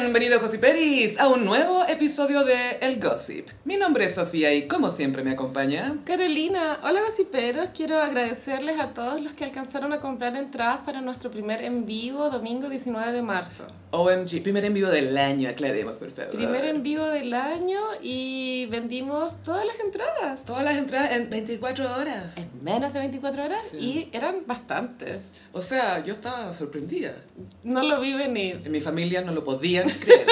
bienvenidos Gossiperis a un nuevo episodio de El Gossip. Mi nombre es Sofía y como siempre me acompaña. Carolina, hola gossiperos, quiero agradecerles a todos los que alcanzaron a comprar entradas para nuestro primer en vivo domingo 19 de marzo. OMG, primer en vivo del año, aclaremos por favor. Primer en vivo del año y vendimos todas las entradas. Todas las entradas en 24 horas. En menos de 24 horas Sí. y eran bastantes. O sea, yo estaba sorprendida. No lo vi venir. En mi familia no lo podían creer.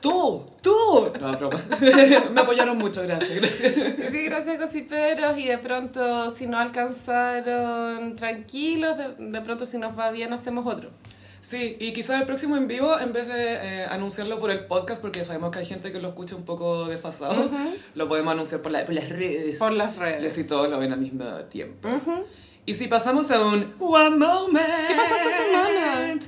¡Tú! ¡Tú! No, broma. me apoyaron mucho, gracias, gracias. Sí, sí, gracias gossiperos y de pronto si no alcanzaron tranquilos, de, de pronto si nos va bien hacemos otro. Sí, y quizás el próximo en vivo, en vez de eh, anunciarlo por el podcast, porque sabemos que hay gente que lo escucha un poco desfasado, lo podemos anunciar por, la- por las redes. Por las Y redes. así todos lo ven al mismo tiempo. Y si pasamos a un One Moment. ¿Qué pasó esta semana?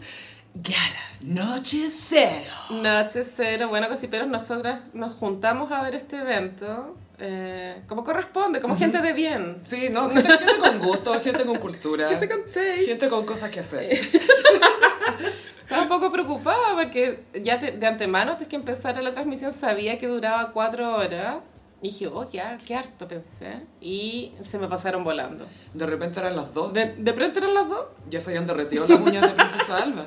Gala, noche cero. Noche cero. Bueno, cosiperos, nosotras nos juntamos a ver este evento eh, como corresponde, como gente de bien. Sí, ¿no? Gente, gente con gusto, gente con cultura. Gente con taste. Gente con cosas que hacer. Estaba un poco preocupada porque ya te- de antemano, antes que empezara la transmisión, sabía que duraba cuatro horas. Y dije, oh, qué, har- qué harto, pensé. Y se me pasaron volando. De repente eran las dos. De, de pronto eran las dos. Ya se habían derretido las uñas de Princesa Alba.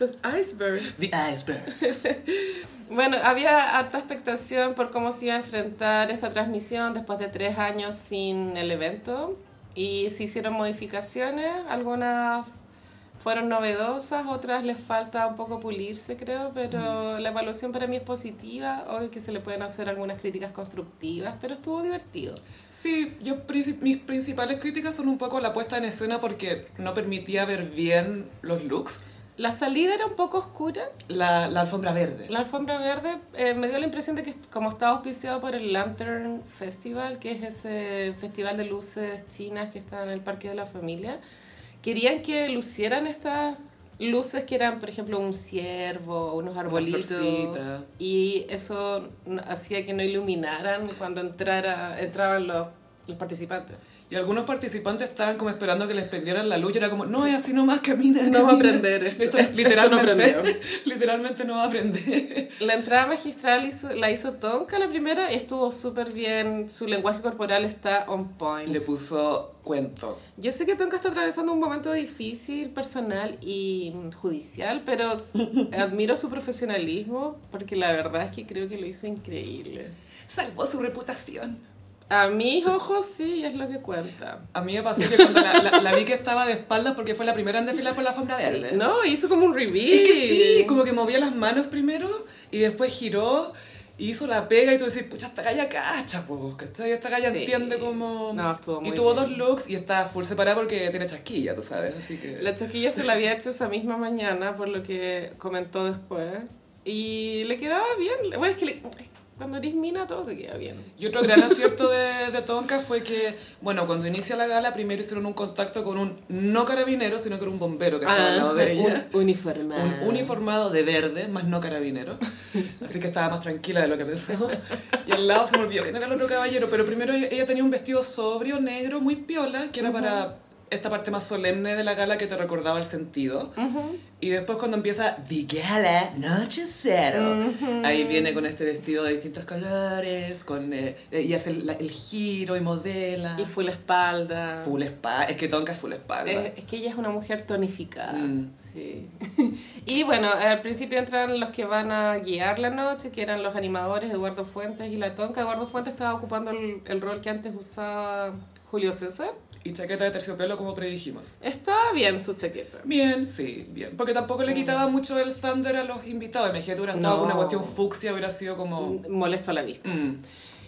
Los icebergs. The iceberg. Bueno, había harta expectación por cómo se iba a enfrentar esta transmisión después de tres años sin el evento. Y se hicieron modificaciones, algunas fueron novedosas, otras les falta un poco pulirse, creo, pero la evaluación para mí es positiva. Obvio que se le pueden hacer algunas críticas constructivas, pero estuvo divertido. Sí, yo princi- mis principales críticas son un poco la puesta en escena porque no permitía ver bien los looks. La salida era un poco oscura, La, la alfombra verde. La alfombra verde eh, me dio la impresión de que como estaba auspiciado por el Lantern Festival, que es ese festival de luces chinas que está en el Parque de la Familia, querían que lucieran estas luces que eran, por ejemplo, un ciervo, unos arbolitos. florcita. Y eso n- hacía que no iluminaran cuando entrara, entraban los, los participantes. Y algunos participantes estaban como esperando que les prendieran la luz y era como, no, es así nomás, camina. No va a camina". prender esto. Esto Esto no literalmente, prendió. literalmente no va a aprender. La entrada magistral hizo- la hizo Tonka la primera y estuvo súper bien. Su lenguaje corporal está on point. Le puso cuento. Yo sé que Tonka está atravesando un momento difícil, personal y mm, judicial, pero admiro su profesionalismo porque la verdad es que creo que lo hizo increíble. Salvó su reputación. A mis ojos sí, es lo que cuenta. A mí me pasó que cuando la, la- la vi que estaba de espaldas porque fue la primera en desfilar por la alfombra verde. No, hizo como un reveal. Es que sí, como que movía las manos primero y después giró y hizo la pega y tú decís, pucha, esta galla cacha, po, ¿cachai? Esta galla Sí. entiende como... No, estuvo Y muy tuvo bien. dos looks y está full separada porque tiene chasquilla, tú sabes, así que... La chaquilla se la había hecho esa misma mañana, por lo que comentó después. Y le quedaba bien. Bueno, es que le- cuando eres mina todo te queda bien. Y otro gran acierto de, de Tonka fue que, bueno, cuando inicia la gala, primero hicieron un contacto con un no carabinero, sino con un bombero que estaba al lado de ella. Ah, un uniforme. Un uniformado de verde, más no carabinero. Así que estaba más tranquila de lo que pensaba. Y al lado se me olvidó quién era el otro caballero. Pero primero ella ella tenía un vestido sobrio, negro, muy piola, que era para esta parte más solemne de la gala que te recordaba el sentido. Y después cuando empieza The Gala Noche Cero, ahí viene con este vestido de distintos colores, con, eh, y hace el, la- el giro y modela. Y Eh. full espalda. full espalda. Es que Tonka es full espalda. Es, es que ella es una mujer tonificada. Mm. Sí. y bueno, al principio entran los que van a guiar la noche, que eran los animadores Eduardo Fuentes y la Tonka. Eduardo Fuentes estaba ocupando el, el rol que antes usaba Julio César. Y chaqueta de terciopelo como predijimos. Estaba bien su chaqueta. Bien, sí, bien. Porque tampoco le quitaba mucho el thunder a los invitados. Imagínate, hubiera estado No. con una cuestión fucsia, hubiera sido como... Molesto a la vista. mm.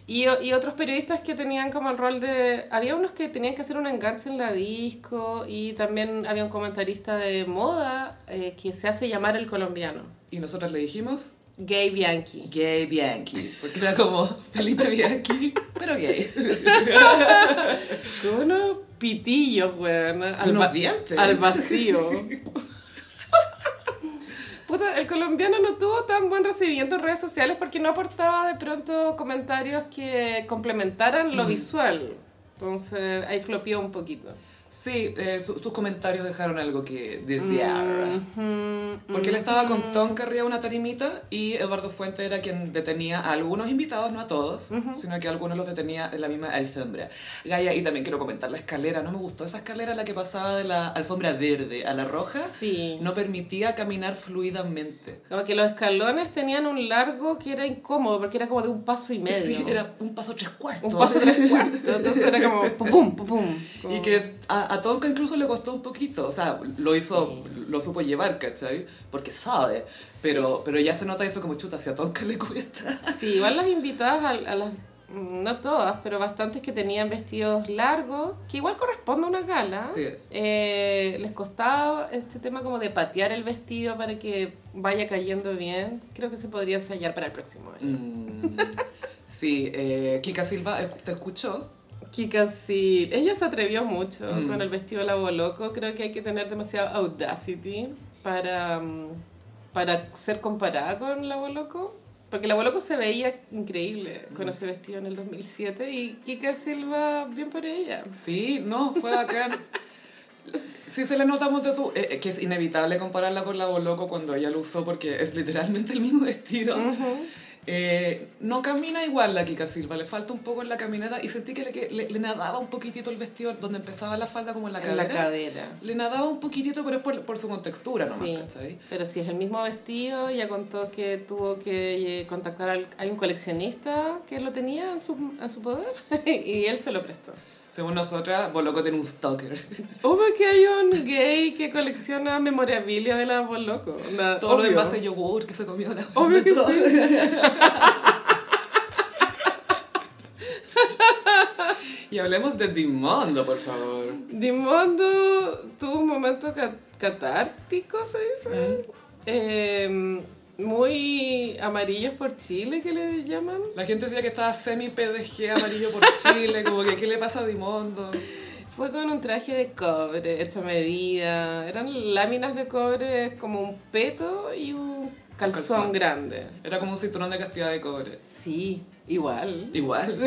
Y, o- y otros periodistas que tenían como el rol de... Había unos que tenían que hacer un enganche en la disco y también había un comentarista de moda eh, que se hace llamar el colombiano. Y nosotros le dijimos... Gay Bianchi. Gay Bianchi. Porque era como Felipe Bianchi, pero gay. Con unos pitillos, weón. Al, Unos va- dientes. al vacío. Puta, el colombiano no tuvo tan buen recibimiento en redes sociales porque no aportaba de pronto Mm. comentarios que complementaran lo visual. Entonces ahí flopeó un poquito. Sí, eh, su- sus comentarios dejaron algo que desear. Porque él estaba Mm. con Tonka arriba de una tarimita y Eduardo Fuente era quien detenía a algunos invitados, no a todos, sino que a algunos los detenía en la misma alfombra. Gaia, y también quiero comentar la escalera, no me gustó esa escalera, la que pasaba de la alfombra verde a la roja, Sí. no permitía caminar fluidamente. Como que los escalones tenían un largo que era incómodo, porque era como de un paso y medio. Sí, era un paso tres cuartos. Un paso era- tres cuartos. Entonces era como pum, pum, pum, pum. como- Y que a, a Tonka incluso le costó un poquito, o sea, lo hizo, lo supo llevar, ¿cachai? Porque sabe, pero, pero ya se nota eso como chuta, si a Tonka le cuesta. Sí, igual las invitadas a, a las, mm, no todas, pero bastantes que tenían vestidos largos, que igual corresponde a una gala, Sí. eh, les costaba este tema como de patear el vestido para que vaya cayendo bien. Creo que se podría ensayar para el próximo año. Mm, sí, eh, Kika Silva escu- te escuchó. Kika sí, ella se atrevió mucho Mm. con el vestido lavo loco, creo que hay que tener demasiada audacity para, mm, para ser comparada con lavo loco. Porque lavo loco se veía increíble Mm. con ese vestido en el 2007 y Kika Silva, bien por ella. Sí, no, fue bacán. Sí, se le notamos de tu. eh, eh, que es inevitable compararla con la Boloco cuando ella lo usó porque es literalmente el mismo vestido. Eh, no camina igual la Kika Silva, le falta un poco en la caminata y sentí que le, que- le- le nadaba un poquitito el vestido donde empezaba la falda como en la En cadera. la cadera. Le nadaba un poquitito, pero es por, por su contextura nomás, Sí, ¿cachai? pero si es el mismo vestido, ya contó que tuvo que eh, contactar al... Hay un coleccionista que lo tenía en su, en su poder y él se lo prestó. Según nosotras, Boloco tiene un stalker. Obvio que hay un gay que colecciona memorabilia de la Boloco. Onda, Todo lo obvio. demás de yogur que se comió la Obvio que Todo. sí. Y hablemos de Dimondo, por favor. Dimondo tuvo un momento ca- catártico, se dice. Ah. Eh, muy amarillos por Chile, que le llaman. La gente decía que estaba semi PDG amarillo por Chile, como que ¿qué le pasa a Dimondo? Fue con un traje de cobre hecho a medida. Eran láminas de cobre como un peto y un calzón, Calzón. grande. Era como un cinturón de castidad de cobre. Sí, igual. Igual.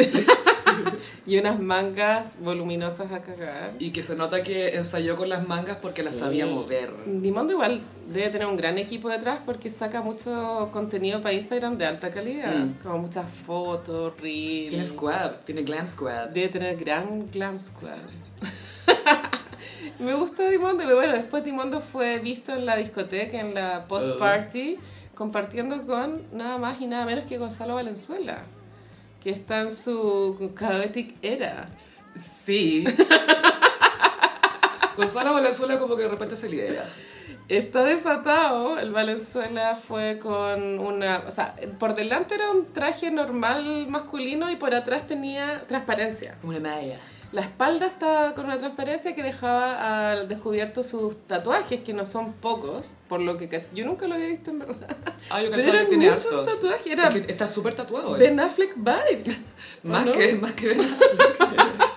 Y unas mangas voluminosas a cagar. Y que se nota que ensayó con las mangas porque las Sí. sabía mover. Dimondo igual debe tener un gran equipo detrás porque saca mucho contenido para Instagram de alta calidad, Mm. como muchas fotos, reels. Tiene squad, tiene glam squad. Debe tener gran glam squad. Me gusta Dimondo, pero bueno, después Dimondo fue visto en la discoteca, en la Ah. post party, compartiendo con nada más y nada menos que Gonzalo Valenzuela, que está en su chaotic era. Sí. Gonzalo Valenzuela como que de repente se libera. Está desatado, el Valenzuela fue con una, o sea, por delante era un traje normal masculino y por atrás tenía transparencia. Como una malla. La espalda estaba con una transparencia que dejaba al descubierto sus tatuajes, que no son pocos, por lo que ca- yo nunca lo había visto en verdad. Ah, yo Pero cachaba que eran tiene muchos hartos. tatuajes, era- Es que está súper tatuado. él. Ben Affleck vibes. ¿o Más no? que, más que Ben Affleck.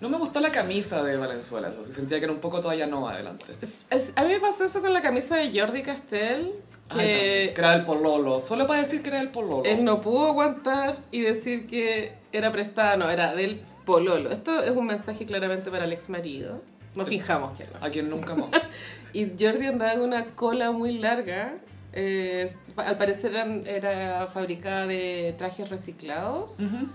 No me gustó la camisa de Valenzuela, o sea, sentía que era un poco todavía no adelante. Es- a mí me pasó eso con la camisa de Jordi Castell, Ay, que... también, que era el pololo, solo para decir que era el pololo. Él no pudo aguantar y decir que era prestada, no, era del pololo. Esto es un mensaje claramente para el ex marido. No fijamos que no. A quien nunca amó. Y Jordi andaba en una cola muy larga. eh, al parecer eran- era fabricada de trajes reciclados. Ujú.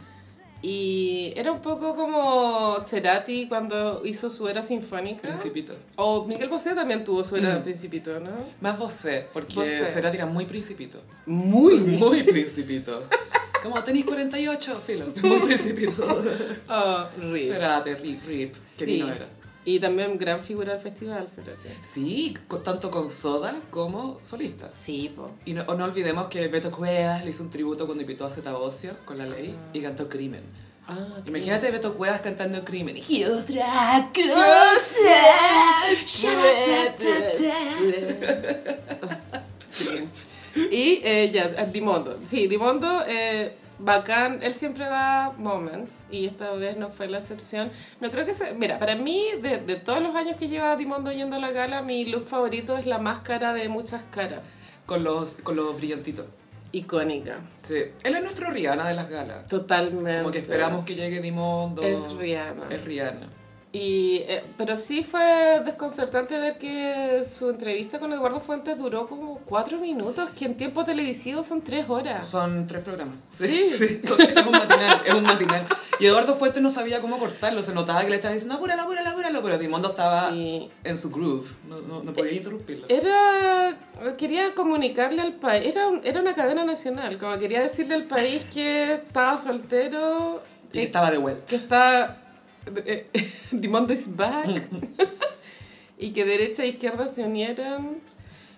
Y era un poco como Cerati cuando hizo su era sinfónica. Principito. O Miguel Bosé también tuvo su era Mm. principito, ¿no? Más Bosé, porque Bosé. Cerati era muy principito. Muy. Muy principito. Como tenéis 48, filo. Muy principito. Ah, rip. Cerati, rip, rip. Que Sí. vino era. Y también gran figura del festival, Cerati. Sí, co- tanto con Soda como solista. Sí, po. Y no, no olvidemos que Beto Cuevas le hizo un tributo cuando invitó a Zeta Bosio con la ley y cantó Crimen. Ah, Imagínate a Beto Cuevas cantando Crimen. Y otra Y eh, ya, eh, Dimondo. Sí, Dimondo, eh, bacán, él siempre da moments y esta vez no fue la excepción. No creo que sea. Mira, para mí, de, de todos los años que lleva Dimondo yendo a la gala, mi look favorito es la máscara de muchas caras. con los, con los brillantitos. Icónica. Sí. Él es nuestro Rihanna de las galas. Totalmente. Como que esperamos que llegue Dimondo. Es Rihanna. Es Rihanna. Y, eh, pero sí fue desconcertante ver que su entrevista con Eduardo Fuentes duró como cuatro minutos, que en tiempo televisivo son tres horas. Son tres programas. Sí. son- es un matinal, es un matinal. Y Eduardo Fuentes no sabía cómo cortarlo, se notaba que le estaban diciendo, apúralo, apúralo, apúralo, pero Dimondo estaba Sí. Eh, en su groove, no, no, no podía interrumpirlo. Era, quería comunicarle al país, era, un- era una cadena nacional, como quería decirle al país que estaba soltero, Y que eh, estaba de vuelta. que está eh, Dimondo is back y que derecha e izquierda se unieron.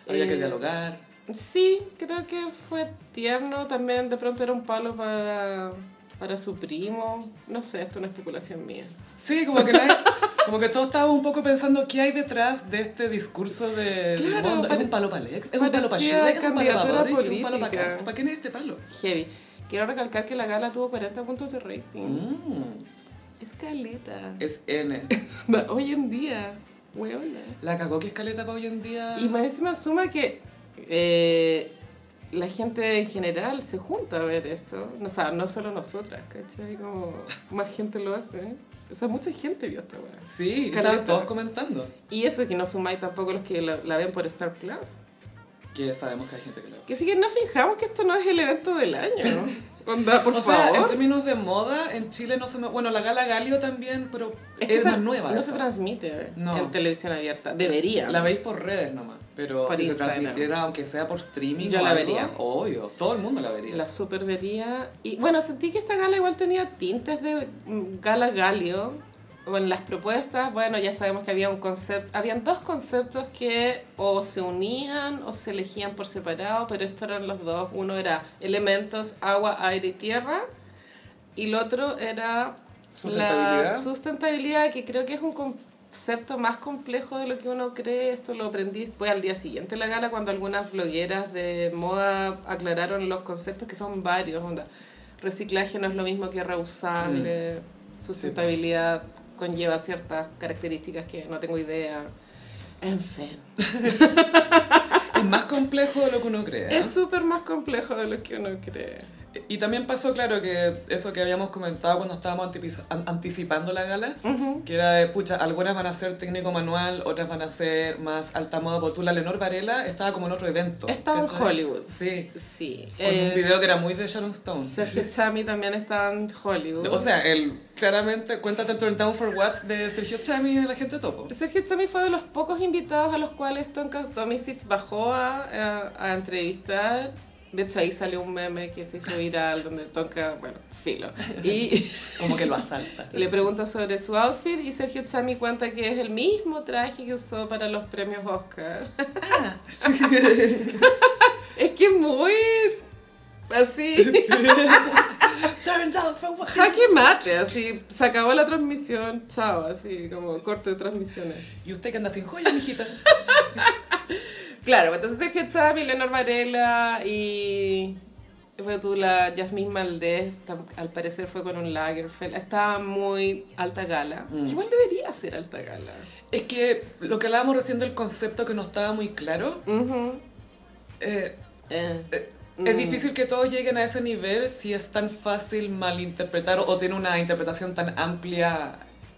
Había que Eh, dialogar. Sí, creo que fue tierno también, de pronto era un palo para, para su primo, no sé, esto es una especulación mía. Sí, como que, nadie- como que todos estábamos un poco pensando qué hay detrás de este discurso de Claro, Dimondo. Es pare- un palo para Alex, es un palo para parecía Chile, es un palo para candidatura Boric, es un palo para política. Cast. ¿Para quién es este palo? Heavy. Quiero recalcar que la gala tuvo 40 puntos de rating. Mm, Es caleta. es N. Hoy en día, huevona. La cagó que es caleta para hoy en día. Y más encima suma que eh, la gente en general se junta a ver esto. O sea, no solo nosotras, ¿cachai? Como más gente lo hace. O sea, mucha gente vio esta weá. Sí, Caleta. estaban todos comentando. Y eso que no sumáis tampoco los que la, la ven por Star Plus. Que sabemos que hay gente que lo Que sí que no fijamos que esto no es el evento del año. Onda, por o favor. sea, en términos de moda, en Chile no se me... Bueno, la gala Galio también, pero Es es, que esa- más nueva. No esa. se transmite eh, No. en televisión abierta. Debería. La veis por redes nomás, pero Por si Instagram. se transmitiera, aunque sea por streaming Yo o la algo, vería. Obvio, todo el mundo la vería. La super vería. Y bueno, sentí que esta gala igual tenía tintes de mm, gala galio. O en las propuestas, bueno, ya sabemos que había un concepto, habían dos conceptos que o se unían o se elegían por separado, pero estos eran los dos. Uno era elementos, agua, aire y tierra. Y el otro era la Sustentabilidad. sustentabilidad, que creo que es un concepto más complejo de lo que uno cree. Esto lo aprendí después al día siguiente de la gala, cuando algunas blogueras de moda aclararon los conceptos, que son varios. Onda. Reciclaje no es lo mismo que Mm. reusable, sustentabilidad conlleva ciertas características que no tengo idea. En fin. Es más complejo de lo que uno cree. ¿eh? Es súper más complejo de lo que uno cree. Y también pasó, claro, que eso que habíamos comentado cuando estábamos antipiz- an- anticipando la gala, que era de, pucha, algunas van a ser técnico manual, otras van a ser más alta moda, porque tú, la Leonor Varela estaba como en otro evento. Estaba en ¿cachai? Hollywood. Sí, Sí. con un eh, video que era muy de Sharon Stone. Sergio Chami también estaba en Hollywold. O sea, él claramente cuenta el Turn Down for What de Sergio Chami de la gente topo. Sergio Chami fue de los pocos invitados a los cuales Tonka Tomisic bajó a, a- a entrevistar. De hecho, ahí salió un meme que se hizo viral donde Tonka, bueno, filo. Y Como que lo asalta. le pregunta sobre su outfit y Sergio Chami cuenta que es el mismo traje que usó para los premios Oscar. Ah. es que es muy así. Turn Down for What. Jaque mate, así, se acabó la transmisión, chao, así como corte de transmisiones. Y usted que anda sin joyas, mijita. Claro, entonces Sergio Chávez, Leonor Varela y... Fue tú la Yasmín Maldés, tam- al parecer fue con un Lagerfeld, estaba muy alta gala. Mm. Igual debería ser alta gala. Es que lo que hablábamos recién del concepto que no estaba muy claro, eh, Eh, eh, es difícil que todos lleguen a ese nivel si es tan fácil malinterpretar o tiene una interpretación tan amplia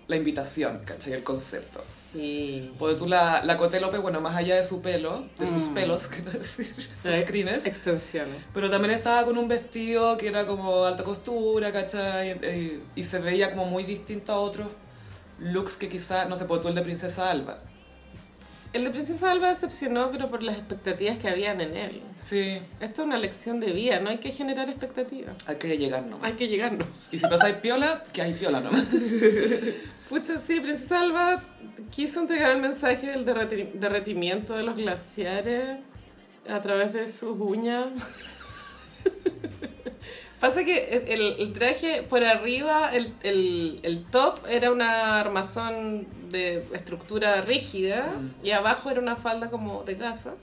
la invitación, ¿cachai? El concepto. sí. Porque tú, la, la Cote López, bueno, más allá de su pelo, de sus pelos, que no decir, sus crines, Extensiones. Pero también estaba con un vestido que era como alta costura, ¿cachai? Eh, y se veía como muy distinto a otros looks que quizá, no sé, por tú el de Princesa Alba. El de Princesa Alba decepcionó, pero por las expectativas que habían en él. Sí, Esto es una lección de vida, no hay que generar expectativas. hay que llegar nomás. Hay que llegarnos. Y si pasáis piola, que hay piola nomás. Pucha, sí, Princesa Alba quiso entregar el mensaje del derreti- derretimiento de los glaciares a través de sus uñas. Pasa que el, el traje por arriba, el, el- el top era una armazón de estructura rígida y abajo era una falda como de gasa.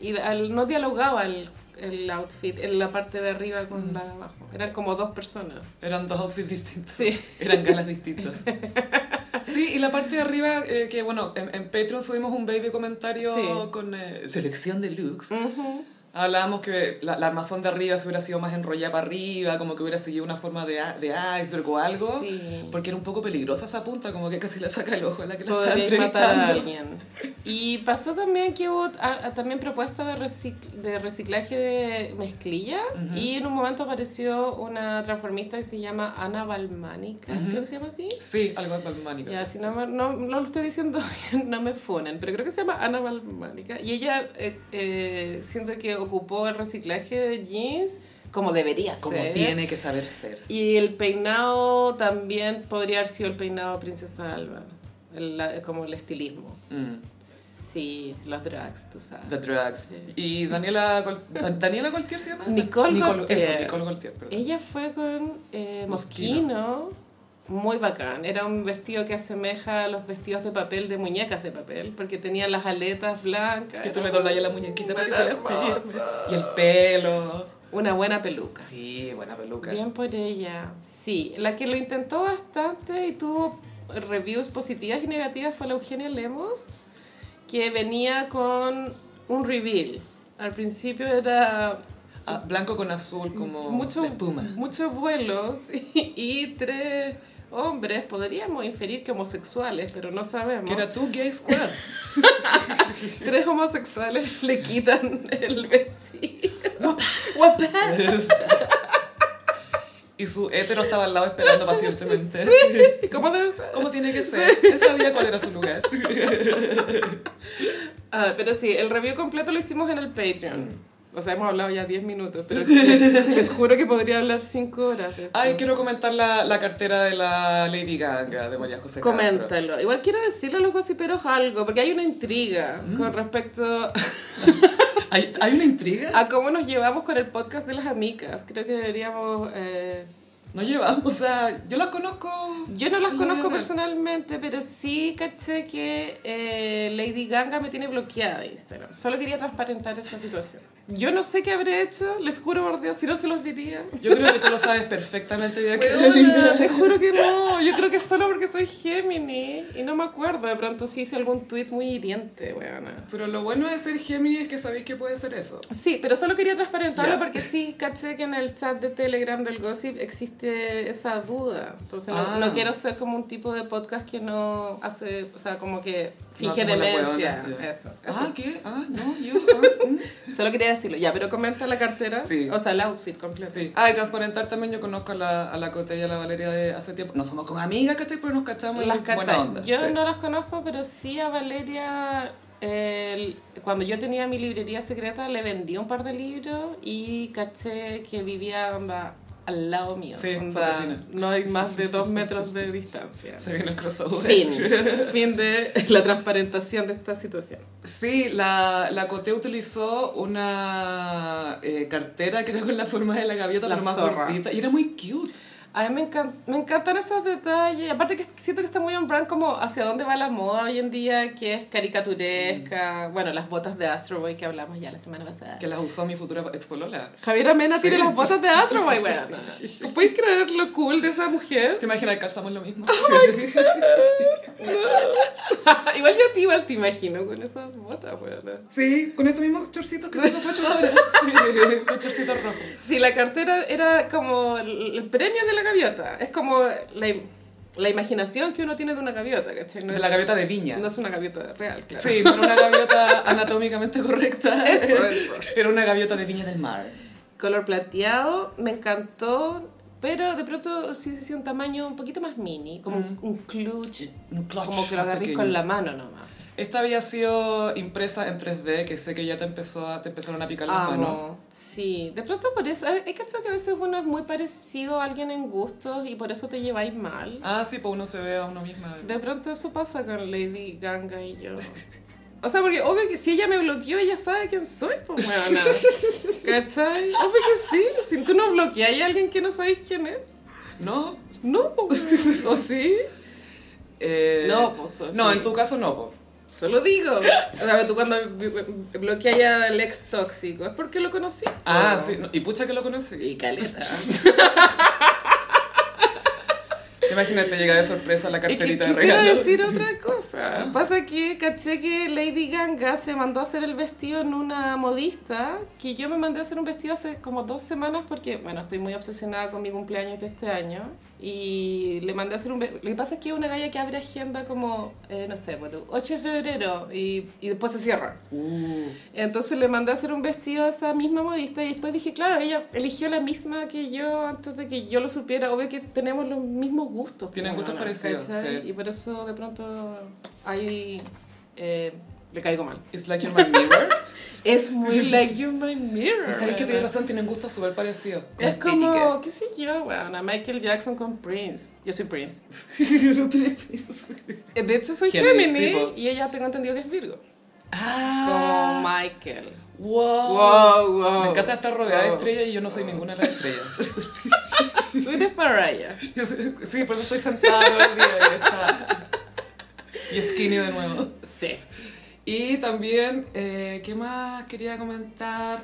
Y al- no dialogaba el, el outfit en la parte de arriba con la de abajo. Eran como dos personas. Eran dos outfits distintos. Sí. Eran galas distintas. Sí, y la parte de arriba, eh, que bueno, en, en Patreon subimos un baby comentario Sí. con eh, selección de looks. Hablábamos que la, la armazón de arriba se hubiera sido más enrollada para arriba, como que hubiera seguido una forma de, a- de iceberg o algo, Sí. porque era un poco peligrosa esa punta, como que casi le saca el ojo a la que la está Podríais matar a entrevistando. alguien. Y pasó también que hubo ah, ah, también propuesta de, recicl- de reciclaje de mezclilla y en un momento apareció una transformista que se llama Ana Balmánica, creo que se llama así. Sí, algo palmánico. Ya, si no, me- no, no lo estoy diciendo bien, no me funen, pero creo que se llama Ana Balmánica. Y ella eh, eh, siento que ocupó el reciclaje de jeans como debería ser. Como tiene que saber ser. Y el peinado también podría haber sido el peinado de Princesa Alba, el- la- como el estilismo. Mm, Sí, los drags, tú sabes. the drugs. Sí. Y Daniela, Col- Dan- Daniela Coltier se llama. Nicole Coltier. Eso, Nicole Coltier, perdón. Ella fue con eh, Mosquino, muy bacán. Era un vestido que asemeja a los vestidos de papel, de muñecas de papel, porque tenía las aletas blancas. Que tú Era le doblas ya la muñequita para que se le hermosa. firme. Y el pelo. Una buena peluca. Sí, buena peluca. Bien por ella. Sí, la que lo intentó bastante y tuvo reviews positivas y negativas fue la Eugenia Lemos, que venía con un reveal. Al principio era Ah, blanco con azul, como mucho- la espuma. muchos vuelos y, y tres hombres, podríamos inferir que homosexuales, pero no sabemos. Que era tu gay squad. Tres homosexuales le quitan el vestido. Guapa. y su hétero estaba al lado esperando pacientemente. ¿Cómo debe ser? ¿Cómo tiene que ser? Él sabía cuál era su lugar. Ah, pero sí, el review completo lo hicimos en el Patreon. O sea, hemos hablado ya 10 minutos, pero les juro que podría hablar 5 horas de esto. Ay, quiero comentar la, la cartera de la Lady Gaga de María José Castro. Coméntalo. Igual quiero decirle a los gossiperos algo, porque hay una intriga Mm. con respecto ¿Hay, hay una intriga? a cómo nos llevamos con el podcast de las amigas. Creo que deberíamos... eh, No llevamos, o sea, yo la conozco. Yo no las No, conozco no. personalmente, pero sí caché que eh, Lady Gaga me tiene bloqueada de Instagram. Solo quería transparentar esa situación. Yo no sé qué habré hecho, les juro por Dios, si no se los diría. Yo creo que tú lo sabes perfectamente bien. que- Weona, Te juro que no. Yo creo que solo porque soy Gemini y no me acuerdo. De pronto sí hice algún tuit muy hiriente, weona. Pero lo bueno de ser Géminis es que sabéis que puede ser eso. Sí, pero solo quería transparentarlo Ya. porque sí caché que en el chat de Telegram del Gossip existe esa duda. Entonces no, Ah. no quiero ser como un tipo de podcast que no hace, o sea, como que finge No hacemos la demencia. huevona, ya. Eso. eso. Ah, ¿qué? Ah, no, yo. ah, mm. Solo quería decirlo. Ya, pero comenta la cartera. Sí. O sea, el outfit completo. Sí. Ah, y transparentar también, yo conozco a la, a la Cote y a la Valeria de hace tiempo. No somos como amigas, ¿cachai? Pero nos cachamos y Las buena cachai. onda. Yo sí. no las conozco, pero sí a Valeria. el- cuando yo tenía mi librería secreta, le vendí un par de libros y caché que vivía onda, al lado mío. Sí, Onda, su vecina. no hay más de dos metros de distancia. Se viene el crossover. Fin. Fin de la transparentación de esta situación. Sí, la, la Coté utilizó una eh, cartera que era con la forma de la gaviota, La pero más zorra. gordita. Y era muy cute. A mí me, encan- me encantan esos detalles. Aparte que siento que está muy en brand como hacia dónde va la moda hoy en día, que es caricaturesca. Bueno, las botas de Astro Boy que hablamos ya la semana pasada. Que las usó mi futura expolola. Javier Amena Sí. tiene las botas de Astro Boy, weón. ¿Puedes creer lo cool de esa mujer? ¿Te imaginas que calzamos lo mismo? igual yo a ti, igual te imagino con esas botas, weón. sí, con estos mismos chorcitos que tengo puestos ahora. Sí, los chorcitos rojos. Sí, la cartera era como el el premio de la gaviota. Es como la, im- la imaginación que uno tiene de una gaviota, ¿cachai? No De es, la gaviota de viña. no es una gaviota real, claro. Sí, no era una gaviota anatómicamente correcta. Eso, eso. Era una gaviota de viña del mar. Color plateado, me encantó, pero de pronto sí se un tamaño un poquito más mini, como un- un clutch, Un clutch como que lo más agarrís pequeño. con la mano nomás. Esta había sido impresa en 3D, que sé que ya te, empezó a- te empezaron a picar las Amo. manos. Sí, de pronto por eso, es que que a veces uno es muy parecido a alguien en gustos y por eso te lleváis mal. Ah, sí, pues uno se ve a uno misma. De pronto eso pasa con Lady Ganga y yo. O sea, porque obvio que si ella me bloqueó, ella sabe quién soy, pues weona. ¿Cachai? Obvio que sí, si tú no bloqueas a alguien que no sabéis quién es. ¿No? No, pues weona. ¿O sí? Eh, No, pues, Sofi. No, en tu caso no, pues. Solo digo. O sea, tú cuando bi- bloqueas al ex tóxico, es porque lo conocí. po. Ah, sí. no, Y pucha que lo conocí. Y caleta. Qué Imagínate, llega de sorpresa la Es que carterita de quisiera regalo. decir otra cosa. Pasa que caché que Lady Ganga se mandó a hacer el vestido en una modista, que yo me mandé a hacer un vestido hace como dos semanas porque, bueno, estoy muy obsesionada con mi cumpleaños de este año. Y le mandé a hacer un vestido. Lo que pasa es que es una galla que abre agenda como, eh, no sé, pues, 8 de febrero y, y después se cierra. Uh, Entonces le mandé a hacer un vestido a esa misma modista y después dije, claro, ella eligió la misma que yo antes de que yo lo supiera. Obvio que tenemos los mismos gustos. Tienen pues, gustos weona, parecidos, ¿cachai? sí. Y por eso de pronto ahí eh, le caigo mal. it's like you're my neighbor. Es muy like you my mirror. y sabes que weona. tienes razón, tienen gustos súper parecidos. Es estética. como, qué sé yo, weona, Michael Jackson con Prince. Yo soy Prince. Yo tenía- Eh, De hecho, soy Género, Gemini sí, po. y ella tengo entendido que es Virgo. Como ah, Michael. wow. Wow, wow. Me encanta estar rodeada de Wow. estrellas y yo no soy ninguna de las estrellas. Tú eres Mariah. Sí, por eso estoy sentada todo el día y echada. Y skinny de nuevo. Sí. Y también, eh, ¿qué más quería comentar?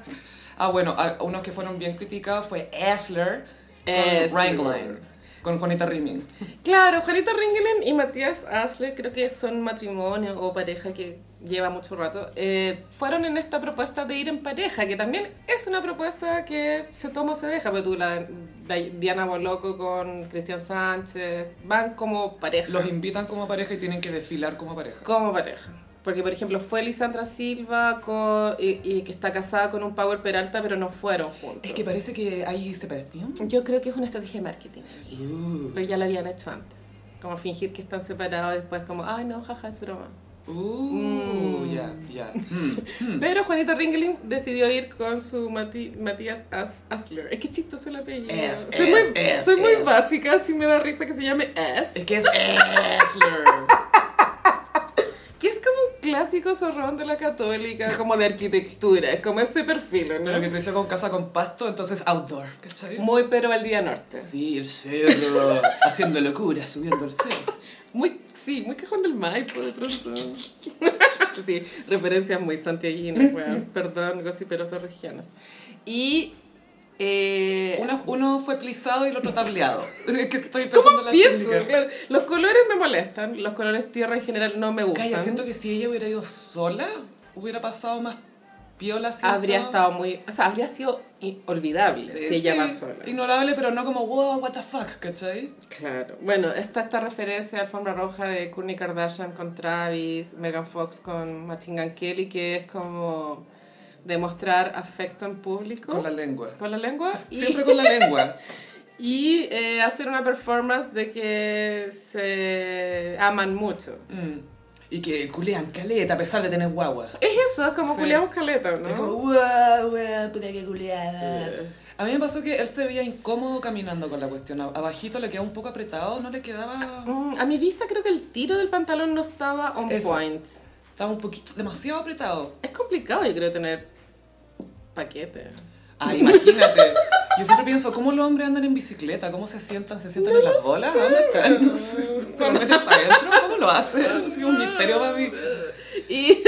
Ah, bueno, a- unos que fueron bien criticados fue Esler con Esler. Wrangler, con Juanita Rimming. Claro, Juanita Ringelen y Matías Asler creo que son matrimonio o pareja que lleva mucho rato. eh, fueron en esta propuesta de ir en pareja, que también es una propuesta que se toma o se deja, pero tú la Di- Diana Boloco con Cristian Sánchez van como pareja. Los invitan como pareja y tienen que desfilar como pareja. como pareja. Porque, por ejemplo, fue Lisandra Silva con, y, y que está casada con un Power Peralta, pero no fueron juntos. Es que parece que ahí se parecían. Yo creo que es una estrategia de marketing. Pero ya lo habían hecho antes. Como fingir que están separados después como, ay no, jaja, es broma. Uh, ya, ya. Mm. Pero Juanita Ringling decidió ir con su Mati- Matías As- Asler. Es que chistoso el apellido. Es, soy es, muy, es, soy muy es. básica, así me da risa que se llame As. Es que es Esler. Que es como un clásico zorrón de la católica, como de arquitectura. Es como ese perfil, Pero que ¿no? creció con casa con pasto, entonces outdoor, ¿cachai? Muy Pedro Valdivia Norte. Sí, el cerro, haciendo locuras, subiendo el cerro. Muy, sí, muy cajón del Maipo de pronto. sí, referencias muy santiaguinas, weón. Perdón, gossiperos de regiones. Y... eh, Uno, uno fue plisado y el otro tableado. Es que estoy pensando ¿Cómo en la pienso? técnica. Claro, los colores me molestan, los colores tierra en general no me gustan. Calla, siento que si ella hubiera ido sola, hubiera pasado más piola. siento. Habría estado muy... O sea, habría sido i- olvidable Sí, si ella sí, va sola. Ignorable, pero no como, wow, what the fuck, ¿cachai? Claro. Bueno, está esta referencia a Alfombra Roja de Kourtney Kardashian con Travis, Megan Fox con Machine Gun Kelly, que es como demostrar afecto en público. Con la lengua. con la lengua y, Siempre con la lengua. y, eh, hacer una performance de que se aman mucho. Mm. Y que culean caleta a pesar de tener guagua. Es eso, es como Sí. Julián Caleta, Es como, uh, ¿no? wow, wow, puta que culeada. Sí. A mí me pasó que él se veía incómodo caminando con la cuestión. A- Abajito le quedaba un poco apretado, no le quedaba... Mm, a mi vista creo que el tiro del pantalón no estaba on Eso. point. Estaba un poquito demasiado apretado. Es complicado, yo creo, tener paquete. Ay, Ah, imagínate. Yo siempre pienso, ¿cómo los hombres andan en bicicleta? ¿Cómo se sientan? ¿Se sientan en las bolas? ¿Dónde están? No sé. ¿Se lo meten para adentro? ¿Cómo lo hacen? Es un misterio para mí. Y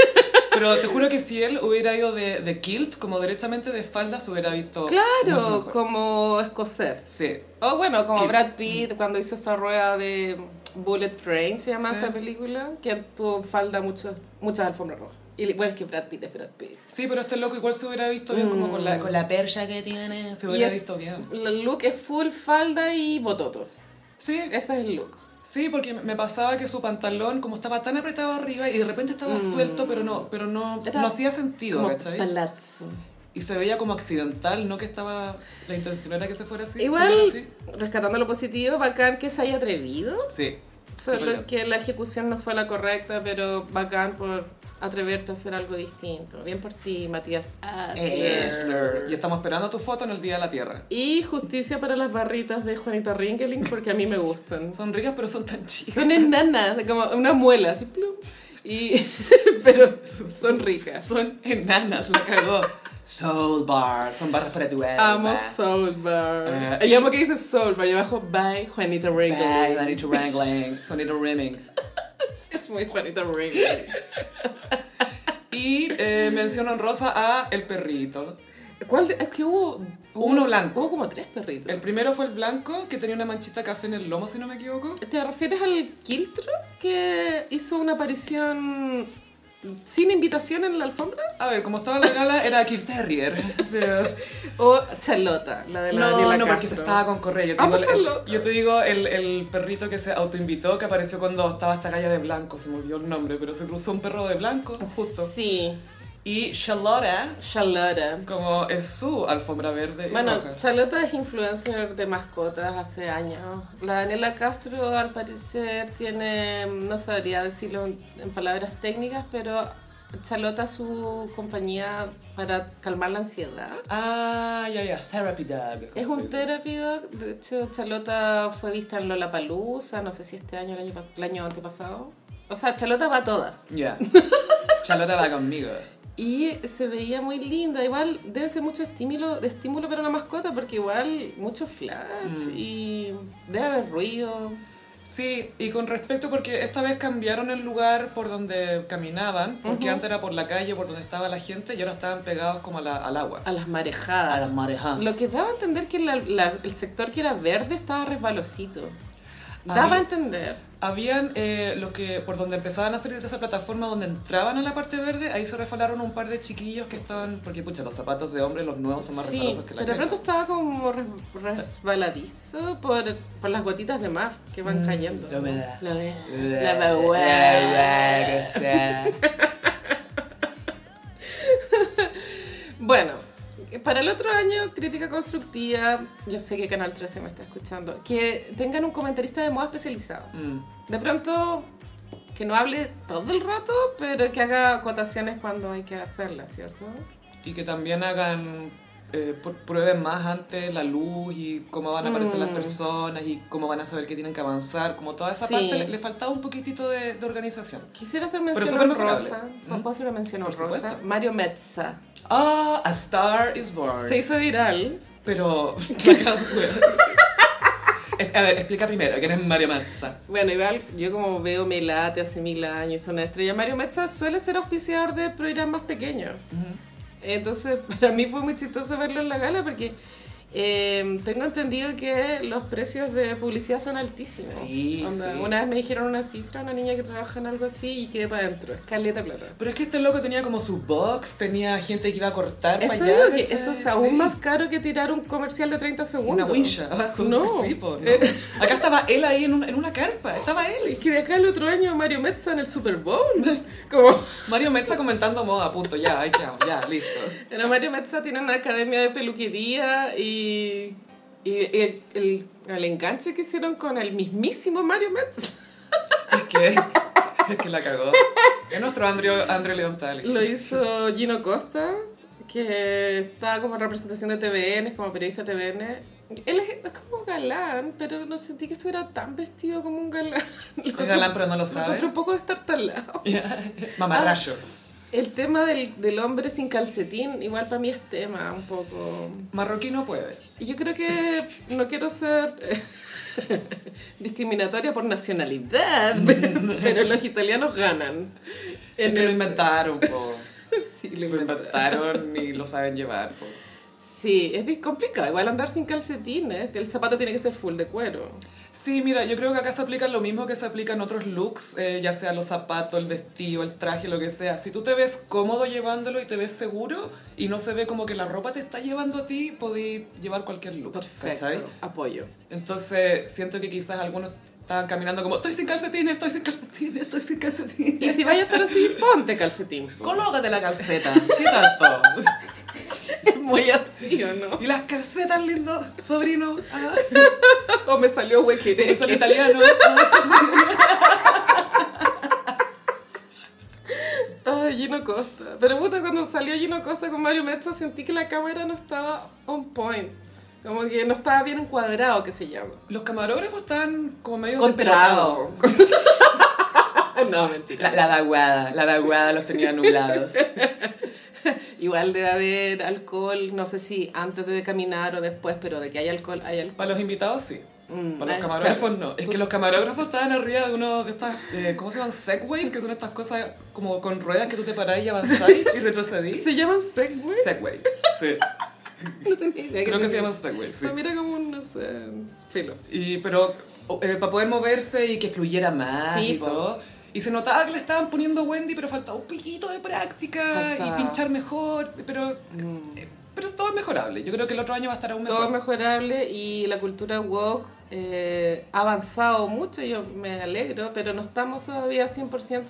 Pero te juro que si él hubiera ido de, de kilt, como derechamente de espalda, se hubiera Oh, visto mucho claro, mejor. como escocés. Sí. O bueno, como Cute. Brad Pitt cuando hizo esa rueda de Bullet Train, se llama Sí. esa película, que tuvo falda muchos muchas alfombras rojas. Y bueno, es que Brad Pitt es Brad Pitt. Sí, pero este loco igual se hubiera visto bien, como con la, con la percha que tiene, se Mm. Y hubiera es- visto bien. El look es full falda y bototos. Sí, Ese es el look. sí, porque me pasaba que su pantalón, como estaba tan apretado arriba, y de repente estaba suelto, pero no, pero no, Mm. Era no hacía sentido, Como ¿cachai? palazzo. Y se veía como accidental, no que estaba. La intención era que se fuera así. Igual, saliera así. rescatando lo positivo, bacán que se haya atrevido. Sí. súper Solo bien. Eh, que la ejecución no fue la correcta, pero bacán por atreverte a hacer algo distinto. Bien por ti, Matías. Asler. Esler. eh, Y estamos esperando tu foto en el Día de la Tierra. Y justicia para las barritas de Juanita Ringeling, porque a mí me gustan. Son ricas, pero son tan chicas. Son enanas, como una muela, así plum. Y, pero son ricas. Son enanas, la cagó. Soul Bar, son barras para tu alma. Amo Soul Bar. Eh, Yo amo que dice Soul Bar y abajo bye Juanita Bye, Ringeling. Juanita Wrangling, Juanita Rimming. Es muy Juanita Ringeling. Y eh, menciono en rosa a El Perrito. ¿Cuál de- es que hubo Hubo uno blanco. Hubo como tres perritos. El primero fue el blanco, que tenía una manchita café en el lomo, si no me equivoco. ¿Te refieres al Kiltro que hizo una aparición sin invitación en la alfombra? A ver, como estaba la gala, era Kill Terrier. Pero- ¿O Charlota, la de la No, Daniela no, porque se Castro? estaba con Correa. Yo te Ah, digo, pues el- Charlotte. yo te digo el, el perrito que se autoinvitó, que apareció cuando estaba esta galla de blanco, se me olvidó el nombre, pero se cruzó un perro de blanco, justo. Sí, Y Charlotta, Charlota. como es su alfombra verde. y Bueno, roja. Charlota es influencer de mascotas hace años. La Daniela Castro, al parecer, tiene, no sabría decirlo en, en palabras técnicas, pero Charlota, su compañía para calmar la ansiedad, Ah, ya, ya, Therapy Dog. es un therapy dog. De hecho, Charlota fue vista en Lollapalooza, no sé si este año o el año, pas- el año antepasado. O sea, Charlota va a todas. Ya. Charlotta va conmigo. Y se veía muy linda. Igual debe ser mucho estímulo, de estímulo para una mascota, porque igual mucho flash Mm. y debe haber ruido. Sí, y con respecto, porque esta vez cambiaron el lugar por donde caminaban, porque antes era por la calle, por donde estaba la gente, y ahora estaban pegados como a la- al agua. A las marejadas. A las marejadas. Lo que daba a entender que la- la- el sector que era verde estaba resbalosito. A Daba mí- a entender. Habían eh, los que por donde empezaban a salir de esa plataforma donde entraban a la parte verde, ahí se refalaron un par de chiquillos que estaban, porque pucha, los zapatos de hombre, los nuevos son más Sí, resbalosos que la pero de cresta. pronto estaba como res- resbaladizo por, por las gotitas de mar que van cayendo. la humedad. La humedad. La La humedad. hueá que está. Bueno, para el otro año, crítica constructiva, yo sé que Canal 13 me está escuchando, que tengan un comentarista de moda especializado. Mm. De pronto, que no hable todo el rato, pero que haga acotaciones cuando hay que hacerlas, ¿cierto? Y que también hagan, eh, pr- prueben más antes la luz y cómo van a aparecer las personas y cómo van a saber que tienen que avanzar, como toda esa Mm. Sí. parte le, le faltaba un poquitito de, de organización. Quisiera hacer Pero mención súper honrosa. mejorable. ¿Puedo hacer una mención Por honrosa? supuesto. Mario Metza. Ah, A Star is Born. Se hizo viral. Pero... a ver, explica primero, ¿quién es Mario Mazza? Bueno, igual yo como veo me late hace mil años, es una estrella. Mario Metza suele ser auspiciador de programas pequeños. Entonces, para mí fue muy chistoso verlo en la gala porque eh, tengo entendido que los precios de publicidad son altísimos. Sí, Onda, sí. Una vez me dijeron una cifra, una niña que trabaja en algo así y quedé para adentro. Es caleta de plata. Pero es que este loco tenía como su box, tenía gente que iba a cortar para Eso, allá. digo que ¿cachai? eso es Sí. aún más caro que tirar un comercial de 30 segundos. Una wincha abajo. No. Sí, po, no. Eh. Acá estaba él ahí en, un- en una carpa, estaba Es él. que de acá el otro año Mario Metza en el Super Bowl. Como... Mario Mezza comentando moda, punto, ya, ahí quedamos, ya, listo. Pero Mario Metza tiene una academia de peluquería y, y el, el- el enganche que hicieron con el mismísimo Mario Metza Es que, es que la cagó. Es nuestro Andrew, Andrew Leon Talley. lo hizo Gino Costa, que está como en representación de TVN, es como periodista de TVN. Él es, es como galán, pero no sentí que estuviera tan vestido como un galán. Lo Es galán, pero no lo sabe. encontré un poco destartalado. Mamarrayo. El tema del, del hombre sin calcetín, igual para mí es tema un poco. Marroquí no puede. Yo creo que no quiero ser eh, discriminatoria por nacionalidad, pero, pero los italianos ganan. Es En que lo eso. inventaron, po. Sí, lo Lo inventaron. inventaron y lo saben llevar, po. Sí, es dis- complicado. Igual andar sin calcetines, el zapato tiene que ser full de cuero. Sí, mira, yo creo que acá se aplica lo mismo que se aplica en otros looks, eh, ya sea los zapatos, el vestido, el traje, lo que sea. Si tú te ves cómodo llevándolo y te ves seguro y no se ve como que la ropa te está llevando a ti, podí llevar cualquier look. Perfecto. ¿cachai? Apoyo. Entonces, siento que quizás algunos estaban caminando como, estoy sin calcetines, estoy sin calcetines, estoy sin Y calcetines. si vayas pero sí, ponte calcetín. po. Colócate la calceta, ¿qué tanto? Es muy así, ¿o no? Y las calcetas, lindo sobrino. Ah, O me salió huequereque. eso en italiano. Ah. Ay, Gino Costa. Pero puta, cuando salió Gino Costa con Mario Mezzo sentí que la cámara no estaba on point. Como que no estaba bien encuadrado, que se llama. Los camarógrafos están como medio despelotados. Contrado. no, mentira. La, la vaguada, la vaguada los tenía nublados. Igual debe haber alcohol, no sé si antes de caminar o después, pero de que hay alcohol, hay alcohol. Para los invitados sí. Mm, Para ah, los camarógrafos claro. no. Es que los camarógrafos estaban arriba de uno de estas, eh, ¿cómo se llaman? Segways, que son estas cosas como con ruedas que tú te parás y avanzás y retrocedís. ¿Se llaman Segway? Segway. Sí. No tenía idea. Creo que se tenía. llaman Segway, sí. No, mira como un, no sé, filo. Y, pero eh, para poder moverse y que fluyera más Sí, y po. todo. Y se notaba que le estaban poniendo Wendy, pero faltaba un piquito de práctica Faltaba. Mm. y pinchar mejor. Pero, eh, pero todo es mejorable. Yo creo que el otro año va a estar aún mejor. Todo es mejorable y la cultura woke eh, ha avanzado mucho, yo me alegro, pero no estamos todavía 100%,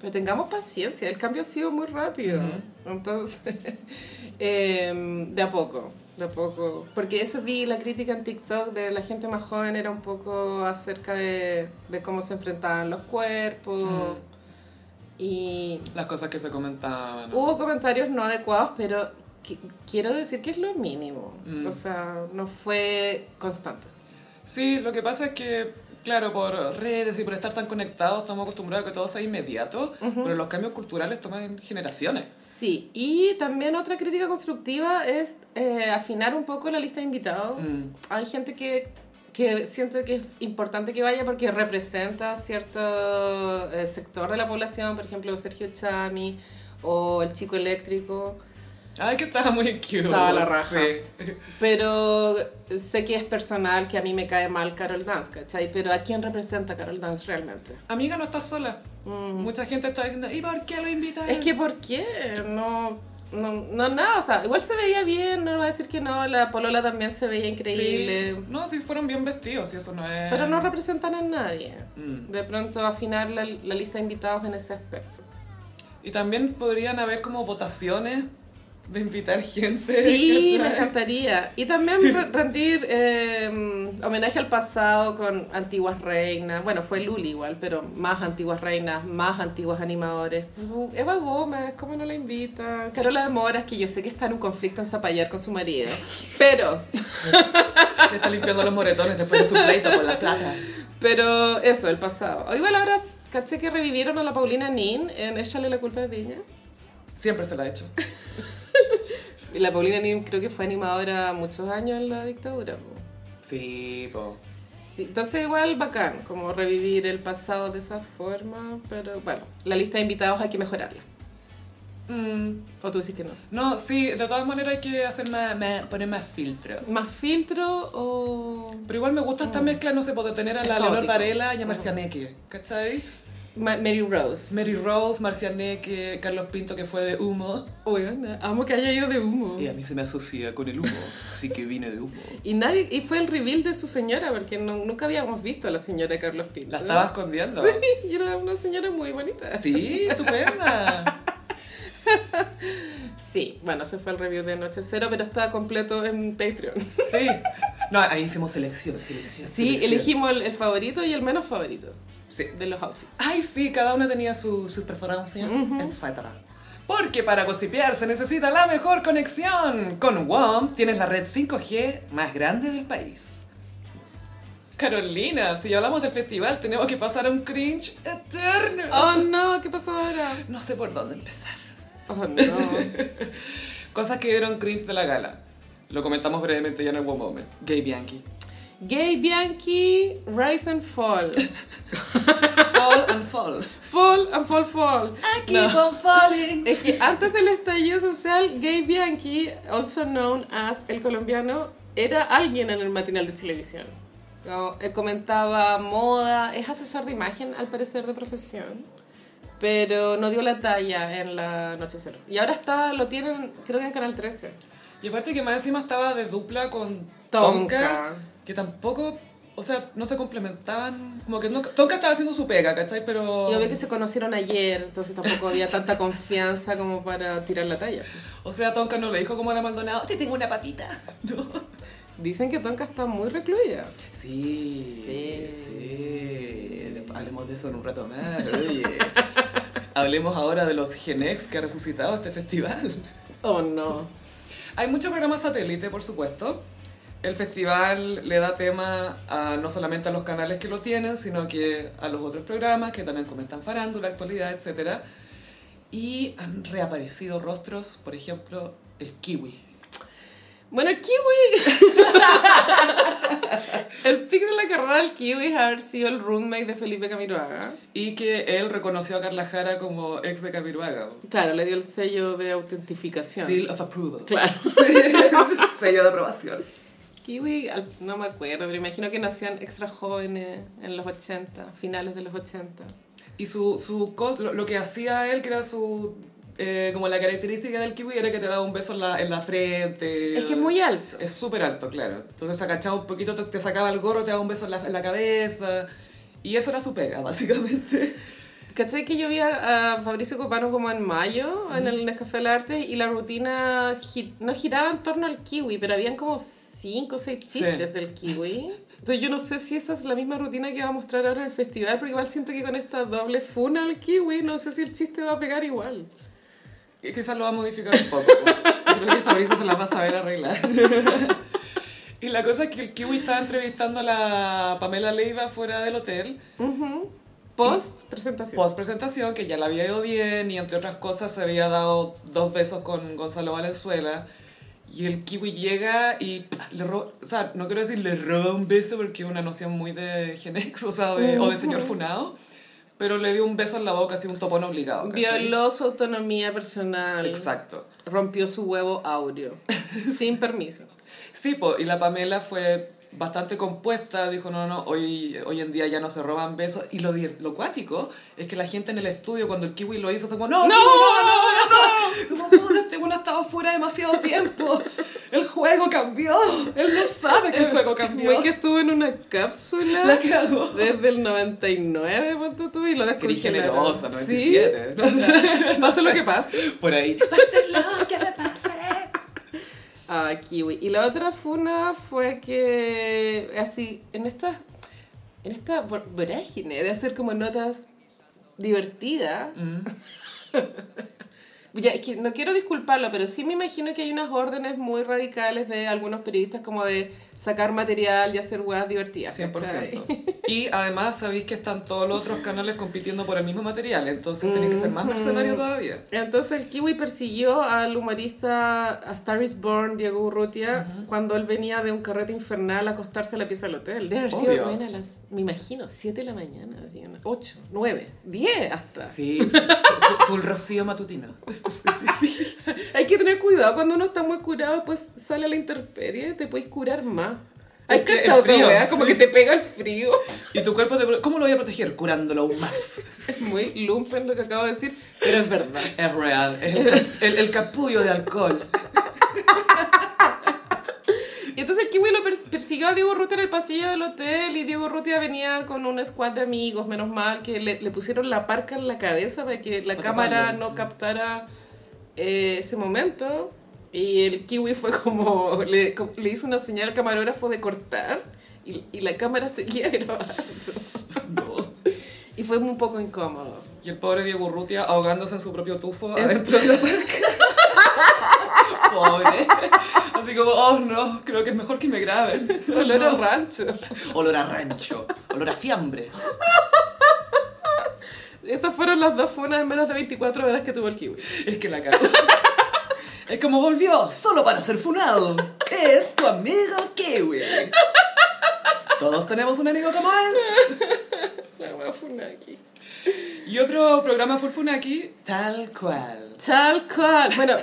pero tengamos paciencia, el cambio ha sido muy rápido, entonces, eh, de a poco, de a poco, porque eso vi la crítica en TikTok de la gente más joven, era un poco acerca de, de cómo se enfrentaban los cuerpos y Las cosas que se comentaban. Hubo comentarios no adecuados, pero qui- quiero decir que es lo mínimo. O sea, no fue constante. Sí, lo que pasa es que, claro, por redes y por estar tan conectados, estamos acostumbrados a que todo sea inmediato, pero los cambios culturales toman generaciones. Sí, y también otra crítica constructiva es eh, afinar un poco la lista de invitados. Mm. Hay gente que, que siento que es importante que vaya porque representa cierto eh, sector de la población, por ejemplo, Sergio Chami o el chico eléctrico. Ay, que estaba muy cute. Estaba la raja. Sí. Pero sé que es personal, que a mí me cae mal Carol Dance, ¿cachai? Pero ¿a quién representa Carol Dance realmente? Amiga, no estás sola. Mucha gente está diciendo, ¿y por qué lo invitaron? Mm. Es que ¿por qué? No, no, no, nada, o sea, igual se veía bien, no voy a decir que no, la polola también se veía increíble, Sí. No, sí fueron bien vestidos y eso no es... pero no representan a nadie. Mm. De pronto afinar la, la lista de invitados en ese aspecto. Y también podrían haber como votaciones de invitar gente. Sí, me ¿cachai? encantaría. Y también re- rendir eh, homenaje al pasado con antiguas reinas. Bueno, fue Luli igual, pero más antiguas reinas, más antiguos animadores. Eva Gómez, ¿cómo no la invitan? Carola de Moras, que yo sé que está en un conflicto en Zapallar con su marido. Pero, Le está limpiando los moretones después de su pleito por la plata. pero eso, el pasado. O Igual ahora caché que revivieron a la Paulina Nin en Échale la culpa de Viña. Siempre se la ha hecho. Y la Paulina Nin creo que fue animadora muchos años en la dictadura. po. Sí, po. Sí, entonces igual bacán, como revivir el pasado de esa forma, pero bueno, la lista de invitados hay que mejorarla. Mm. O tú dices que no. No, sí, de todas maneras hay que hacer más, más- poner más filtro. ¿Más filtro o...? Pero igual me gusta esta mezcla, no sé, pues de tener a Mm. Es la Leonor caótico. Varela y a Marcianeque, ¿cachai? Ma- Mary Rose. Mary Rose, Marcianeque, Carlos Pinto que fue de humo. Weona, amo que haya ido de humo. Y a mí se me asocia con el humo, así que vine de humo. Y nadie y fue el reveal de su señora, porque no- nunca habíamos visto a la señora Carlos Pinto. La estaba escondiendo. Y era una señora muy bonita. Sí, estupenda. Sí, bueno, se fue el review de Noche Cero, pero está completo en Patreon. Sí. No, ahí hicimos selección, selección. Sí, selección. elegimos el, el favorito y el menos favorito Sí. de los outfits. Ay, sí, cada una tenía su, su preferencia, etcétera. Porque para gossipear se necesita la mejor conexión. Con WOM tienes la red 5G más grande del país. Carolina, si ya hablamos del festival, tenemos que pasar a un cringe eterno. Oh no, ¿qué pasó ahora? No sé por dónde empezar. Oh no. Cosas que dieron cringe de la gala. Lo comentamos brevemente ya en el WOM Moment. Gay Bianchi. Gay Bianchi, Rise and Fall. Fall and fall. Fall and Fall Fall. Ah, No. on falling. Es que antes del estallido social, Gay Bianchi, also known as el colombiano, era alguien en el matinal de televisión. Como, eh, comentaba moda, es asesor de imagen al parecer de profesión, pero no dio la talla en la noche cero. Y ahora está, lo tienen, creo que en Canal 13. Y aparte que más encima estaba de dupla con Tonka. Tonka, que tampoco, o sea, no se complementaban, como que no, Tonka estaba haciendo su pega, ¿cachai? Pero, Y obvio que se conocieron ayer, entonces tampoco había tanta confianza como para tirar la talla. o sea, Tonka no le dijo como a la Maldonado, te tengo una patita, ¿no? Dicen que Tonka está muy recluida. Sí, Sí. sí. Después Hablemos de eso en un rato más, oye. Hablemos ahora de los Genex que ha resucitado este festival. Oh no. Hay muchos programas satélite, por supuesto. El festival le da tema a, no solamente a los canales que lo tienen, sino que a los otros programas que también comentan farándula, actualidad, etc. Y han reaparecido rostros, por ejemplo, el kiwi. Bueno, el kiwi. el pic de la carrera del kiwi es haber sido el roommate de Felipe Camiroaga. Y que él reconoció a Carla Jara como ex de Camiroaga. Claro, le dio el sello de autentificación. Seal of approval. Claro. Sello de aprobación. Kiwi, al- no me acuerdo, pero imagino que nacían extra jóvenes en los 80, finales de los 80. Y su, su cos- lo, lo que hacía él, que era su... eh, como la característica del kiwi era que te daba un beso en la, en la frente. Es que es muy alto. Es súper alto, claro. Entonces se agachaba un poquito, te, te sacaba el gorro, te daba un beso en la, en la cabeza. Y eso era su pega, básicamente. ¿Cachai que yo vi a, a Fabricio Copano como en mayo en el Nescafé de las Artes y la rutina gi- no giraba en torno al kiwi, pero habían como cinco o seis chistes Sí. del kiwi? Entonces yo no sé si esa es la misma rutina que va a mostrar ahora en el festival, porque igual siento que con esta doble funa al kiwi no sé si el chiste va a pegar igual. Que quizás lo va a modificar un poco. Yo creo que Fabrizio se las va a saber arreglar. Y la cosa es que el kiwi estaba entrevistando a la Pamela Leiva fuera del hotel. Post presentación. Post presentación, que ya la había ido bien y entre otras cosas se había dado dos besos con Gonzalo Valenzuela. Y el kiwi llega y ¡pa! le roba, o sea, no quiero decir le roba un beso porque es una noción muy de Genex, o sea, de, o de señor funado, pero le dio un beso en la boca, así un topón obligado. ¿cachai? Violó su autonomía personal. Exacto. Rompió su huevo áureo. sin permiso. Sí, po, y la Pamela fue bastante compuesta, dijo, no, no, hoy, hoy en día ya no se roban besos. Y lo, di- lo cuático es que la gente en el estudio, cuando el kiwi lo hizo, fue como, no, no, no, no, no, no, no, este bueno ha estado fuera demasiado tiempo, el juego cambió, él no sabe que el juego cambió. Fue que estuvo en una cápsula. La cagó. Desde el 99, ponte tú, y lo Cris descongelaron. generosa, Sí, 97. pase lo que pase. Por ahí. Ah, Kiwi. Y la otra funa fue que, así, en esta, en esta vor- vorágine de hacer como notas divertidas. Mm, Ya, es que no quiero disculparlo, pero sí me imagino que hay unas órdenes muy radicales de algunos periodistas como de sacar material y hacer huevas divertidas. ¿cachai? 100%. Y además sabéis que están todos los otros canales compitiendo por el mismo material, entonces tienen que ser más mercenario todavía. Entonces el Kiwi persiguió al humorista a Star is Born, Diego Urrutia, cuando él venía de un carrete infernal a acostarse a la pieza del hotel. Debe haber sido Obvio. buena a las, me imagino, 7 de la mañana, 8, 9, 10 hasta. Sí, fu- full rocío matutino. Hay que tener cuidado cuando uno está muy curado, pues sale a la intemperie, te puedes curar más. Hay Es que el cachado esa frío, weá, como sí. que te pega el frío. Y tu cuerpo te... pro- ¿Cómo lo voy a proteger? Curándolo aún más. Es muy lumpen lo que acabo de decir, pero es verdad. Es real. Es el, ca- el- el capullo de alcohol. Y entonces el kiwi lo pers- persiguió a Diego Rutia en el pasillo del hotel y Diego Rutia venía con un squad de amigos, menos mal, que le, le pusieron la parca en la cabeza para que la Para cámara taparlo. no captara eh, ese momento. Y el kiwi fue como, le, co- le hizo una señal al camarógrafo de cortar y, y la cámara seguía grabando. No. Y fue un poco incómodo. Y el pobre Diego Urrutia ahogándose en su propio tufo. En su adentro de la barca. Pobre. Así como, oh no, creo que es mejor que me graben. Olor a rancho. Olor a rancho. Olor a fiambre. Esas fueron las dos funas en menos de 24 horas que tuvo el kiwi. Es que la cagó. Es como volvió, solo para ser funado. ¿Qué es tu amigo Kiwi? Todos tenemos un amigo como él. La wea funa aquí. Y otro programa full funaki, tal cual. Tal cual. Bueno,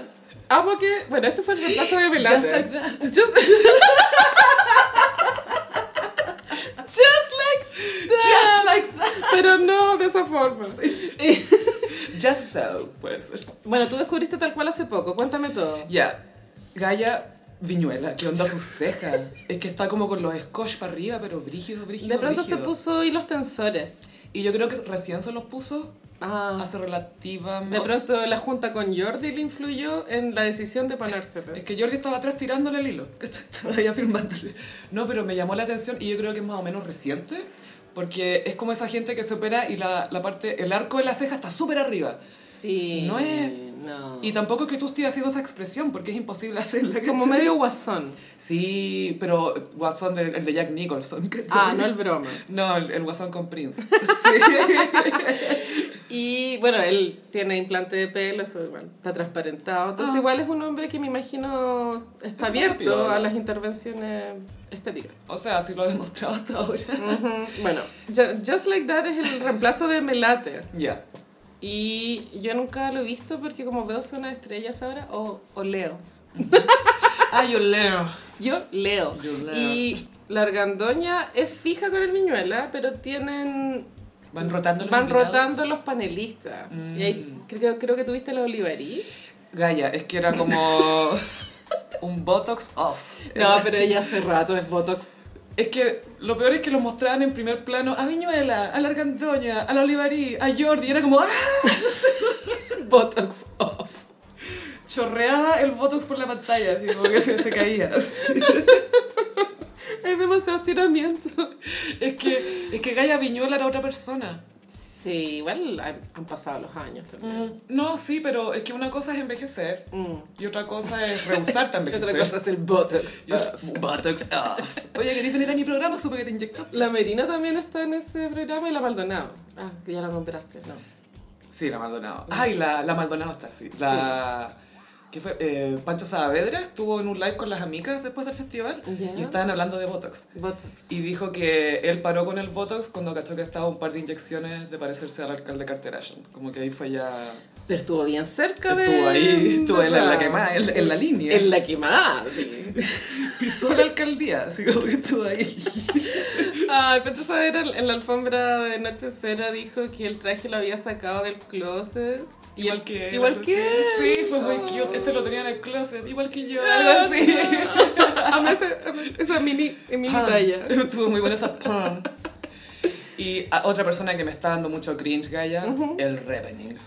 amo que. Bueno, esto fue el reemplazo de Just Velázquez. like that. Just, Just like that. Just like that. Pero no de esa forma. Just so, pues, puede ser. Bueno, tú descubriste tal cual hace poco. Cuéntame todo. Ya, Gaia Viñuela, ¿qué onda sus cejas? Es que está como con los scotch para arriba, pero brígido, brígido, De pronto se brígido. puso hilos tensores. Y yo creo que recién se los puso Ah. hace relativamente... De pronto la junta con Jordi le influyó en la decisión de ponérselos. Es que Jordi estaba atrás tirándole el hilo. Estaba ahí afirmándole. No, pero me llamó la atención y yo creo que es más o menos reciente. Porque es como esa gente que se opera y la, la parte, el arco de la ceja está súper arriba. Sí. Y no es- No. Y tampoco es que tú estés haciendo esa expresión porque es imposible hacerla. Como ¿cachai? medio guasón. Sí, pero guasón del el de Jack Nicholson. ¿cachai? Ah, no el broma. No, el, el guasón con Prince. Y bueno, él tiene implante de pelo, eso igual, está transparentado. Entonces Ah. igual es un hombre que me imagino está Es abierto rápido, a ¿no? las intervenciones estéticas. O sea, así lo he demostrado hasta ahora. Ujú. Bueno, Ju- Just Like That es el reemplazo de Melate. Ya. Y yo nunca lo he visto porque como veo son las estrellas ahora, o, o leo. Ah, yo leo. Yo leo. Yo leo. Y la argandoña es fija con el Viñuela, pero tienen... Van rotando los van invitados. Mm. rotando los panelistas. Y ahí creo, creo que tuviste la Olivarí. Gaya, es que era como un botox off. No, pero ella hace rato es Botox. Es que lo peor es que lo mostraban en primer plano a Viñuela, a la Argandoña, a la Olivarí, a Jordi. Era como, ¡ah! Botox off. Chorreaba el botox por la pantalla, así como que se, se caía. Hay demasiado estiramiento. Es que, es que Gaya Viñuela era otra persona. Sí, igual han, han pasado los años. también. No, sí, pero es que una cosa es envejecer Mm. y otra cosa es rehusarte a Otra envejecer. cosa es el Botox. Y otra- Botox off. Oye, ¿querés venir a mi programa? Supe que te inyectaste. La Merino también está en ese programa y la Maldonado. Ah, que ya la nombraste, no. Sí, la Maldonado. Ay, la, la Maldonado está así. La. ¿Qué fue? Eh, Pancho Saavedra estuvo en un live con las amigas después del festival Ya. y estaban hablando de Botox. Botox. Y dijo que él paró con el Botox cuando cachó que estaba un par de inyecciones de parecerse al alcalde Carterashian. Como que ahí fue ya... Pero estuvo bien cerca de... Estuvo ahí, estuvo en la, en la que más, en, en la línea. En la que más. sí. pisó la alcaldía, así como que estuvo ahí. Ay, Petro Saavedra en la alfombra de Noche Cero dijo que el traje lo había sacado del closet. Y Igual él- que... Igual que él. Sí, fue muy Oh. cute. Este lo tenía en el closet, igual que yo. Algo Ah, así. no. Amé ese- amé esa mini, mini Pam. talla. Estuvo muy buena esa pam. Y a- otra persona que me está dando mucho cringe, Gaya, el Repening.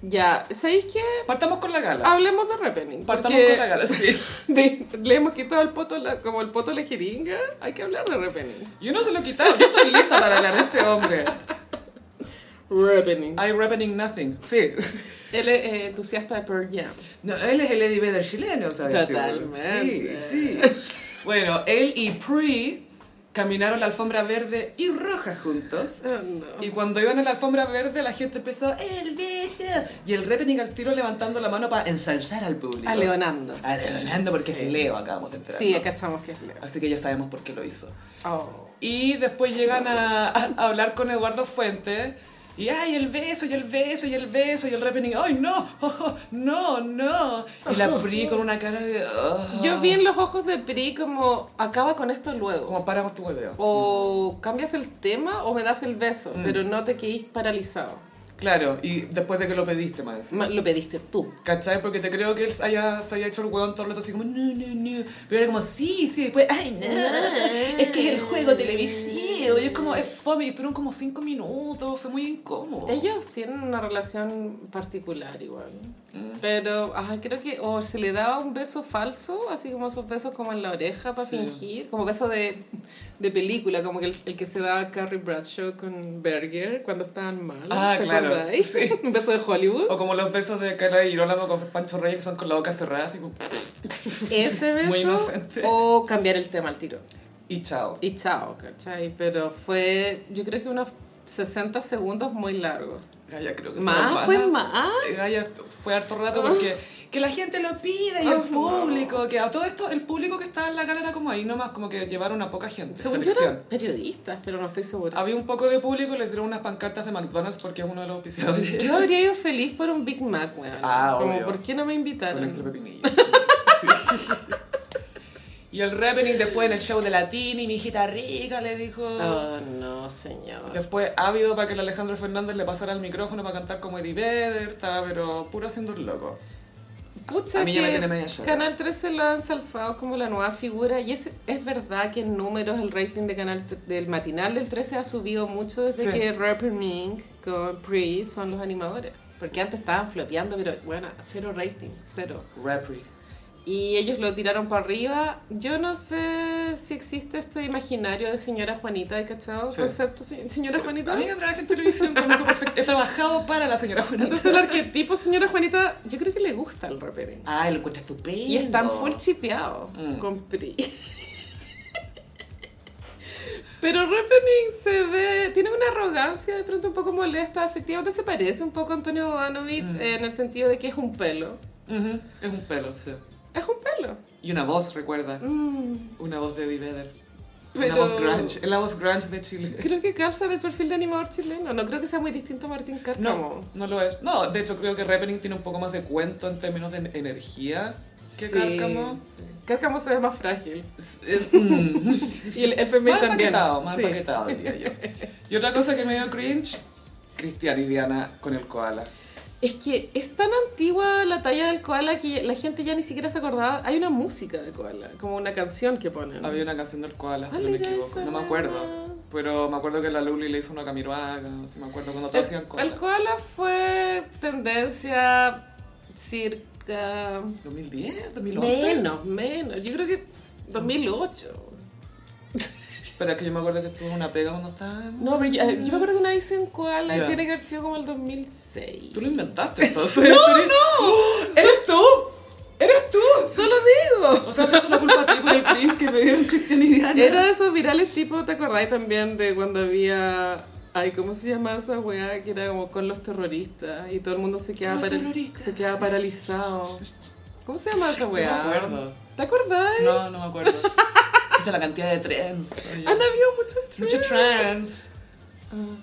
Ya, ¿sabéis qué? Partamos con la gala. Hablemos de Repening. Partamos porque con la gala, sí. de- le hemos quitado el poto, a la- como el poto a la jeringa. Hay que hablar de Repening. Yo no se lo he quitado, yo estoy lista para hablar de este hombre. Repening. I Repening Nothing. Sí. Él es eh, entusiasta de Pearl Jam. No, él es el Eddie Vedder chileno, ¿sabes? tú? Totalmente. Sí, sí. Bueno, él y Pri caminaron la alfombra verde y roja juntos. Oh, no. Y cuando iban a la alfombra verde, la gente empezó, ¡el beso! Y el Repening al tiro levantando la mano para ensalzar al público. A Leonardo. A Leonardo, porque Sí. es Leo, acabamos de entrar. Sí, cachamos que es Leo. Así que ya sabemos por qué lo hizo. Oh. Y después llegan a, a- a hablar con Eduardo Fuentes. Y ay, el beso, y el beso, y el beso, y el repening. ¡Ay, no! ¡No, no! Y la PRI con una cara de. "Ah". Yo vi en los ojos de Pri como acaba con esto luego. Como paramos tu hueveo. O cambias el tema o me das el beso, pero no te quedís paralizado. Claro, y después de que lo pediste, más encima. Ma- Lo pediste tú. ¿Cachai? Porque te creo que él haya, se haya hecho el hueón todo el rato así como, no, no, no. Pero era como, sí, sí, después, ay, no. Es que es el juego televisivo. Y es como, es fome. Y estuvieron como cinco minutos. Fue muy incómodo. Ellos tienen una relación particular igual. Mm. Pero ajá, creo que o se le daba un beso falso, así como esos besos como en la oreja para Sí. fingir, como beso de, de película, como que el, el que se daba Carrie Bradshaw con Berger cuando estaban mal. Ah, ¿te claro, acordáis? sí. Oh, un beso de Hollywood. O como los besos de Carla y Girolamo con Pancho Reyes que son con la boca cerrada, así como, Ese Muy beso. inocente. O cambiar el tema al tiro. y chao. Y chao, ¿cachai? Pero fue, yo creo que unos 60 segundos muy largos. Gaya, creo que Más, se nos van fue a- más. Gaya, fue harto rato porque que la gente lo pide y Ah, el público, que a todo esto, el público que estaba en la galera como ahí nomás, como que llevaron a poca gente. Según yo selección. eran periodistas, pero no estoy segura. Había un poco de público y les dieron unas pancartas de McDonald's porque es uno de los auspiciadores. Yo habría ido feliz por un Big Mac, weón. Ah, Como, obvio. ¿por qué no me Con extra invitaron? Oh, pepinillo. Sí. Y el Repening después en el show de Latini, mi hijita rica, le dijo. Oh, no, señor. Después ávido para que el Alejandro Fernández le pasara el micrófono para cantar como Eddie Vedder, estaba pero puro haciendo el loco. Pucha, A mí ya me que tiene media llora. Canal 13 lo ha ensalzado como la nueva figura. Y es, es verdad que en números el rating de canal, tre- del matinal del 13 ha subido mucho desde Sí. que Rapper Mink con Pre son los animadores. Porque antes estaban flopeando, pero bueno, cero rating, cero. Rapri. y ellos lo tiraron para arriba. Yo no sé si existe este imaginario de señora Juanita, ¿cachado? Sí. Concepto, se- señora Juanita. Amiga, trabajé en televisión, conozco perfecto. He trabajado para la señora Entonces Juanita. el arquetipo señora Juanita, yo creo que le gusta el reperen. Ah, lo encuentras estupendo. Y están full chipeados Mm. con PRI. Pero Repening se ve, tiene una arrogancia de pronto un poco molesta, efectivamente se parece un poco a Antonio Bodanovich Mm. eh, en el sentido de que es un pelo. Ujú, Es un pelo, sí. Es un pelo. Y una voz, recuerda. Mm. Una voz de Eddie Vedder. Pero- Una voz grunge. Es la voz grunge de Chile. Creo que calza en el perfil de animador chileno. No creo que sea muy distinto a Martín Cárcamo. No, no lo es. No, de hecho creo que Repening tiene un poco más de cuento en términos de en- energía que Sí, Cárcamo. sí. Cárcamo se ve más frágil. Es- es- mm, Y el FMI más también. empaquetado, más Sí. empaquetado, diría yo. Y otra cosa que me dio cringe, Cristian y Diana con el koala. Es que es tan antigua la talla del koala que la gente ya ni siquiera se acordaba. Hay una música de koala, como una canción que ponen. Había una canción del koala, si Mm. ¿Cuál no me era equivoco. esa, No me la- acuerdo. Pero me acuerdo que la Luli le hizo una camiroaga, si me acuerdo, cuando todos El, hacían el koala. koala fue tendencia circa... 2010, 2011. Menos, menos. Yo creo que 2008. Pero es que yo me acuerdo que estuvo en una pega cuando estaba... en- No, pero yo, eh, yo me acuerdo que una hice un koala Ya. y tiene que haber sido como el 2006. Tú lo inventaste entonces. ¡No, no! ¡Eres tú! ¡Eres tú! ¡Solo digo! O sea, te echo la culpa a ti por el cringe que me dieron Cristian y Diana. Era de esos virales tipo, ¿te acordáis también de cuando había... Ay, ¿cómo se llamaba esa weá? Que era como con los terroristas y todo el mundo se quedaba, Los para- terroristas. se quedaba paralizado. ¿Cómo se llama esa me weá? acuerdo. ¿Te acordás? No, no me acuerdo. Escucha la cantidad de trends. oye. Han habido muchos Ah. Muchos trends.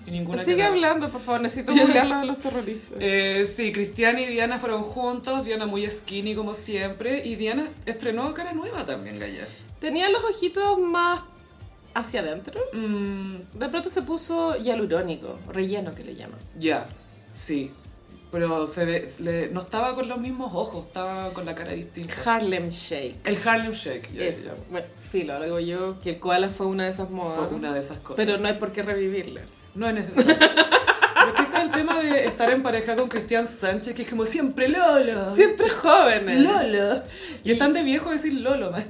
Y ninguna Sigue que- hablando, por favor, necesito googlear lo de los terroristas. Eh, sí, Cristian y Diana fueron juntos, Diana muy skinny como siempre, y Diana estrenó cara nueva también, Gaya. Tenía los ojitos más hacia adentro. Mm, De pronto se puso hialurónico, relleno que le llaman. ya, sí. Pero se ve- le- no estaba con los mismos ojos, estaba con la cara distinta. Harlem Shake. El Harlem Shake, ya, Eso. ya. Bueno, filo, lo digo yo, que el koala fue una de esas modas. Fue una de esas cosas. Ah. pero no hay por qué revivirla. No es necesario. Pero quizás el tema de estar en pareja con Cristian Sánchez, que es como siempre Lolo. Siempre jóvenes. Lolo. Y, Y- están de viejo decir Lolo, man.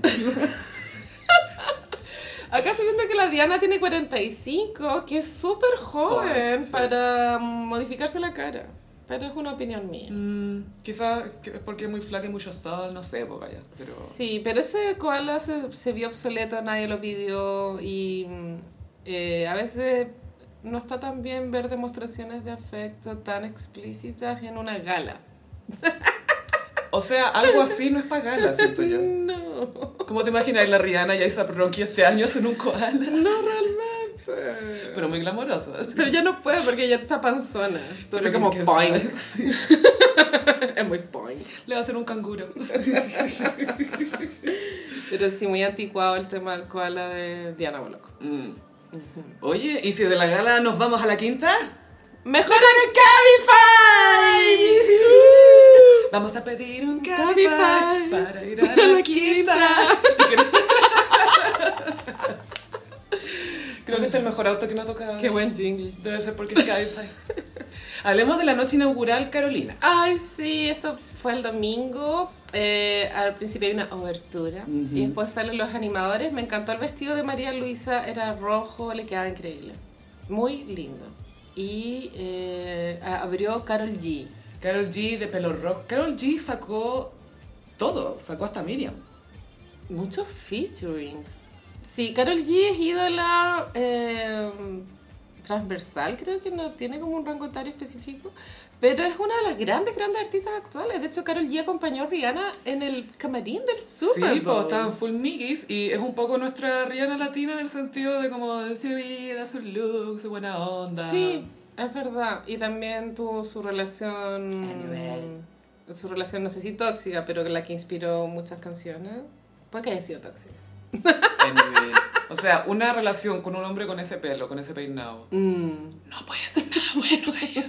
Acá estoy viendo que la Diana tiene 45, que es súper joven Joven, sí. para mm, modificarse la cara. Pero es una opinión mía. Mm, quizás que- es porque es muy flaca y mucho sol, no sé, porque ya. Pero. Sí, pero ese koala se, se vio obsoleto, nadie lo pidió y mm, eh, a veces no está tan bien ver demostraciones de afecto tan explícitas en una gala. O sea, algo así no es para gala, siento yo. No, ¿Cómo te imaginas la Rihanna y a Isa Rocky este año en un koala? no realmente. Pero muy glamoroso. así. Pero ya no puede porque ya está panzona. Entonces Pero como que- point. es muy point. Le va a hacer un canguro. Pero sí, muy anticuado el tema del koala de Diana Boloco. Mm. Oye, ¿y si de la gala nos vamos a la quinta? Mejor en Cabify! Vamos a pedir un Cabify, Cabify. para ir a la quinta. Creo que este es el mejor auto que me ha tocado. Qué buen jingle. Debe ser porque es Cabify. Hablemos de la noche inaugural, Carolina. Ay, sí, esto fue el domingo. Eh, al principio hay una obertura y después salen los animadores. Me encantó el vestido de María Luisa, era rojo, le quedaba increíble. Muy lindo. Y eh, a- abrió Carol G. Carol G de pelo rojo. Carol G sacó todo, sacó hasta Miriam. Muchos featurings. Sí, Carol G es ídola eh, transversal, creo que no tiene como un rango etario específico, pero es una de las grandes, grandes artistas actuales. De hecho, Carol G acompañó a Rihanna en el camarín del Super sí, Bowl. pues estaban full miggies y es un poco nuestra Rihanna latina en el sentido de como de su vida, su look, su buena onda. Sí, es verdad. Y también tuvo su relación. Anyway. Su relación, no sé si tóxica, pero la que inspiró muchas canciones. Puede que haya sido tóxica. Anyway. O sea, una relación con un hombre con ese pelo, con ese peinado. Mm. No puede ser nada bueno. gallo.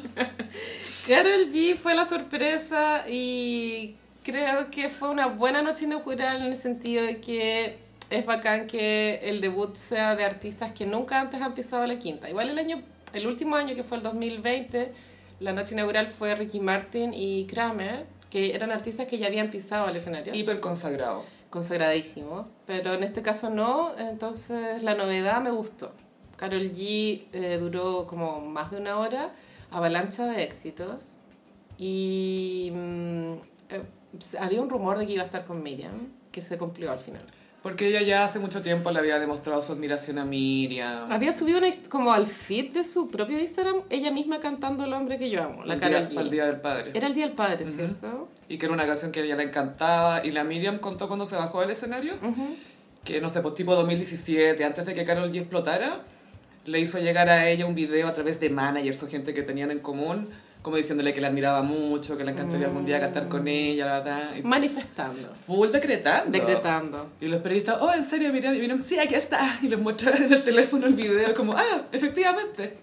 Carol G fue la sorpresa y creo que fue una buena noche inaugural en el sentido de que es bacán que el debut sea de artistas que nunca antes han pisado la quinta. Igual el año, el último año que fue el 2020, la noche inaugural fue Ricky Martin y Kramer, que eran artistas que ya habían pisado el escenario Hiper consagrado. consagradísimo, pero en este caso no, entonces la novedad me gustó. Carol G eh, duró como más de una hora, avalancha de éxitos, y mm, eh, había un rumor de que iba a estar con Miriam, que se cumplió al final. Porque ella ya hace mucho tiempo le había demostrado su admiración a Miriam. Había subido una hist- como al feed de su propio Instagram ella misma cantando El hombre que yo amo, la Al Karol día, al G. día del padre. Era el Día del Padre, ¿cierto? Y que era una canción que a ella le encantaba. Y la Miriam contó cuando se bajó del escenario que, no sé, pues tipo 2017, antes de que Carol G explotara, le hizo llegar a ella un video a través de managers o gente que tenían en común, como diciéndole que la admiraba mucho, que le encantaría algún día cantar con ella, la verdad. Y Manifestando, full decretando. decretando. Y los periodistas, oh, en serio, mira, mira, sí, aquí está. Y les mostraron en el teléfono el video, como, ah, efectivamente.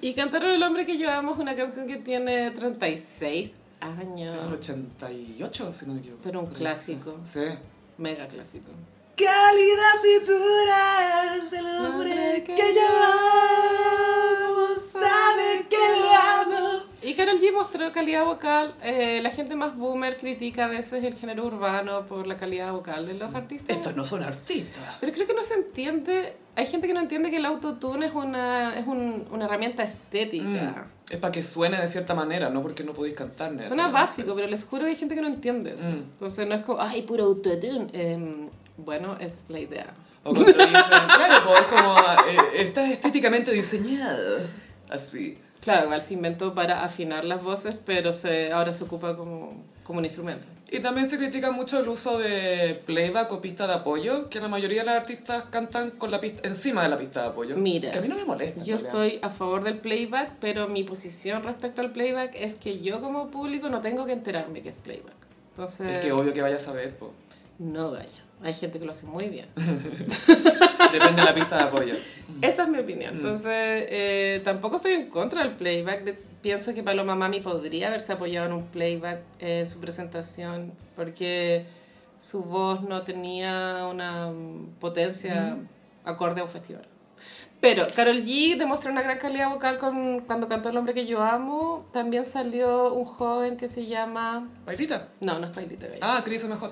Y cantaron El hombre que yo amo es una canción que tiene 36 años. El 88, si no me equivoco. Pero un clásico. Sí. Mega clásico. Cálidas y puras del hombre que yo amo, sabe que lo amo. Y Carol G mostró calidad vocal. Eh, la gente más boomer critica a veces el género urbano por la calidad vocal de los artistas. Estos no son artistas. Pero creo que no se entiende. Hay gente que no entiende que el autotune es una, es un- una herramienta estética. Mm, Es para que suene de cierta manera, no porque Mm. no podéis cantar. ni Suena hacer- básico, pero les juro que hay gente que no entiende eso. Mm. Entonces no es como, ay, puro autotune. Em, bueno, es la idea. O cuando dicen, claro, pues es como, eh, está estéticamente diseñado. Así. Claro, igual se inventó para afinar las voces, pero se, ahora se ocupa como, como un instrumento. Y también se critica mucho el uso de playback o pista de apoyo, que la mayoría de los artistas cantan con la pista, encima de la pista de apoyo. Mira, Que a mí no me molesta. en Yo realidad. estoy a favor del playback, pero mi posición respecto al playback es que yo como público no tengo que enterarme que es playback. Entonces, Es que obvio que vayas a ver, po. no vaya. Hay gente que lo hace muy bien. Depende de la pista de apoyo. Esa es mi Mm. opinión. Entonces, eh, tampoco estoy en contra del playback. De- pienso que Paloma Mami podría haberse apoyado en un playback eh, en su presentación, porque su voz no tenía una mm, potencia acorde a un festival. Pero Carol G demostró una gran calidad vocal con, cuando cantó El hombre que yo amo. También salió un joven que se llama... ¿Bailita? No, no es Pailita Bella. Ah, Cris MJ.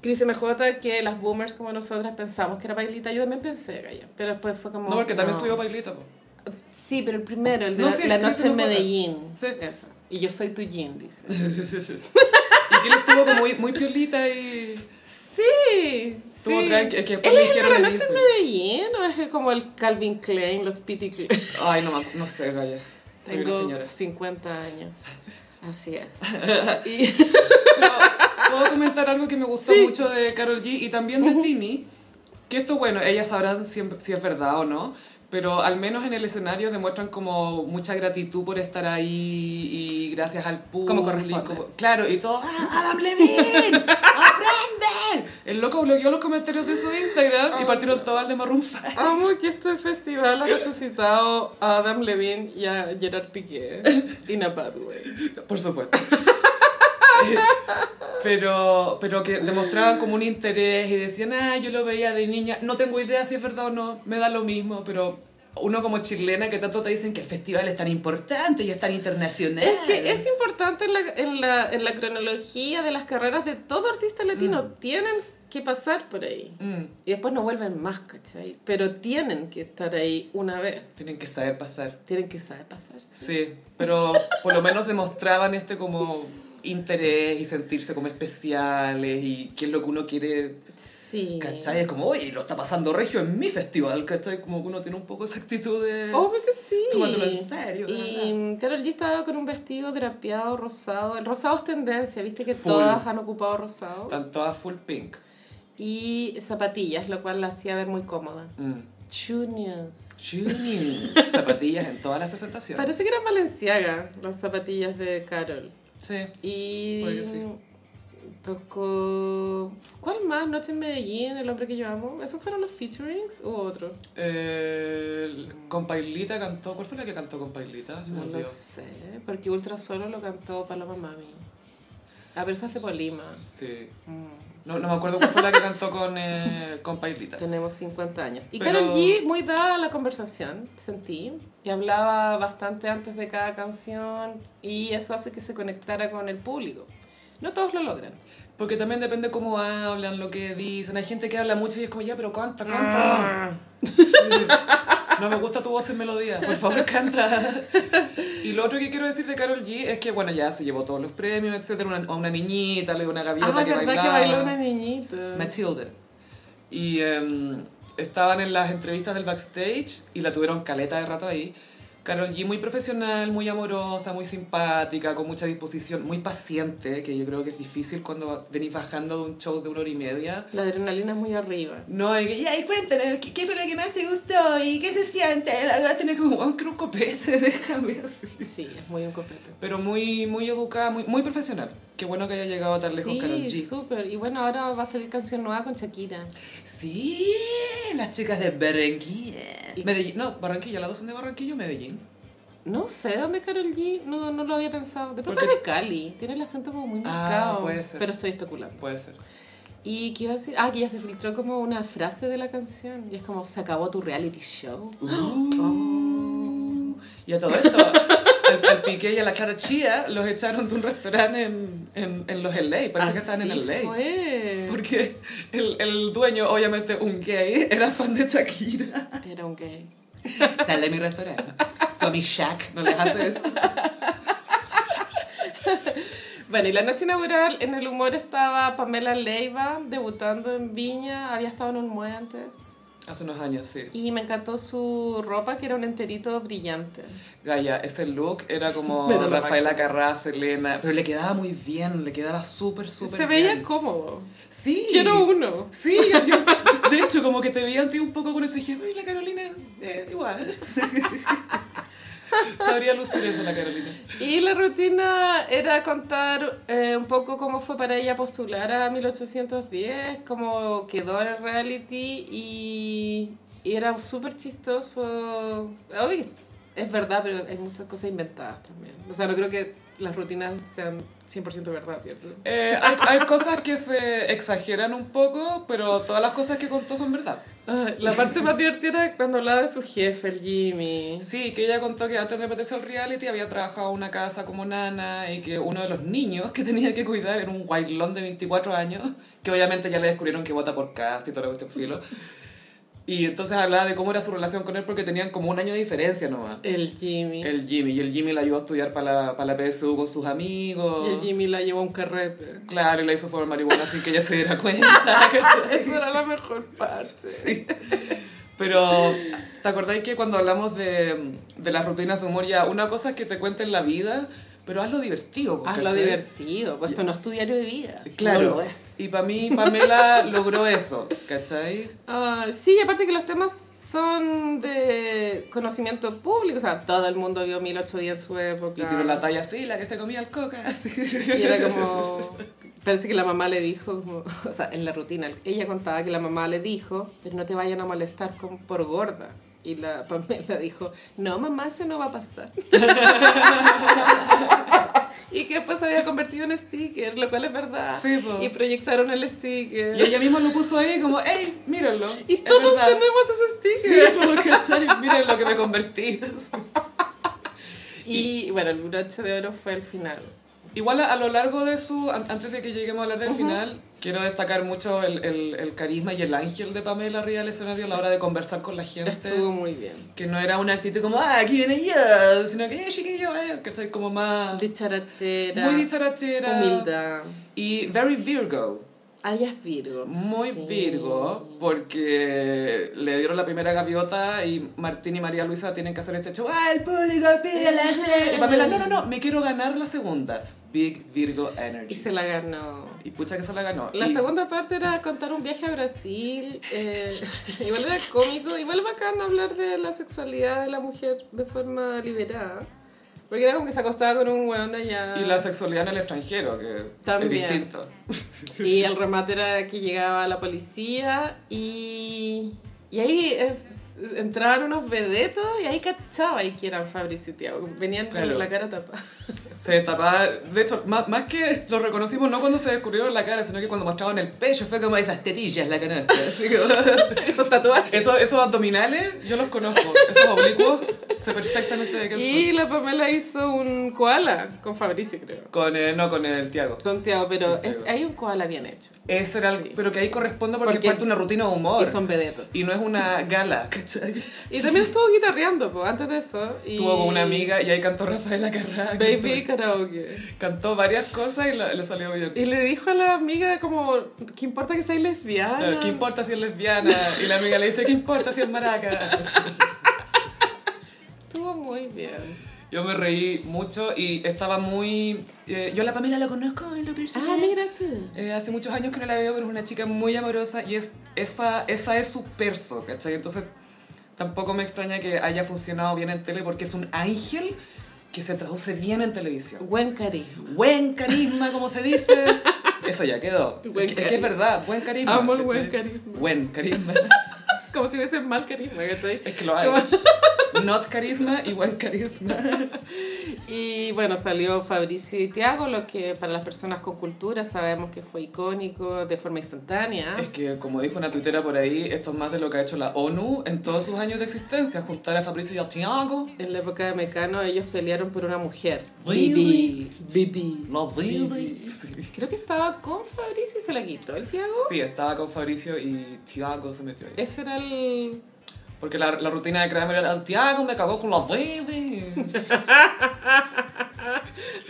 Cris MJ, que las boomers como nosotras pensamos que era Pailita. Yo también pensé, Gaya. Pero después fue como... No, porque también no. subió Bailita, po. Sí, pero el primero, el de No, la, sí, la sí, noche sí, lo en juro. Medellín. Sí. Esa. Y yo soy tu Jin, dice. Y que él estuvo como muy, muy piolita y... Sí, Estuvo sí. tranqui, es que después ¿Él le es el de dijeron la el noche en mismo. Medellín o es como el Calvin Klein, los Pity Klein? Ay, no, me acu- no sé, Gaya. Soy una Tengo señora. 50 años. Así es. Y- Pero puedo comentar algo que me gustó Sí. mucho de Carol G y también de Tini. Que esto, bueno, ellas sabrán siempre si es verdad o no. Pero al menos en el escenario demuestran como mucha gratitud por estar ahí y gracias al público. corresponde. claro, y todo, ¡Ah, Adam Levine! ¡Aprende! El loco bloqueó los comentarios de su Oh, Instagram y partieron todo al de Maroon five. Amo que este festival ha resucitado a Adam Levine y a Gerard Piqué. In a bad way. Por supuesto. pero, pero que demostraban como un interés y decían, ah, yo lo veía de niña, no tengo idea si es verdad o no, me da lo mismo, pero uno como chilena que tanto te dicen que el festival es tan importante y es tan internacional. Es que es importante en la, en, la, en la cronología de las carreras de todo artista latino. Tienen que pasar por ahí. Mm, Y después no vuelven más, ¿cachai? Pero tienen que estar ahí una vez. tienen que saber pasar. Tienen que saber pasarse. Sí, pero por lo menos demostraban este como interés y sentirse como especiales y qué es lo que uno quiere, Sí. ¿cachai? Es como, oye, lo está pasando regio en mi festival, ¿cachai? Como que uno tiene un poco esa actitud de... Obvio que sí. Tómatelo en serio, de Y Carol G estaba con un vestido drapeado rosado. El rosado es tendencia, viste que Full. todas han ocupado rosado. Están todas full pink. Y zapatillas, lo cual la hacía ver muy cómoda. Mm. Juniors. Jeans, zapatillas en todas las presentaciones. Parece que eran Valenciaga las zapatillas de Carol. Sí. Y Puede que sí. tocó... ¿Cuál más? Noche en Medellín, El hombre que yo amo. ¿Esos fueron los featurings u otro? Eh, con Pailita cantó. ¿Cuál fue la que cantó con Pailita? Se me No lo olvidó. sé, porque Ultra Solo lo cantó Paloma Mami. A ver, se hace por Lima. Sí. Mm. No, no me acuerdo cuál fue la que cantó con, eh, con Pailita. Tenemos 50 años. Y Pero- Carol G, muy dada a la conversación, sentí, que hablaba bastante antes de cada canción y eso hace que se conectara con el público. No todos lo logran. Porque también depende cómo hablan, lo que dicen. Hay gente que habla mucho y es como, ya, pero canta, Ah. Ah, canta. Sí. No me gusta tu voz en melodía. Por favor, canta. Y Y lo otro que quiero decir de Carol G es que, bueno, ya se llevó todos los premios, etcétera, una- a una niñita, le dio una gaviota Ah, que verdad bailaba. que bailó una niñita. Matilda. Y em, estaban en las entrevistas del backstage y la tuvieron caleta de rato ahí. Carol G muy profesional, muy amorosa, muy simpática, con mucha disposición, muy paciente, que yo creo que es difícil cuando venís bajando de un show de una hora y media. La adrenalina es muy arriba. No, y, que, ya, y cuéntanos, ¿qué, qué fue lo que más te gustó? ¿Y qué se siente? La verdad, tener como un un copete, déjame así. Sí, es muy un copete. Pero muy, muy educada, muy, muy profesional. Qué bueno que haya llegado tan lejos Carol G. Sí, súper. Y bueno, ahora va a salir canción nueva con Shakira. Sí, las chicas de Barranquilla. Y- Medellín, no, Barranquilla, las dos son de Barranquilla o Medellín. No sé dónde Carol G, no, no lo había pensado. De pronto Porque- es de Cali, tiene el acento como muy Ah, marcado. puede ser. Pero estoy especulando. Puede ser. ¿Y qué iba a decir? Ah, que ya se filtró como una frase de la canción. Y es como, se acabó tu reality show. Oh. Uh, Y a todo esto, al, al Piqué y a la Clara Chía los echaron de un restaurante en, en, en los LA. Parece que estaban en Así LA. fue. Porque el, el dueño, obviamente un gay, era fan de Shakira. Era un gay. Sale de mi restaurante. Tommy Shaq, no les hace eso. Bueno, y la noche inaugural en el humor estaba Pamela Leiva, debutando en Viña, había estado en un mue antes. Hace unos años, sí. Y me encantó su ropa, que era un enterito brillante. Gaya, ese look era como Pero lo Rafaela máximo. Carrá, Selena, pero le quedaba muy bien, le quedaba súper, súper se bien. veía cómodo. Sí. Quiero uno. Sí, yo- yo- de hecho, como que te veía a ti un poco con eso y dije, uy, la Carolina, eh, igual. Sabría lucir eso la Carolina. Y la rutina era contar eh, un poco cómo fue para ella postular a 1810, cómo quedó en el reality y, y era súper chistoso. Obvio que es verdad, pero hay muchas cosas inventadas también. O sea, no creo que las rutinas sean 100% verdad, ¿cierto? Eh, hay, hay cosas que se exageran un poco, pero todas las cosas que contó son verdad. Ay, Ah, La parte más divertida era cuando hablaba de su jefe, el Jimmy. Sí, que ella contó que antes de meterse al reality había trabajado en una casa como nana y que uno de los niños que tenía que cuidar era un guailón de 24 años, que obviamente ya le descubrieron que vota por cast y todo lo que este filo. Y entonces hablaba de cómo era su relación con él porque tenían como un año de diferencia nomás. El Jimmy. El Jimmy, y el Jimmy la ayudó a estudiar para la, para la PSU con sus amigos. Y el Jimmy la llevó a un carrete. Claro, y la hizo formar marihuana sin que ella se diera cuenta. ¿cachai? Esa era la mejor parte. Sí. Pero, ¿te acordáis que cuando hablamos de, de las rutinas de humor, ya una cosa es que te cuenten la vida, pero hazlo divertido. pues, Hazlo ¿cachai? divertido, pues esto no es tu diario de vida. No Claro. lo es. y para mí, Pamela logró eso, ¿cachai? Ah, sí, y aparte que los temas son de conocimiento público, o sea, todo el mundo vio 1810 en su época. Y tiró la talla así, la que se comía el coca. así. Y era como... Parece que la mamá le dijo, como- o sea, en la rutina, ella contaba que la mamá le dijo, pero no te vayan a molestar con, por gorda. Y la Pamela dijo, no mamá, eso no va a pasar. y que después se había convertido en sticker, lo cual es verdad. Sí, po. y proyectaron el sticker. Y ella misma lo puso ahí como, ¡Ey, mírenlo! Y es todos verdad". tenemos esos Sí, stickers. pues, ¿cachai? Miren lo que me convertí. Y bueno, el broche de oro fue el final. Igual a, a lo largo de su, an- antes de que lleguemos a hablar del final, quiero destacar mucho el, el- el carisma y el ángel de Pamela arriba del escenario a la hora de conversar con la gente. Estuvo muy bien. Que no era una actitud como, ah, aquí viene yo, sino que, eh, chiquillo, eh, que estoy como más... Dicharachera. Muy dicharachera. Humildad. Y very Virgo. Ah, ella es Virgo. Muy Sí. Virgo, porque le dieron la primera gaviota y Martín y María Luisa tienen que hacer este show. ¡Ah, el público pide la se-". Y Pamela, no, no, no, me quiero ganar la segunda. Big Virgo Y Energy. se la ganó. Y pucha que se la ganó. La Y- segunda parte era contar un viaje a Brasil. eh, igual era cómico, igual bacán hablar de la sexualidad de la mujer de forma liberada. Porque era como que se acostaba con un weón de allá. Y la sexualidad en el extranjero, que También. es distinto. Y el remate era que llegaba la policía y, y ahí es- es- entraban unos vedetos y ahí cachaba y que eran Fabricio y Tiago. Venían Claro. con la cara tapada. Se destapaba, de hecho, más, más que lo reconocimos no cuando se descubrieron la cara, sino que cuando mostraban el pecho, fue como esas tetillas la canasta. Así como- Esos tatuajes. Esos, esos abdominales, yo los conozco, esos oblicuos, Sé perfectamente de qué Y la Pamela hizo un koala con Fabricio, creo. Con el, no, con el Tiago. Con Tiago, pero es- hay un koala bien hecho. Ese era el- Sí. Pero que ahí corresponde porque, Porque- es parte de una rutina de humor. Y son vedetos. Y no es una gala, ¿cachai? Y también estuvo guitarreando, pues, antes de eso. Y Tuvo con una amiga y ahí cantó Rafaela Carrá. Baby Karaoke. Cantó varias cosas y la- le salió bien. Y le dijo a la amiga como, ¿qué importa que seas lesbiana? Claro, ¿Qué importa si es lesbiana? Y la amiga le dice, ¿qué importa si es maraca? Estuvo muy bien. Yo me reí mucho y estaba muy... eh, yo a la Pamela la conozco en lo personal. Ah, mira tú. Eh, hace muchos años que no la veo, pero es una chica muy amorosa y es, esa, esa es su perso, ¿cachai? Entonces tampoco me extraña que haya funcionado bien en tele porque es un ángel que se traduce bien en televisión. Buen carisma. Buen carisma, como se dice. Eso ya quedó. Buen es, que, es que es carisma. verdad, buen carisma. Amo el ¿cachai? buen carisma. Buen carisma. Como si hubiese mal carisma, ¿cachai? Es que lo hay. Not carisma y buen carisma. Y bueno, salió Fabricio y Tiago, lo que para las personas con cultura sabemos que fue icónico de forma instantánea. Es que, como dijo una tuitera por ahí, esto es más de lo que ha hecho la ONU en todos sus años de existencia. Juntar a Fabricio y a Tiago. En la época de Mecano ellos pelearon por una mujer. Really? Bibi. No, really. Creo que estaba con Fabricio y se la quitó el Tiago. Sí, estaba con Fabricio y Tiago se metió ahí. Ese era el... Porque la, la rutina de Kramer era, Tiago me cagó con la baby.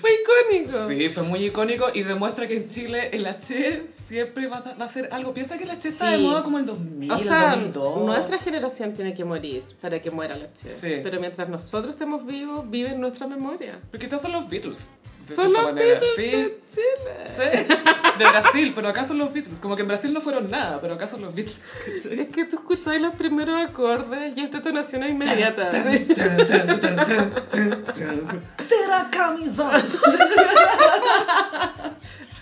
Fue icónico. Sí, fue muy icónico y demuestra que en Chile el H siempre va a, va a ser algo. Piensa que el H está Sí. de moda como el 2000, O sea, el 2002. nuestra generación tiene que morir para que muera la Che. Sí. Pero mientras nosotros estemos vivos, vive en nuestra memoria. Pero quizás son los Beatles. de Son cierta los manera. Beatles Sí, de Chile. sí. De Brasil, pero acá son los Beatles. Como que en Brasil no fueron nada, pero acá son los Beatles. Es que tú escucháis los primeros acordes y es detonación inmediata. Tera camisa.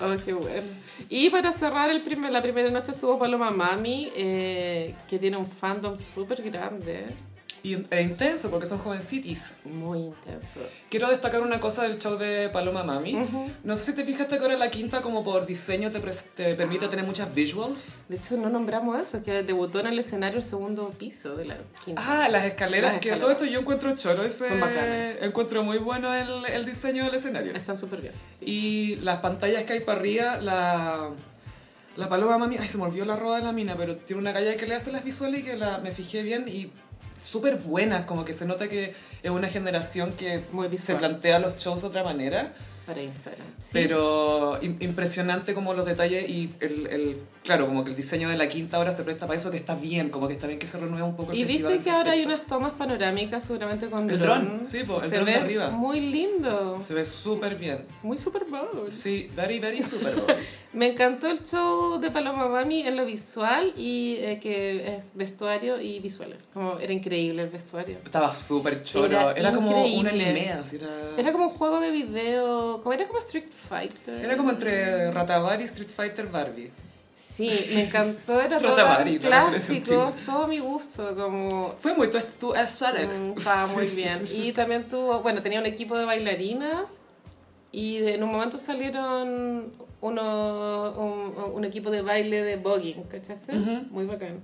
Oh, qué bueno. Y para cerrar el primer, la primera noche estuvo Paloma Mami, eh, que tiene un fandom súper grande, Y, e intenso, porque son jovencitis. muy intenso. Quiero destacar una cosa del show de Paloma Mami. No sé si te fijaste que ahora la quinta, como por diseño, te, pres- te permite tener muchas visuals. De hecho, no nombramos eso, que debutó en el escenario el segundo piso de la quinta. Ah, las escaleras, Las que escaleras. todo esto yo encuentro choro. Ese, Son bacanas. encuentro muy bueno el, el diseño del escenario. Están súper bien. sí. Y las pantallas que hay para arriba, la, la paloma mami, ay, se me olvidó la roda de la mina, pero tiene una calle que le hace las visuales y que la, me fijé bien y súper buenas, como que se nota que es una generación que Muy se visual. plantea los shows de otra manera. Para Instagram. Sí. Pero im- impresionante como los detalles y el, el- claro, como que el diseño de la quinta ahora se presta para eso que está bien, como que está bien que se renueve un poco el y festival viste en ese que ahora hay aspecto. unas tomas panorámicas seguramente con El dron. dron, sí, po, el Se dron de ve arriba. Muy lindo. Se ve súper bien. Muy super bowl. Sí, very, very super. Me encantó el show de Paloma Mami en lo visual y eh, que es vestuario y visuales. Como era increíble el vestuario. Estaba súper choro. Era, Era como un increíble. anime, así era... Era como un juego de video, como era como Street Fighter. Era como entre Ratabar y Street Fighter Barbie. Sí, me encantó, era todo Rotavari, tan la referencia clásico, todo a mi gusto, como Fue muy eh, tu, tu aesthetic. Mm, Estaba muy bien. Y también tuvo, bueno, tenía un equipo de bailarinas y de- en un momento salieron uno, un, un equipo de baile de voguing, ¿cachaste? Muy bacán.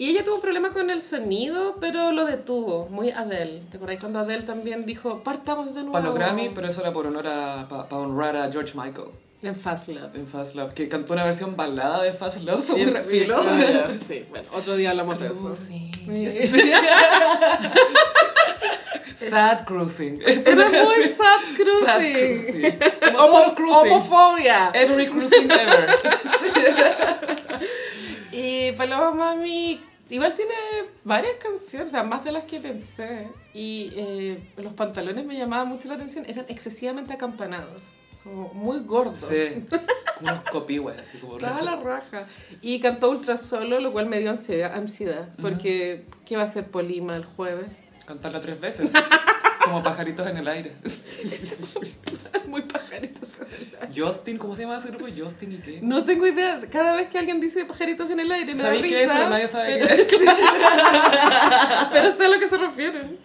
Y ella tuvo un problema con el sonido, pero lo detuvo, muy Adele. ¿Te acordás cuando Adele también dijo, partamos de nuevo? Para los Grammy, pero eso era por honor a... Para honrar a George Michael En Fast Love. en Fast Love, que cantó una versión balada de Fast Love. Fue muy Bien, refilo. bien, Sí, bueno, otro día hablamos de eso. Sí. Sad Cruising. Era muy sad cruising. Sad Cruising. Como Homo- todo cruising. Homofobia. Every cruising ever. Y Paloma Mami igual tiene varias canciones, o sea, más de las que pensé. Y eh, los pantalones me llamaban mucho la atención, eran excesivamente acampanados, como muy gordos. Sí. Como unos copihues, así como... Toda la raja. Y cantó ultra solo, lo cual me dio ansiedad, ansiedad porque ¿qué va a hacer Polima el jueves? Cantarla tres veces. Como pajaritos en el aire. muy pajaritos en el aire. Justin, ¿cómo se llama ese grupo? Justin y qué. No tengo idea, cada vez que alguien dice pajaritos en el aire me da ¿Sabéis qué? risa. Pero nadie sabe pero- qué es. Pero sé a lo que se refieren.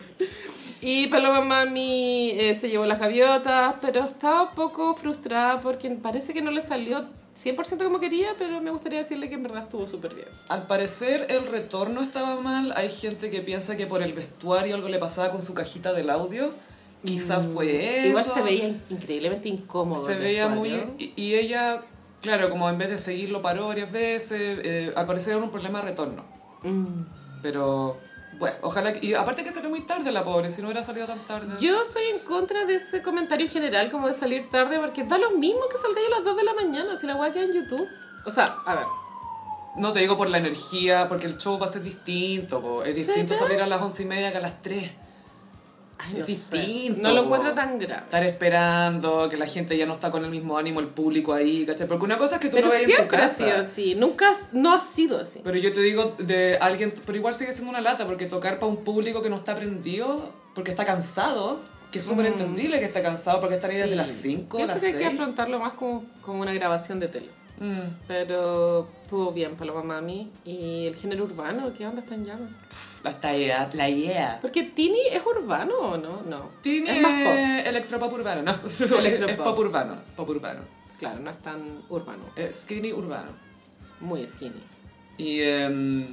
Y Paloma Mami eh, se llevó las gaviotas, pero estaba un poco frustrada porque parece que no le salió 100% como quería, pero me gustaría decirle que en verdad estuvo súper bien. Al parecer el retorno estaba mal. Hay gente que piensa que por el vestuario algo le pasaba con su cajita del audio. Quizás fue eso. Mm, Igual se veía in- increíblemente incómodo. Se el veía vestuario. muy... Y, y ella, claro, como en vez de seguirlo paró varias veces, eh, al parecer era un problema de retorno. Mm. Pero, bueno, ojalá... que- y aparte que salió muy tarde la pobre, si no hubiera salido tan tarde. Yo estoy en contra de ese comentario en general, como de salir tarde, porque da lo mismo que salgáis a las 2 de la mañana si la weá queda en YouTube. O sea, a ver, No te digo por la energía, porque el show va a ser distinto. po. Es Sí, distinto claro. salir a las once y media que a las tres. Ay, Es no sé. distinto, No lo po. encuentro tan grave. Estar esperando, que la gente ya no está con el mismo ánimo, el público ahí, ¿cachai? Porque una cosa es que tú Pero no ves en tu siempre ha casa. sido así. Nunca has- no ha sido así. Pero yo te digo de alguien, pero igual sigue siendo una lata, porque tocar para un público que no está prendido, porque está cansado, que es súper entendible que está cansado, porque están ahí desde Mm. Sí. las 5, Pienso las que hay que 6. afrontarlo más como, como una grabación de tele. Mm. Pero estuvo bien Paloma Mami. ¿Y el género urbano? ¿Qué onda está en llamas? Hasta ella, la idea. Porque Tini es urbano o no? No. Tiene Es más pop. electropop urbano, ¿no? Electropop. Es pop urbano, pop urbano. Claro, no es tan urbano. Es skinny urbano. Muy skinny. Y. em,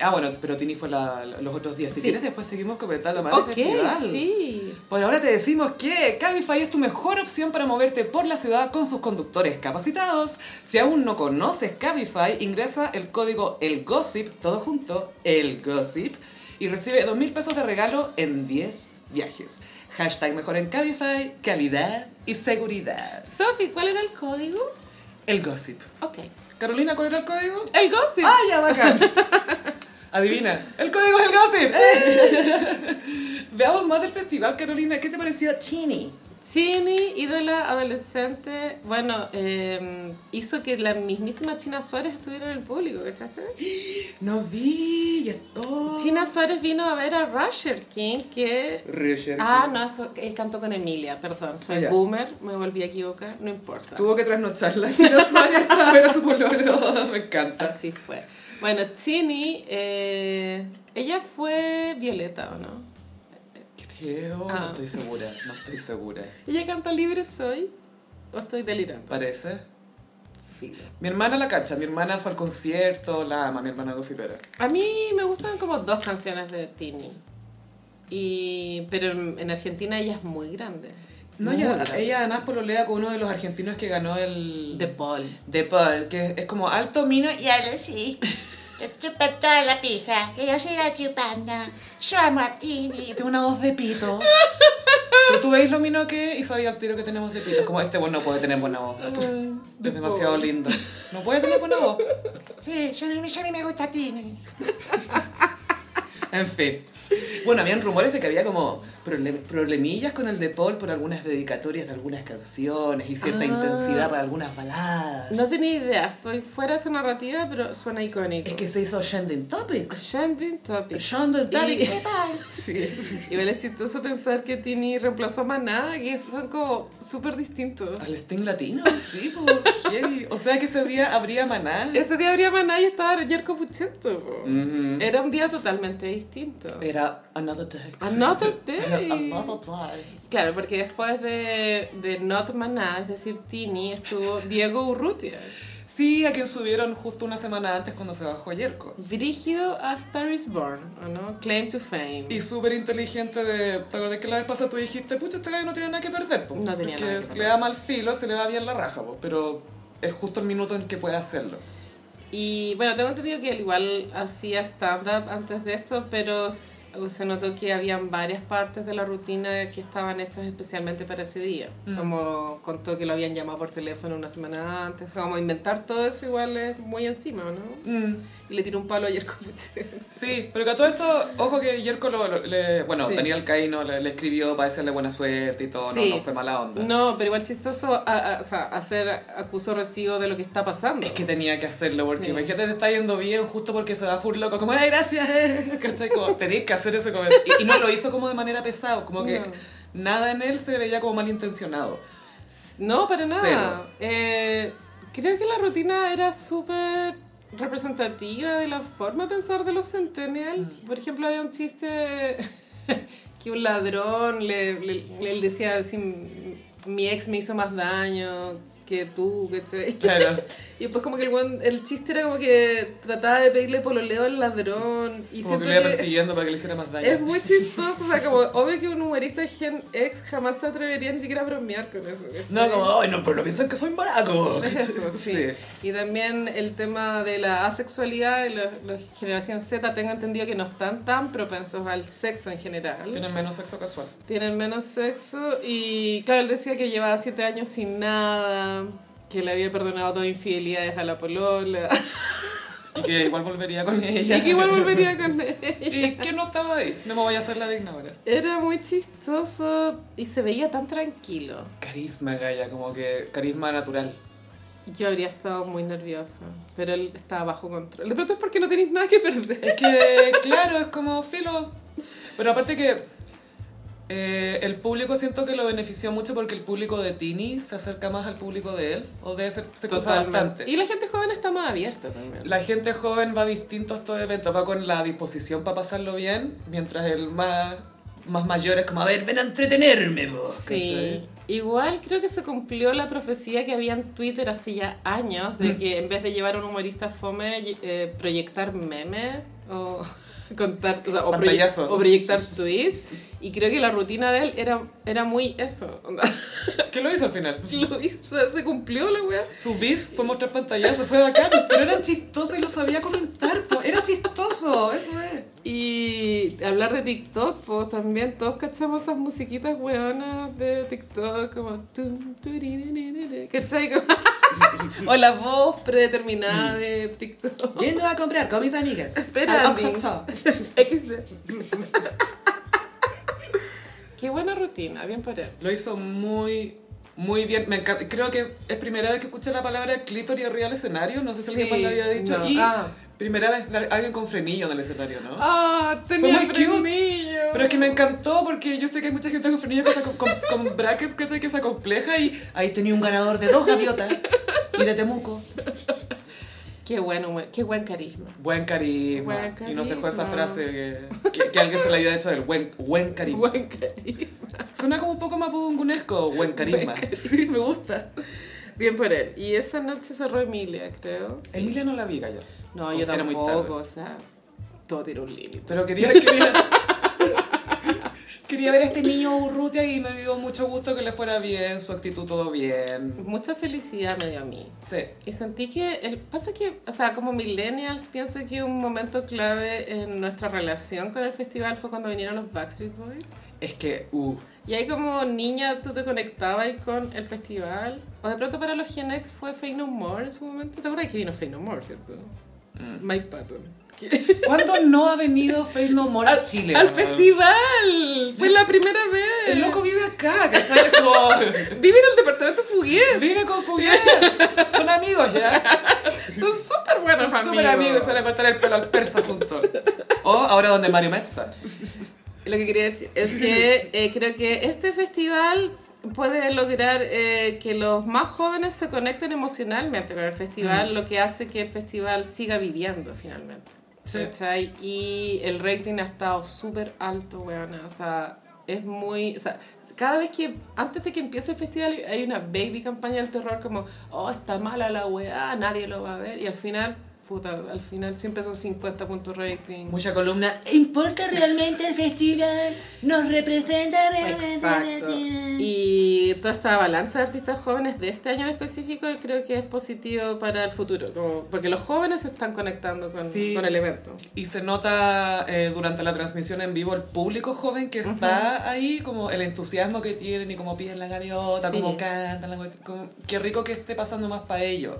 ah, bueno, pero Tini fue la- la- los otros días. Si Sí. quieres, después seguimos comentando más Ok, del festival. sí. Por ahora te decimos que Cabify es tu mejor opción para moverte por la ciudad con sus conductores capacitados. Si aún no conoces Cabify, ingresa el código ELGOSIP, todo junto, ELGOSIP, y recibe 2.000 pesos de regalo en 10 viajes. Hashtag mejor en Cabify, calidad y seguridad. Sofi, ¿cuál era el código? El gossip. Ok. Carolina, ¿cuál era el código? El gossip. ¡Ah, ya, bacán! Adivina, el código es el gossip. Veamos más del festival, Carolina. ¿Qué te pareció Chini? Chini, ídola adolescente, bueno, eh, hizo que la mismísima China Suárez estuviera en el público, ¿cachaste? No vi. ya- Oh. China Suárez vino a ver a Rusher King, que... Richard. Ah, no, eso- él cantó con Emilia, perdón, soy Ya. boomer, me volví a equivocar, no importa. Tuvo que trasnocharla. China Suárez para ver a su pololo. Me encanta. Así fue. Bueno, Chini, eh, ella fue Violeta, ¿o no? Creo. No Ah. estoy segura. No estoy segura. Ella canta Libre Soy, o estoy delirando. Parece. Filo. Mi hermana la cacha. Mi hermana fue al concierto. La ama. Mi hermana Lucipera. A mí me gustan como dos canciones de Tini. Y, pero en, en Argentina ella es muy grande. No, Muy ella, grande. ella además pololea con uno de los argentinos que ganó el... De Paul. De Paul, que es, es como alto, mina y... Y ahora sí, yo chupo toda la pija, que yo soy la chupanda, yo amo a Tini. Tengo una voz de pito. Pero tú veis lo mino que es y sabía el tiro que tenemos de pito. Es como, este vos no puede tener buena voz. Es demasiado lindo. No puede tener buena voz. Sí, yo, a mí- yo a mí me gusta Tini. En fin. Bueno, habían rumores de que había como problem- problemillas con el de Paul por algunas dedicatorias de algunas canciones y cierta Ah. intensidad para algunas baladas. No tenía idea, estoy fuera de esa narrativa, pero suena icónico. Es que se hizo Shandon Topic. Shandrin Topic. Shandon Y- Topic. ¿Qué tal? Sí. Igual es chistoso pensar que Tini reemplazó a Maná, que son como súper distintos. Al Sting latino, sí, po, heavy. O sea que ese día habría maná. Ese día habría Maná y estaba Roger Puchento. po. Mhm. Era un día totalmente distinto. Era Another Day. Another day. Era Another Day. Claro, porque después de, de Not Maná, es decir, Tini, estuvo Diego Urrutia. Sí, a quien subieron justo una semana antes cuando se bajó Yerko. Dirigido a Star is Born, ¿o no? Claim to Fame. Y súper inteligente de... ¿Te acordás que la vez pasada tú dijiste, pucha, este gallo no tiene nada que perder? po"? No tenía Porque nada que se perder. le da mal filo, se le va bien la raja, po, pero es justo el minuto en que puede hacerlo. Y bueno, tengo entendido que él igual hacía stand-up antes de esto, pero s- se notó que habían varias partes de la rutina que estaban hechas especialmente para ese día. Mm. Como contó que lo habían llamado por teléfono una semana antes. O sea, como inventar todo eso igual es muy encima, ¿no? Mm, Y le tiró un palo ayer con Puchero. Sí, pero que a todo esto, ojo que Yerko lo, lo- le... Bueno, Sí. Daniel Caíno le, le escribió para decirle buena suerte y todo, Sí. no, no fue mala onda. No, pero igual chistoso a- a- o sea, hacer acuso recibo de lo que está pasando. Es que tenía que hacerlo, porque Sí. imagínate te está yendo bien justo porque se va full loco, como, ay, gracias, eh", ¿cachai? Como, tenéis que hacer ese comentario. Y, y no lo hizo como de manera pesada, como que No. nada en él se veía como malintencionado. No, para Cero. nada. Eh, creo que la rutina era súper representativa de la forma de pensar de los centennials. Mm. Por ejemplo, había un chiste que un ladrón le, le- le decía así, mi ex me hizo más daño, que tú, ¿cachai? Claro. Y después como que el, weón- el chiste era como que trataba de pedirle pololeo al ladrón y Como que lo iba siento que persiguiendo para que le hiciera más daño. es muy chistoso, o sea, como obvio que un humorista gen ex jamás se atrevería ni siquiera a bromear con eso. ¿cachai? No, como, ay, no, pero no piensen que soy maraco. Eso, sí. Y también el tema de la asexualidad, y los, los generación Z, tengo entendido que no están tan propensos al sexo en general. Tienen menos sexo casual. Tienen menos sexo y claro, él decía que llevaba siete años sin nada, que le había perdonado dos infidelidades a la polola Y que igual volvería con ella. y que igual volvería con él. Y que no estaba ahí. No me voy a hacer la digna ahora. Era muy chistoso y se veía tan tranquilo. Carisma, Gaya, como que carisma natural. Yo habría estado muy nerviosa, pero él estaba bajo control. De pronto es porque no tenéis nada que perder. Es que, claro, es como filo. Pero aparte que eh, el público siento que lo benefició mucho porque el público de Tini se acerca más al público de él. O debe ser se cruza bastante. Y la gente joven está más abierta también. La gente joven va distinto a estos eventos, va con la disposición para pasarlo bien, mientras el más, más mayor es como, a ver, ven a entretenerme, vos. Sí. ¿cachai? Igual creo que se cumplió la profecía que había en Twitter hace ya años de que en vez de llevar a un humorista fome, y- eh, proyectar memes o contar, o, sea, o, proye- Pantallazos. o proyectar tweets. Y creo que la rutina de él era, era muy eso. onda. ¿Qué lo hizo al final? Lo hizo, se cumplió la wea. Su bis fue mostrar pantallazos, fue bacán, pero era chistoso y lo sabía comentar, po. era chistoso, eso es. Y hablar de TikTok, pues también todos cachamos esas musiquitas weonas de TikTok, como. tum, turiririririri, ¿cachai? Como- o la voz predeterminada de TikTok. Yendo a comprar con mis amigas. Espera, Al Ani. Oxxo. XD. Qué buena rutina, bien por él. Lo hizo muy, muy bien. Me encanta. Creo que es primera vez que escuché la palabra clítoris arriba del escenario. No sé si Sí, alguien más lo había dicho. no. Y Ah. primera vez dar- alguien con frenillo en el escenario, ¿no? ¡Ah! tenía muy cute. frenillo. Pero es que me encantó porque yo sé que hay mucha gente con frenillo que se acom- con, con brackets ¿cachai? que se acompleja y ahí tenía un ganador de dos gaviotas y de Temuco. Qué buen humor, qué buen carisma. Buen carisma. Buen Y nos dejó esa carisma. frase que, que, que alguien se la había hecho del buen, buen carisma. Buen carisma. Suena como un poco mapudungunesco, buen carisma. Sí, me gusta. Bien por él. Y esa noche cerró Emilia, creo. Emilia no la vi, yo. No, yo Era muy tampoco, tarde. o sea, todo tiene un límite. Pero quería, quería, quería ver a este niño Urrutia y me dio mucho gusto que le fuera bien, su actitud todo bien. Mucha felicidad me dio a mí. Sí. Y sentí que, el, pasa que, o sea, como millennials, pienso que un momento clave en nuestra relación con el festival fue cuando vinieron los Backstreet Boys. Es que, uh, Y ahí como niña tú te conectabas con el festival. O de pronto para los Gen X fue Fey No More en su momento. ¿Te acuerdas que vino Fey No More, cierto? Mm. Mike Patton. ¿cuándo no ha venido Faith No More a Chile? ¡Al weón? festival! ¡Fue la primera vez! El loco vive acá, ¿cachai? Como, Vive en el departamento Fuguet. vive con su bien. Son amigos ya. Son súper buenos Son súper amigos, se van a cortar el pelo al persa juntos. O ahora donde Mario Metza. Lo que quería decir es que eh, creo que este festival puede lograr eh, que los más jóvenes se conecten emocionalmente con el festival, lo que hace que el festival siga viviendo finalmente. Sí. ¿Cachai? Y el rating ha estado súper alto, weón. O sea, es muy... o sea, cada vez que, antes de que empiece el festival, hay una baby campaña del terror como, oh, está mala la weá, nadie lo va a ver. Y al final, puta, al final siempre son 50 puntos rating. Mucha columna. ¿E ¿Importa realmente el festival? ¿Nos representa realmente? Exacto. Y toda esta avalancha de artistas jóvenes de este año en específico creo que es positivo para el futuro, como- porque los jóvenes se están conectando con, Sí. con el evento. Y se nota eh, durante la transmisión en vivo el público joven que está ahí, como el entusiasmo que tienen y como piden la gaviota, Sí. como cantan, la cuestión, como- qué rico que esté pasando más para ellos.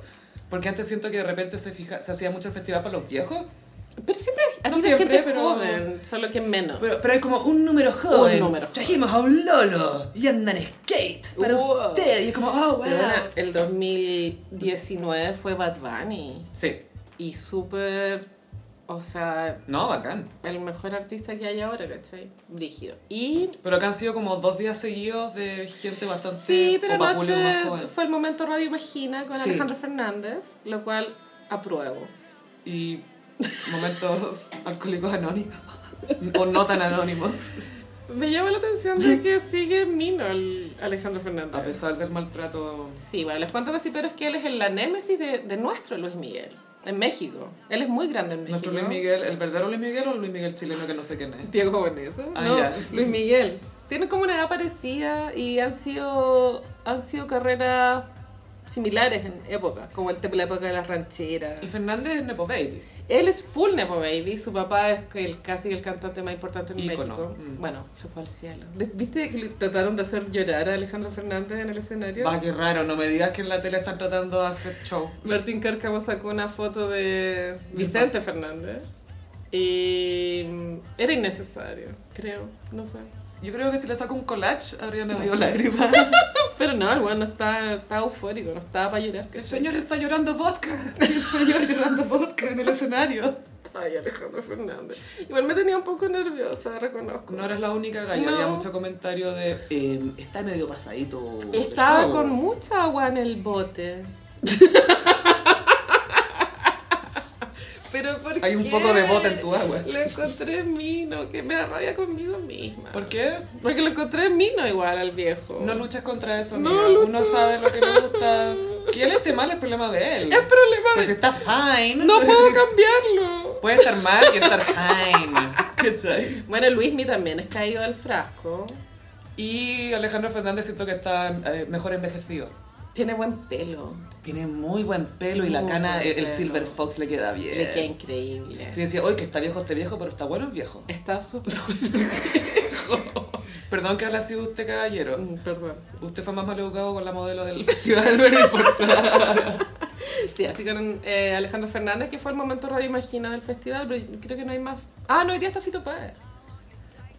Porque antes siento que de repente se, fija, se hacía mucho el festival para los viejos, Pero siempre hay No habido siempre, gente pero- joven, solo que menos. pero, pero hay como un número joven. número joven. Trajimos a un Lolo y andan en skate para Wow. ustedes. Y es como, oh, wow. Pero bueno, el 2019 fue Bad Bunny Sí, y súper, o sea, no, bacán. el mejor artista que hay ahora, ¿cachai? Rígido. Y Pero acá han sido como dos días seguidos de gente bastante. Sí, pero o pa' público anoche más joven. fue el momento Radio Imagina con Sí. Alejandro Fernández, lo cual apruebo. y momentos alcohólicos anónimos o no tan anónimos. Me llama la atención de que sigue Mino el Alejandro A Fernández. pesar del maltrato. Sí, bueno, les cuento que sí, pero es que él es el- la némesis de, de nuestro Luis Miguel, en México. Él es muy grande en México. Nuestro Luis Miguel, el verdadero Luis Miguel o el Luis Miguel chileno que no sé quién es. Diego Boneta. Ah, no, ya. Luis Miguel. Tienen como una edad parecida y han sido, han sido carreras similares en época, como el tema de la época de las rancheras. Y Fernández es Nepo Baby. Él es full Nepo Baby, su papá es el, casi el cantante más importante en Ícono. México. Mm. Bueno, se fue al cielo. De- ¿Viste que le trataron de hacer llorar a Alejandro Fernández en el escenario? Va, qué raro, no me digas que en la tele están tratando de hacer show. Martín Cárcamo sacó una foto de Vicente Fernández y mm, era innecesario, creo, no sé. Yo creo que si le saco un collage habrían habido lágrimas. Pero no, el weón no está, está eufórico, no estaba para llorar. El ¿cachai? señor está llorando vodka. El señor llorando vodka en el escenario. Ay, Alejandro Fernández. Igual me tenía un poco nerviosa, reconozco. No eres la única galla, No. había mucho comentario de. eh, está medio pasadito. de Estaba show. con mucha agua en el bote. Pero ¿por Hay un qué? poco de bote en tu agua. Lo encontré en mino, que me da rabia conmigo misma. ¿Por qué? Porque lo encontré en mino igual al viejo. No luches contra eso, No amiga. Uno lucho. sabe lo que le gusta. Que él esté mal es problema de él. es problema Pues de... está fine. No puedo cambiarlo. Puede estar mal y estar fine. ¿Cachai? Bueno, Luismi también es caído al frasco. Y Alejandro Fernández siento que está eh, mejor envejecido. Tiene buen pelo. Tiene muy buen pelo y la Muy cana, eh, buen el, el pelo. Silver Fox le queda bien. Le queda increíble. Sí, decía, hoy que está viejo este viejo, pero está bueno el viejo. Está súper... Perdón que habla así de usted, caballero. Mm, Perdón. sí. Usted fue más mal educado con la modelo del festival, pero no importa. Sí, así con eh, Alejandro Fernández, que fue el momento Radio Imagina del festival, pero yo creo que no hay más. Ah, no, hoy día está Fito Páez.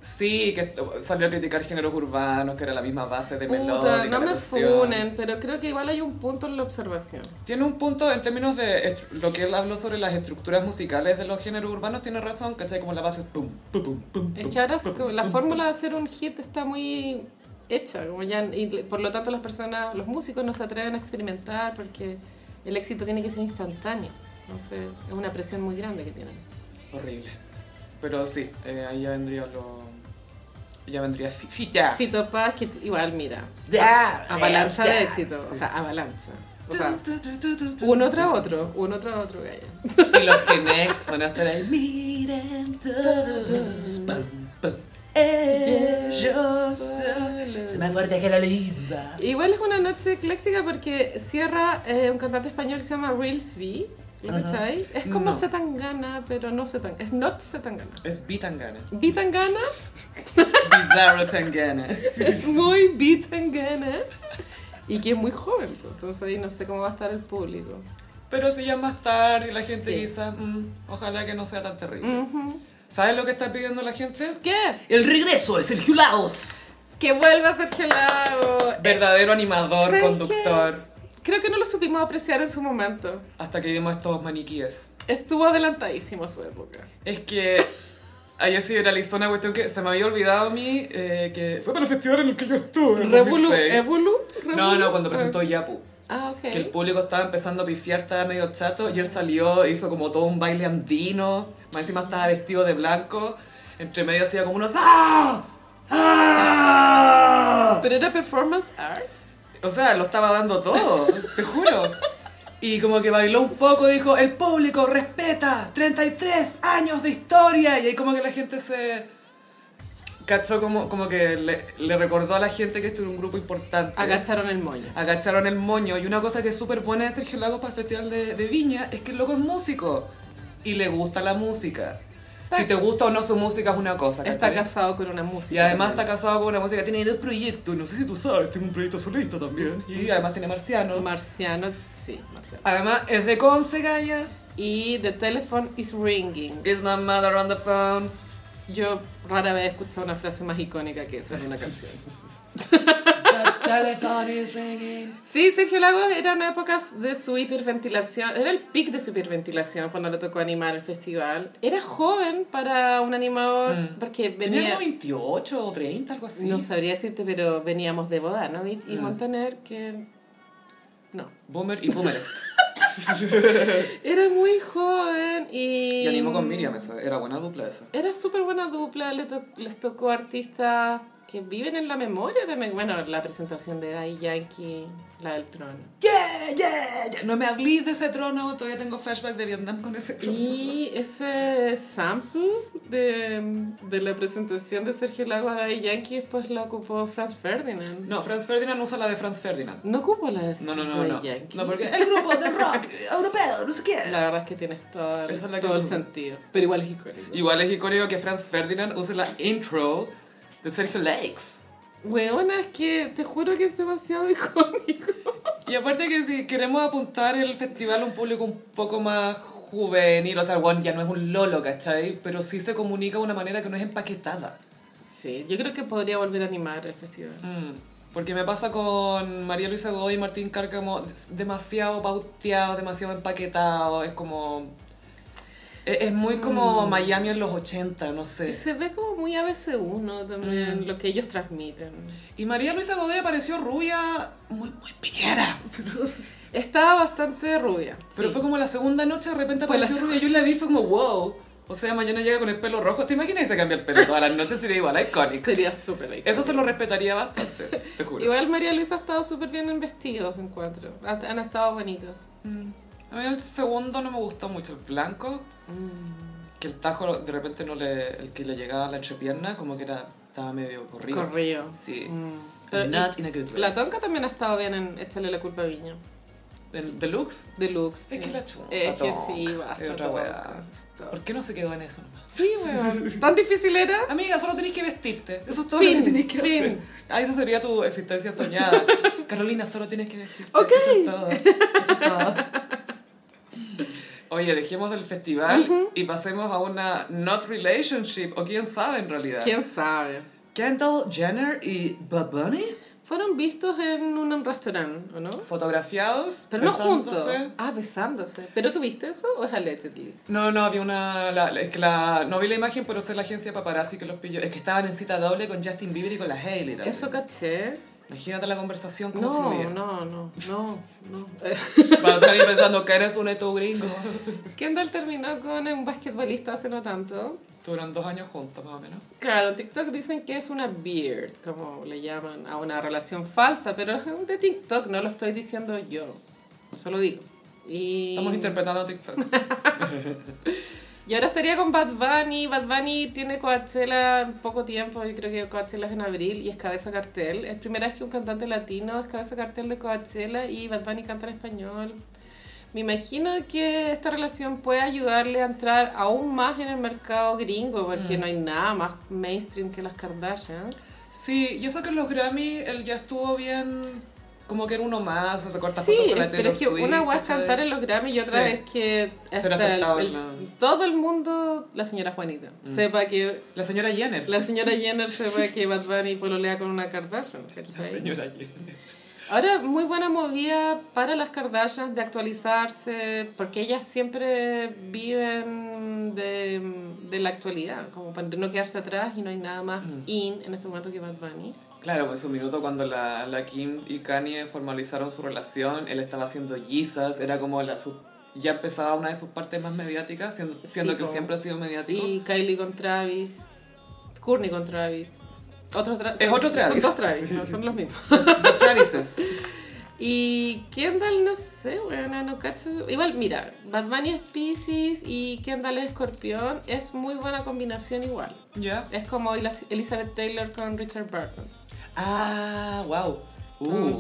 Sí, que salió a criticar géneros urbanos, que era la misma base de Puta, melódica. no la me cuestión. funen, pero creo que igual hay un punto en la observación. Tiene un punto en términos de est- lo que él habló sobre las estructuras musicales de los géneros urbanos, tiene razón, ¿cachai? Como la base, pum, pum, pum, pum. Es que ahora es como la fórmula de hacer un hit está muy hecha, como ya, y le- por lo tanto las personas, los músicos no se atreven a experimentar porque el éxito tiene que ser instantáneo. Entonces, es una presión muy grande que tienen. Horrible. Pero sí, eh, ahí ya vendría lo... Ya vendría fi- Fita. Fito Páez, que t- igual, mira, Ya, avalancha Ah, ya. de éxito, o sea, avalancha. O sea, uno tras otro, uno tras otro, gaya. Y los Genex van a estar ahí. Miren todos. pam, pam. Ellos son- Soy más fuerte que la leyenda. Igual es una noche ecléctica porque cierra eh, un cantante español que se llama Reels B. ¿Lo Ajá. cacháis? Es como No. se Zetangana, pero no Zetangana. Es not Zetangana. Es Bitangana. Bitangana Bizarro Tangana. es muy Bitangana. Y que es muy joven, pues, entonces ahí no sé cómo va a estar el público. Pero si ya es más tarde y la gente Sí. quizás, mm, ojalá que no sea tan terrible. Ujú. Eh, ¿Sabes lo que está pidiendo la gente? ¿Qué? El regreso de Sergio Laos. Que vuelva Sergio Lago. Verdadero animador, ¿Sabes conductor. Creo que no lo supimos apreciar en su momento. Hasta que vimos estos maniquíes. Estuvo adelantadísimo a su época. Es que ayer se viralizó una cuestión que se me había olvidado a mí, eh, que fue para el festival en el que yo estuve. en Revolu, 2006. Evolu, No, Revolu. no, cuando presentó Yapu. Ah, ok. Que el público estaba empezando a pifiar, estaba medio chato, y él salió e hizo como todo un baile andino, más encima estaba vestido de blanco, entre medio hacía como unos ¡Ah! ¡Ah! Pero era performance art. O sea, lo estaba dando todo, te juro. Y como que bailó un poco, dijo, el público respeta 33 años de historia, y ahí como que la gente se... Cachó como, como que le, le recordó a la gente que esto era un grupo importante Agacharon el moño. agacharon el moño. Y una cosa que es súper buena de Sergio Lagos para el Festival de, de Viña es que el loco es músico y le gusta la música. Si te gusta o no su música es una cosa. Está ¿cachai? casado con una música. Y además está también. casado con una música, tiene dos proyectos, no sé si tú sabes, tengo un proyecto solista también. Y además tiene Marciano. Marciano, sí, Marciano. Además es de Conce, Gaia. Y The Telephone is Ringing. Is my mother on the phone. Yo rara vez he escuchado una frase más icónica que esa en una canción. The telephone is ringing. Sí, Sergio Lagos era una época de su hiperventilación, era el pic de su hiperventilación cuando le tocó animar el festival. Era joven para un animador, porque Mm. Tenía venía... como 28 o 30, algo así. No sabría decirte, pero Mm. veníamos de Bodanovich y Montaner, que... No. Boomer y Boomerest. Era muy joven y... Y animó con Miriam eso, era buena dupla eso. Era súper buena dupla, le to- les tocó artistas que viven en la memoria de... me- Bueno, la presentación de Daddy Yankee, la del trono. Yeah, yeah, yeah. No me hablís de ese trono, todavía tengo flashback de Vietnam con ese trono. Y ese sample de, de la presentación de Sergio Lago a Daddy Yankee después la ocupó Franz Ferdinand. No, Franz Ferdinand usa la de Franz Ferdinand. No ocupó la de No, no, no, Daddy no. Yankee. No, porque El grupo de rock europeo, no sé qué. La verdad es que tienes todo, el- Esa es la que todo el ocupo. sentido. Pero igual es icónico. igual es icónico que Franz Ferdinand use la intro de Sergio Lakes. Weona, es que te juro que es demasiado icónico. Y aparte que si queremos apuntar el festival a un público un poco más juvenil, o sea, bueno, ya no es un lolo, ¿cachai? Pero sí se comunica de una manera que no es empaquetada. Sí, yo creo que podría volver a animar el festival. Mm, Porque me pasa con María Luisa Godoy y Martín Cárcamo, es demasiado pauteado, demasiado empaquetado, es como... Es, es muy como Miami en los 80, no Y sé. se ve como muy a veces uno Mm. también, lo que ellos transmiten. Y María Luisa Godoy apareció rubia, muy, muy piñera. Estaba bastante rubia. Pero sí. fue como la segunda noche, de repente Fue la apareció rubia, yo la vi, fue como wow. O sea, mañana llega con el pelo rojo. ¿Te imaginas que se cambia el pelo todas las noches? Sería igual, icónico. Sería súper icónico. Eso se lo respetaría bastante, te juro. Igual María Luisa ha estado súper bien en vestidos, encuentro. Han, han estado bonitos. A mí el segundo no me gustó mucho, el blanco. mm, Que el tajo de repente no le, el que le llegaba a la entrepierna, como que era, estaba medio corrido. Corrido. Sí. Mm. Pero Not in a good way. la Tonka también ha estado bien en Échale la culpa a Viña. El deluxe. Deluxe. Es que sí. la chupa, Es que sí, Tonka. basta. Es otra Tonka, weá. stop. ¿Por qué no se quedó en eso nomás? Sí, weón. ¿Tan difícil era? Amiga, solo tenés que vestirte. Eso es todo Fin, lo que tenés que fin. hacer. Ah, esa sería tu existencia soñada. Carolina, solo tienes que vestirte. Ok. Eso es todo. Eso es todo. Oye, dejemos el festival y pasemos a una not relationship, o quién sabe en realidad. ¿Quién sabe? Kendall Jenner y Bad Bunny Fueron vistos en un restaurante, ¿o no? fotografiados. Pero no juntos. besándose. Ah, besándose. ¿Pero tuviste eso o es allegedly? No, no, había una. la- la- es que la, no vi la imagen, pero sé la agencia paparazzi que los pilló. Es que estaban en cita doble con Justin Bieber y con la Hailey. también. Eso caché. Imagínate la conversación como No, fluía. no, no, no, no. Para estar ahí pensando que eres un eto gringo. Kendall terminó con un basquetbolista hace no tanto. Duran dos años juntos, más o menos. Claro, TikTok dicen que es una beard, como le llaman a una relación falsa, pero es de TikTok, no lo estoy diciendo yo. Solo digo. Y... Estamos interpretando TikTok. Y ahora estaría con Bad Bunny. Bad Bunny tiene Coachella en poco tiempo. Yo creo que Coachella es en abril y es cabeza cartel. Es primera vez que un cantante latino es cabeza cartel de Coachella y Bad Bunny canta en español. Me imagino que esta relación puede ayudarle a entrar aún más en el mercado gringo porque Mm. no hay nada más mainstream que las Kardashians. Sí, yo sé que en los Grammy él ya estuvo bien. Como que era uno más, o se corta sí, fotos con la pero Taylor es que Swift, una weá es ¿cachai? cantar en los Grammy y otra Sí. es que Ser hasta el- aceptado Mm. en el- la- todo el mundo, la señora Juanita, sepa que La señora Jenner. La señora Jenner se ve que Bad Bunny pololea con una Kardashian. ¿cachai? Jenner. Ahora, muy buena movida para las Kardashians de actualizarse, porque ellas siempre viven de, de la actualidad, como para no quedarse atrás y no hay nada más Mm. in en este momento que Bad Bunny. Claro, pues un minuto cuando la, la Kim y Kanye formalizaron su relación, él estaba haciendo Jesus, era como la su- ya empezaba una de sus partes más mediáticas, siendo, siendo que como- siempre ha sido mediático. Y Kylie con Travis, Courtney con Travis. Otro tra- Es otro Travis. Son dos Travis, no son los mismos. The Travises. Y Kendall, no sé, bueno, no cacho. Igual, mira, Bad Bunny es Pisces y Kendall es escorpión. Es muy buena combinación igual. ¿Ya? Es como Elis- Elizabeth Taylor con Richard Burton. Ah, wow. Uh, ¿se van a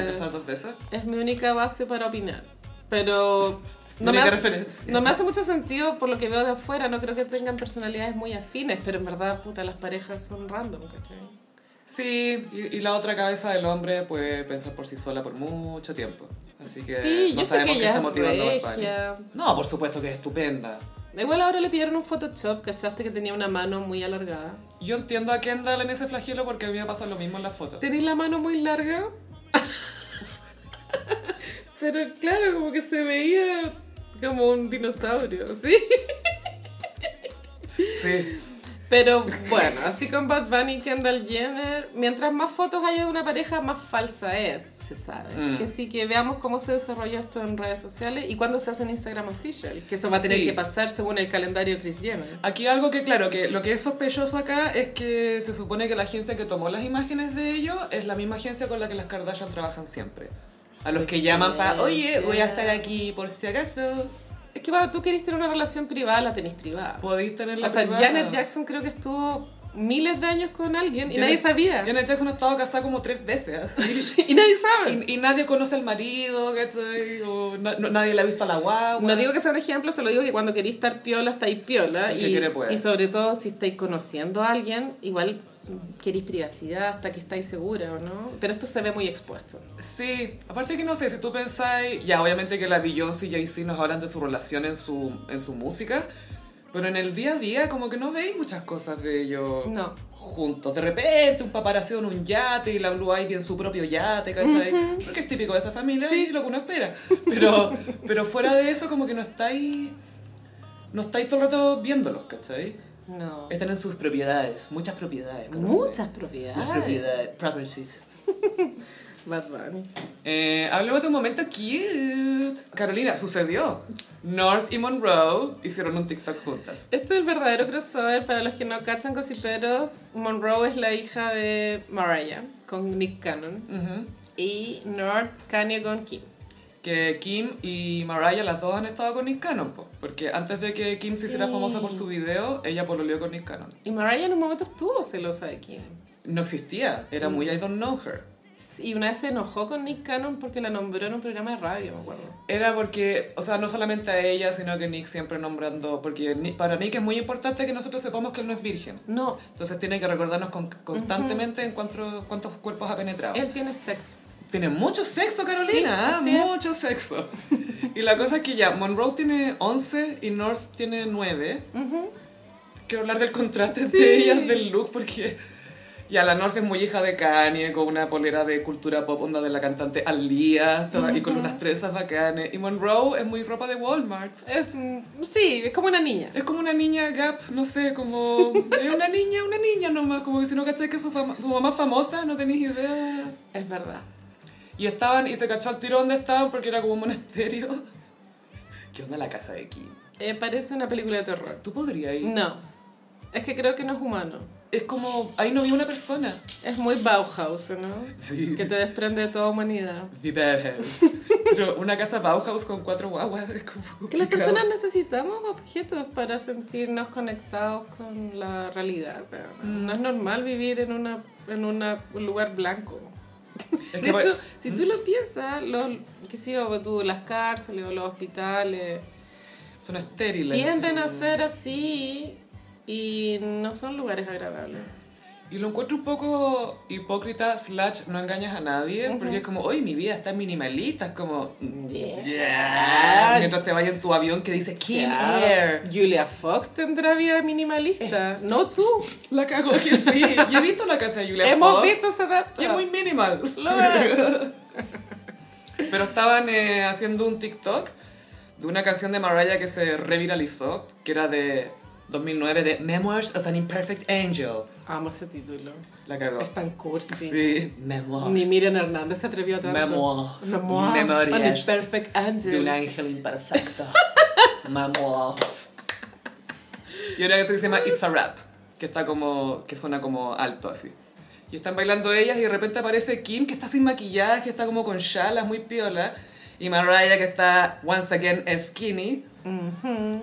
Entonces- casar dos veces? Es mi única base para opinar. Pero no me, Única hace, referencia. no me hace mucho sentido por lo que veo de afuera. No creo que tengan personalidades muy afines, pero en verdad, puta, las parejas son random, ¿cachai? Sí, y, y la otra cabeza del hombre puede pensar por sí sola por mucho tiempo. Así que Sí, no yo sé que sabemos qué ella está es motivando a Bad Bunny. regia. No, por supuesto que es estupenda. Igual ahora le pidieron un Photoshop, ¿cachaste? Que tenía una mano muy alargada. Yo entiendo a Kendall en ese flagelo porque a mí me pasa lo mismo en las fotos. Tenéis la mano muy larga. Pero claro, como que se veía como un dinosaurio, ¿sí? Sí. Pero bueno, así con Bad Bunny y Kendall Jenner, mientras más fotos haya de una pareja, más falsa es, se sabe. Mm. Que sí, que veamos cómo se desarrolla esto en redes sociales y cuándo se hace en Instagram Official, que eso va a tener Sí. que pasar según el calendario de Chris Jenner. Aquí algo que, claro, que lo que es sospechoso acá es que se supone que la agencia que tomó las imágenes de ellos es la misma agencia con la que las Kardashian trabajan siempre. A los Pues que llaman para, oye, voy a estar aquí por si acaso. Es que cuando tú querés tener una relación privada, la tenés privada. Podéis tener la o sea, privada. Janet Jackson creo que estuvo miles de años con alguien y Janet- nadie sabía. Janet Jackson ha estado casada como tres veces. así. y nadie sabe. y, y nadie conoce al marido, ¿cachai? O na- no- nadie le ha visto a la guagua. No digo que sea un ejemplo, se lo digo que cuando queréis estar piola, estáis piola. El que Y, quiere puede. y sobre todo si estáis conociendo a alguien, igual mm, queréis privacidad hasta que estáis segura o no. Pero esto se ve muy expuesto. Sí, aparte que no sé, si tú pensáis, ya obviamente que la Beyoncé y Jay-Z nos hablan de su relación en su, en su música, pero en el día a día como que no veis muchas cosas de ellos No. juntos. De repente un paparazzo en un yate y la Blue Ivy en su propio yate, ¿cachai? Porque es típico de esa familia y lo que uno espera. Pero, pero fuera de eso como que no estáis, no estáis todo el rato viéndolos, ¿cachai? No. Están en sus propiedades, muchas propiedades. claramente. Muchas Las propiedades. propiedades, properties. Bad Bunny. Eh, hablemos de un momento cute. Carolina, sucedió. North y Monroe hicieron un TikTok juntas. Este es el verdadero crossover para los que no cachan gossiperos. Monroe es la hija de Mariah con Nick Cannon Ujú. y North Kanye con Kim. Que Kim y Mariah, las dos han estado con Nick Cannon, po. porque antes de que Kim se hiciera Sí. famosa por su video, ella pololeó con Nick Cannon. Y Mariah en un momento estuvo celosa de Kim. No existía, era muy I don't know her. Y una vez se enojó con Nick Cannon porque la nombró en un programa de radio, me acuerdo. Era porque, o sea, no solamente a ella, sino que Nick siempre nombrando, porque Nick- para Nick es muy importante que nosotros sepamos que él no es virgen. No, Entonces tiene que recordarnos con- constantemente en cuántos, cuántos cuerpos ha penetrado. él tiene sexo. Tiene mucho sexo, Carolina. Sí, ¿eh? así es. mucho sexo. Y la cosa es que ya, Monroe tiene 11 y North tiene 9. Quiero hablar del contraste de ellas, del look, porque ya la North es muy hija de Kanye, con una polera de cultura pop, onda de la cantante Alia, toda- y con unas trenzas bacanes. Y Monroe es muy ropa de Walmart. Es, mm, sí, es como una niña. Es como una niña gap, no sé, como... Es una niña, una niña nomás, como que si no cachai que su, fama- su mamá es famosa, no tenéis idea. Es verdad. Y estaban, y se cachó al tiro donde estaban porque era como un monasterio. ¿Qué onda la casa de Kim? Eh, parece una película de terror. Tú podrías ir. No, es que creo que no es humano. Es como, ahí no vi una persona. Es muy Bauhaus, ¿no? Sí. Que te desprende de toda humanidad. The Bauhaus. Pero una casa Bauhaus con cuatro guaguas es como... Que las complicado. personas necesitamos objetos para sentirnos conectados con la realidad. pero no- No es normal vivir en, una, en una, un lugar blanco. Es De que, hecho, si tú lo piensas, los, qué sé yo, pues tú, las cárceles o los hospitales son estériles. tienden a así como- ser así y no son lugares agradables. Y lo encuentro un poco hipócrita, slash, no engañas a nadie, porque es como, hoy mi vida está minimalista, es como, Yeah. "Yeah", mientras te vayas en tu avión que dice Kim Air. Julia Fox tendrá vida minimalista, Eh, no tú. La cagó que sí. Y he visto la casa de Julia Hemos Fox. visto esa adapta. Y es muy minimal. Lo es. Pero estaban eh, haciendo un TikTok de una canción de Mariah que se reviralizó, que era de 2009, de Memoirs of an Imperfect Angel. Amo ese título. La cagó. Es tan cursi. Sí, Ni Memoirs Miriam Hernández se atrevió tanto. Memoirs. Memoirs. Memorias. An Imperfect de un Angel. ángel imperfecto. Memoirs. Y una canción que se llama It's a Rap, que, está como, que suena como alto así. Y están bailando ellas y de repente aparece Kim, que está sin maquillaje, está como con chalas, muy piola. Y Mariah, que está, once again, skinny.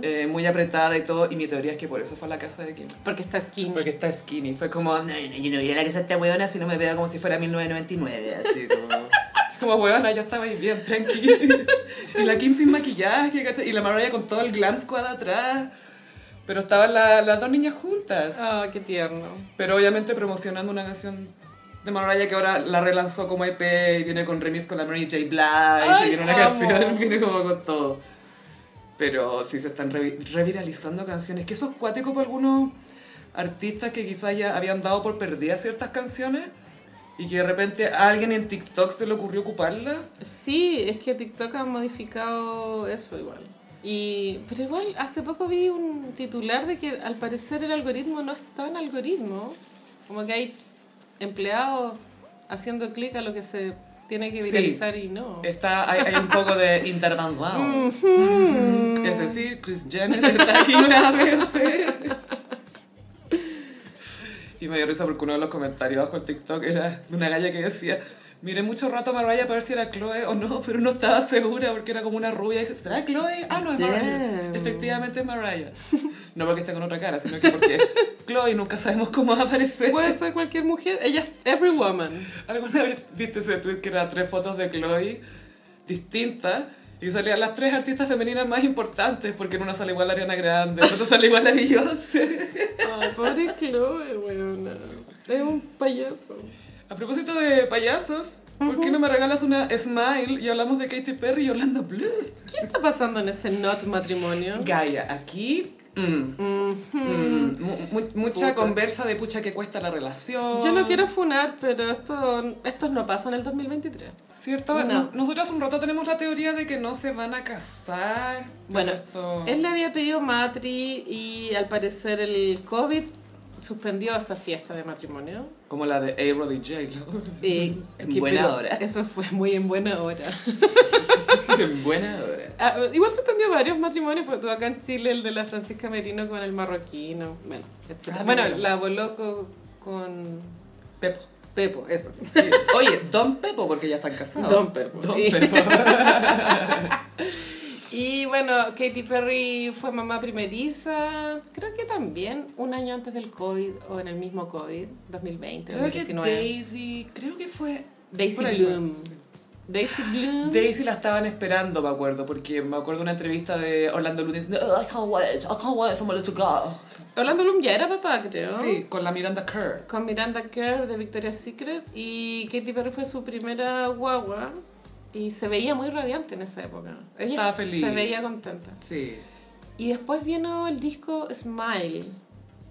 eh, muy apretada y todo. Y mi teoría es que por eso fue a la casa de Kim. Porque está skinny. Porque está skinny. Fue como, no, no, yo no iré a la casa de esta huevona si no me veo como si fuera 1999. Así como... como huevona, ya estabais bien, tranqui. y la Kim sin maquillaje, ¿cachai? Y la Mariah con todo el glam squad atrás. Pero estaban la- las dos niñas juntas. Ah, qué tierno. Pero obviamente promocionando una canción de Mariah que ahora la relanzó como EP y viene con remix con la Mary J. Blige Ay, y viene una amo. canción, viene como con todo. Pero sí se están revi- reviralizando canciones, que eso es cuático para algunos artistas que quizás ya habían dado por perdidas ciertas canciones y que de repente a alguien en TikTok se le ocurrió ocuparlas. Sí, es que TikTok ha modificado eso igual. Y, pero igual, hace poco vi un titular de que al parecer el algoritmo no es tan algoritmo. Como que hay empleados haciendo clic a lo que se tiene que Sí. viralizar y no. Está, hay, hay un poco de interdanzado. Mm, Es decir, Chris Jenner está aquí nuevamente. Y me dio risa porque uno de los comentarios bajo el TikTok era de una galla que decía, miré mucho rato a Mariah para ver si era Chloe o no, pero no estaba segura porque era como una rubia. Y dije, ¿Será Chloe? Ah, no, es Mariah. Damn. Efectivamente es Mariah. No porque esté con otra cara, sino que porque Chloe nunca sabemos cómo va a aparecer. Puede ser cualquier mujer, ella es every woman. ¿Alguna vez viste ese tweet que eran tres fotos de Chloe distintas? Y salían las tres artistas femeninas más importantes, porque en una sale igual a Ariana Grande, en otra sale igual a Beyoncé. Ay, pobre Chloe, weona. Es un payaso. A propósito de payasos, ¿por qué no me regalas una Smile y hablamos de Katy Perry y Orlando Bloom? ¿Qué está pasando en ese not matrimonio? Gaia, aquí... mm, mm, mu- mu- mucha Puta. conversa de pucha que cuesta la relación. Yo no quiero funar, pero esto, estos no pasan en el 2023. ¿Cierto? No. Nos- nosotras un rato tenemos la teoría de que no se van a casar. pero Bueno, esto- él le había pedido matri y al parecer el COVID suspendió esa fiesta de matrimonio. Como la de A-Rod y J-Lo. Eh, En buena hora. Eso fue muy en buena hora. En buena eh, hora. Ah, igual suspendió varios matrimonios, porque tuvo acá en Chile el de la Francisca Merino con el marroquino, bueno, etc. Ah, bueno, mira. la Boloco con Pepo. Pepo, eso. Sí. Oye, Don Pepo, porque ya están casados. Don Pepo. Don Y- Pepo. Y bueno, Katy Perry fue mamá primeriza, creo que también un año antes del COVID o en el mismo COVID, 2020, Creo que 2019. Daisy, creo que fue... Daisy por ahí Bloom. Daisy Bloom. Daisy la estaban esperando, me acuerdo, porque me acuerdo una entrevista de Orlando Bloom diciendo, "Oh, I can't wait, I can't wait for my little girl. Orlando Bloom ya era papá, creo. Sí, con la Miranda Kerr. Con Miranda Kerr de Victoria's Secret y Katy Perry fue su primera guagua y se veía muy radiante en esa época. Ella Estaba feliz. Se veía contenta. Sí. Y después vino el disco Smile.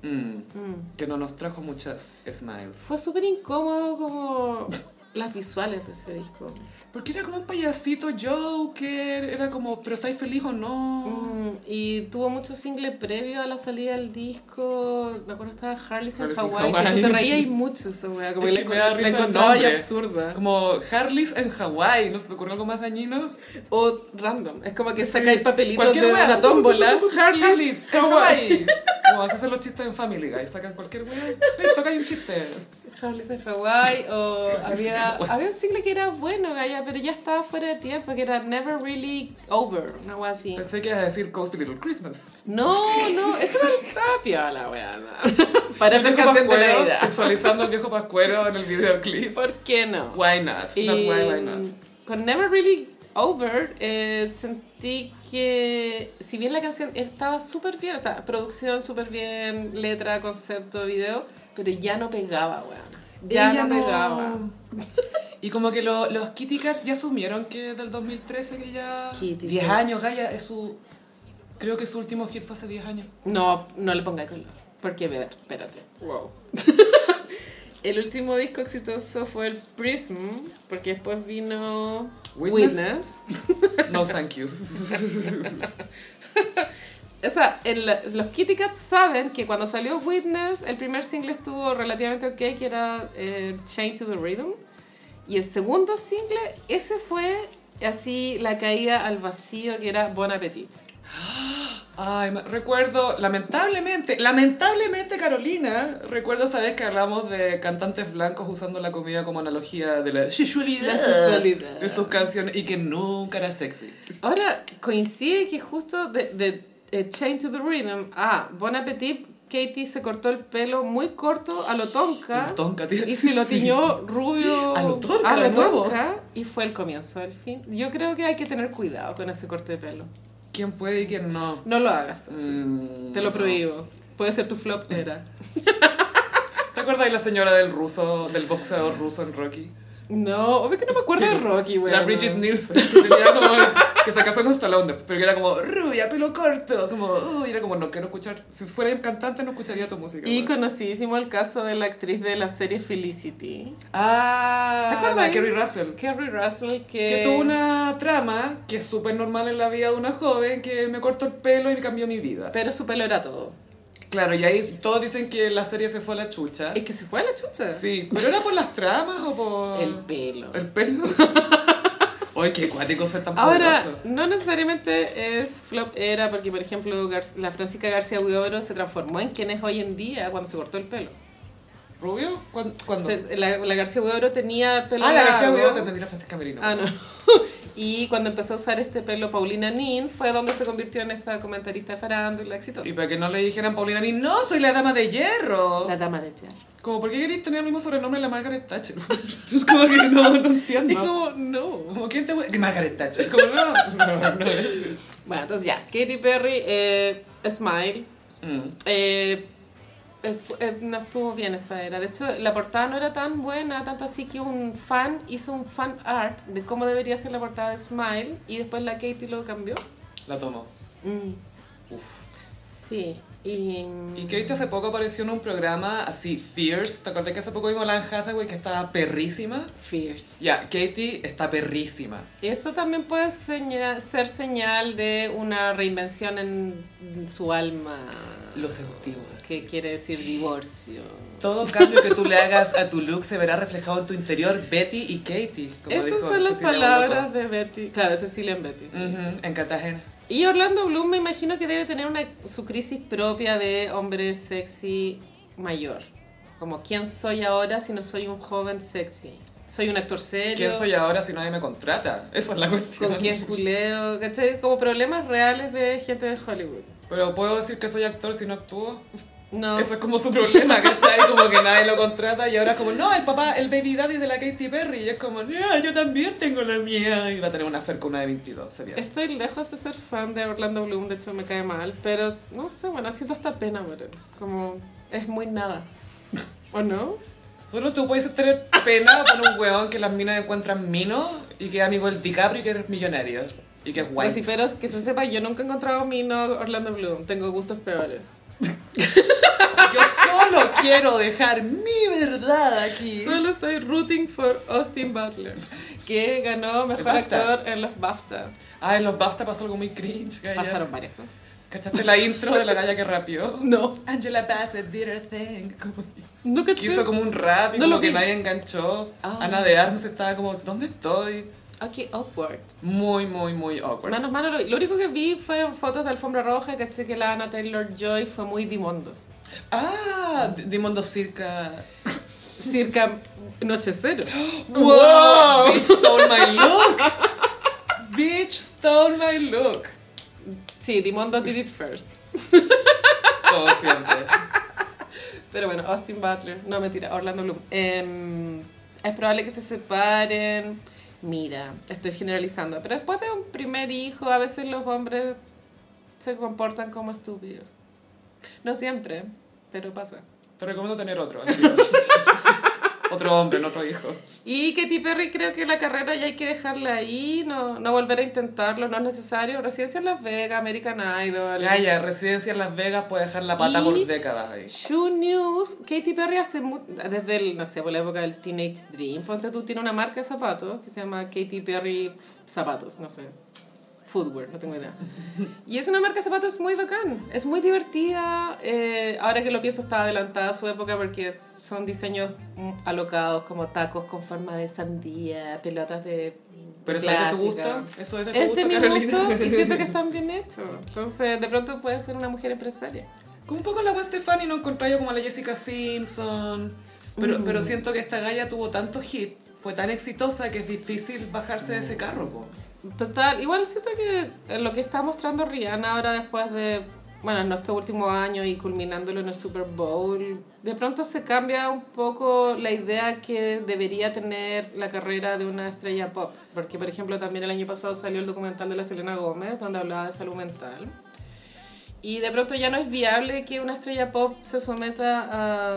Mm, Mm. Que no nos trajo muchas smiles. Fue súper incómodo como las visuales de ese disco. Porque era como un payasito Joker, era como, pero ¿estáis feliz o no? Mm, y tuvo muchos singles previo a la salida del disco. Me acuerdo estaba Harley's en Harley's en Hawaii. Hawaii. que tú te reías mucho esa wea. Como Es que que la, me da la risa el encontraba ya nombre. absurda. Como Harley's en Hawái, ¿no se te ocurre algo más dañino? O random. Es como que sacáis papelitos Cualquier de wea. una tómbola. Harley's, en Hawaii. Hawái. Como se hacen los chistes en Family Guy, sacan cualquier weá, listo, acá hay un chiste. Harley's en Hawaii. O había, Hawaii. había un single que era bueno, Gaya, pero ya estaba fuera de tiempo. Que era Never Really Over. Una wea así. Pensé que ibas a decir Coast Little Christmas. No, no. Eso era estaba piola, wea. no. Para El hacer viejo canción de Pascuero, Navidad. Sexualizando al viejo Pascuero en el videoclip. ¿Por qué no? Why not? Y Not why, why not? con Never Really Over eh, sentí que si bien la canción estaba súper bien, o sea, producción súper bien, letra, concepto, video, pero ya no pegaba, weón. Ya Ella no pegaba. Y como que lo- los Kitty Cats ya asumieron que del 2013 que ya... Kitty 10 Cats. años, Gaia, es su... Creo que su último hit fue hace 10 años. No, no le ponga color. Porque, ver, espérate. Wow. el último disco exitoso fue el Prism, porque después vino Witness. Witness. No, thank you. O sea, en la- los Kitty Cats saben que cuando salió Witness, el primer single estuvo relativamente ok, que era eh, Chain to the Rhythm. Y el segundo single, ese fue así la caída al vacío, que era Bon Appetit. Ay, me- recuerdo, lamentablemente, lamentablemente Carolina, recuerdo esa vez que hablamos de cantantes blancos usando la comida como analogía de la La sexualidad sexualidad. de sus canciones y que nunca era sexy. Ahora, coincide que justo de, de, eh, Chain to the Rhythm a Bon Appetit, Katie se cortó el pelo muy corto a lo tonka. Lo tonka, tío. Y se lo tiñó rubio A lo tonka, de nuevo. tonka, y fue el comienzo del fin. Yo creo que hay que tener cuidado con ese corte de pelo. ¿Quién puede y quién no? No lo hagas. Mm, Te lo no. prohíbo. Puede ser tu flop era. ¿Te acuerdas de la señora del ruso, del boxeador ruso en Rocky? No, obvio que no me acuerdo de Rocky, güey. La Bridget Nielsen. que tenía como el que se casó con Stallone, pero que era como rubia, pelo corto, como, uy, era como, no quiero escuchar, si fuera cantante no escucharía tu música. Y weón. conocidísimo el caso de la actriz de la serie Felicity, ¿Te Ah, acuerdas? la Kerry Russell. Carrie Russell, que, Que tuvo una trama que es súper normal en la vida de una joven, que me cortó el pelo y cambió mi vida. Pero su pelo era todo. Claro, y ahí todos dicen que la serie se fue a la chucha. Es que se fue a la chucha. Ah. Sí, pero era por las tramas o por... El pelo. El pelo. Oye, qué cuático ser tan Ahora, poderoso. no necesariamente es flop era porque, por ejemplo, Gar- la Francisca García Huidobro se transformó en quien es hoy en día cuando se cortó el pelo. ¿Rubio? ¿Cuándo? cuándo? Se- la, la García Huidobro tenía pelo ah, la García largo. Huidobro te tendría Francisca Merino. Ah, no. y cuando empezó a usar este pelo Paulina Nin fue donde se convirtió en esta comentarista de farándula exitosa. Y para que no le dijeran Paulina ni no, soy la dama de hierro. La dama de hierro. Como, ¿por qué queréis tener el mismo sobrenombre de la Margaret Thatcher? es como que no, no entiendo. Es como, no. Como, ¿quién te voy- Margaret Thatcher. Como, no, no, no es. Bueno, entonces ya, Katy Perry, eh, Smile, Mm. Eh, eh, fu- eh, no estuvo bien esa era. De hecho, la portada no era tan buena, tanto así que un fan hizo un fan art de cómo debería ser la portada de Smile y después la Katie lo cambió. La tomo. Mm. Sí. Y, Y Kate hace poco apareció en un programa así, Fierce. ¿Te acordás que hace poco vimos a Lan Hathaway que estaba perrísima? Fierce. Ya, Katie está perrísima. Y eso también puede seña- ser señal de una reinvención en su alma. Lo sentimos. Que quiere decir divorcio. Todo cambio que tú le hagas a tu look se verá reflejado en tu interior, Betty y Katie. como Esas dijo son las Cecilia palabras Boloco. de Betty. Claro, Cecilia en Betty. sí. Ujú, en Cartagena. Y Orlando Bloom me imagino que debe tener una, su crisis propia de hombre sexy mayor. Como, ¿quién soy ahora si no soy un joven sexy? Soy un actor serio. ¿Quién soy ahora si nadie me contrata? Esa es la cuestión. ¿Con quién culeo? ¿Cachai? Como problemas reales de gente de Hollywood. Pero puedo decir que soy actor si no actúo. No. Eso es como su problema, ¿cachai? Como que nadie lo contrata y ahora es como, no, el papá, el baby daddy de la Katy Perry. Y es como, "Ya, yo también tengo la mía. Y va a tener una fer con una de 22, sería. Estoy lejos de ser fan de Orlando Bloom, de hecho me cae mal, pero no sé, bueno, siento hasta pena por él. Como, es muy nada. ¿O no? Solo tú puedes tener pena con un weón que las minas encuentran mino y que es amigo del DiCaprio y que es millonario. Y que es guay. Pues sí, pero que se sepa, yo nunca he encontrado mi no Orlando Bloom, tengo gustos peores. Yo solo quiero dejar mi verdad aquí. Solo estoy rooting for Austin Butler, que ganó mejor BAFTA. actor en los BAFTA. Ah, en los BAFTA pasó algo muy cringe, gaya. Pasaron varias cosas. ¿Cachaste la intro de la galla que rapeó? No, Angela Bassett did her thing. Como, no caché. que hizo como un rap y No lo como que vi. nadie enganchó. Ah. Ana de Armas estaba como, ¿dónde estoy? Ok, awkward. Muy, muy, muy awkward. Manos, manos, lo, lo único que vi fueron fotos de alfombra roja y caché que la Anna Taylor-Joy fue muy dimondo. Ah, D- Dimondo Circa. Circa noche cero. Wow, bitch stole my look. bitch stole my look. Sí, dimondo did it first. Como siempre. Pero bueno, Austin Butler, no mentira, Orlando Bloom. Em, es probable que se separen. Mira, estoy generalizando, pero después de un primer hijo, a veces los hombres se comportan como estúpidos. No siempre, pero pasa. Te recomiendo tener otro. así. otro hombre, no otro hijo. Y Katy Perry creo que la carrera ya hay que dejarla ahí, no, no volver a intentarlo, no es necesario. Residencia en Las Vegas, American Idol. Gaya, residencia en Las Vegas puede dejar la pata Y- por décadas ahí. Shoe News, Katy Perry hace mu- desde el, no sé, por la época del Teenage Dream, ponte tú, tiene una marca de zapatos que se llama Katy Perry pf, Zapatos, no sé, Footwear, no tengo idea. Y es una marca de zapatos muy bacán, es muy divertida, eh, ahora que lo pienso está adelantada a su época porque es- son diseños mm, alocados como tacos con forma de sandía, pelotas de... Pero de ¿sabes que te plástica. gusta? Eso es de tu Es de gusto, mi Carolina. gusto Este y siento que están bien hechos. Entonces, de pronto puede ser una mujer empresaria. Como un poco la Gwen Stefani no encontré yo como a la Jessica Simpson. Pero, pero siento que esta galla tuvo tanto hit, fue tan exitosa que es difícil bajarse de ese carro. po. Total, igual siento que eh, lo que está mostrando Rihanna ahora después de, bueno, en estos últimos años y culminándolo en el Super Bowl, de pronto se cambia un poco la idea que debería tener la carrera de una estrella pop. Porque, por ejemplo, también el año pasado salió el documental de la Selena Gómez, donde hablaba de salud mental. Y de pronto ya no es viable que una estrella pop se someta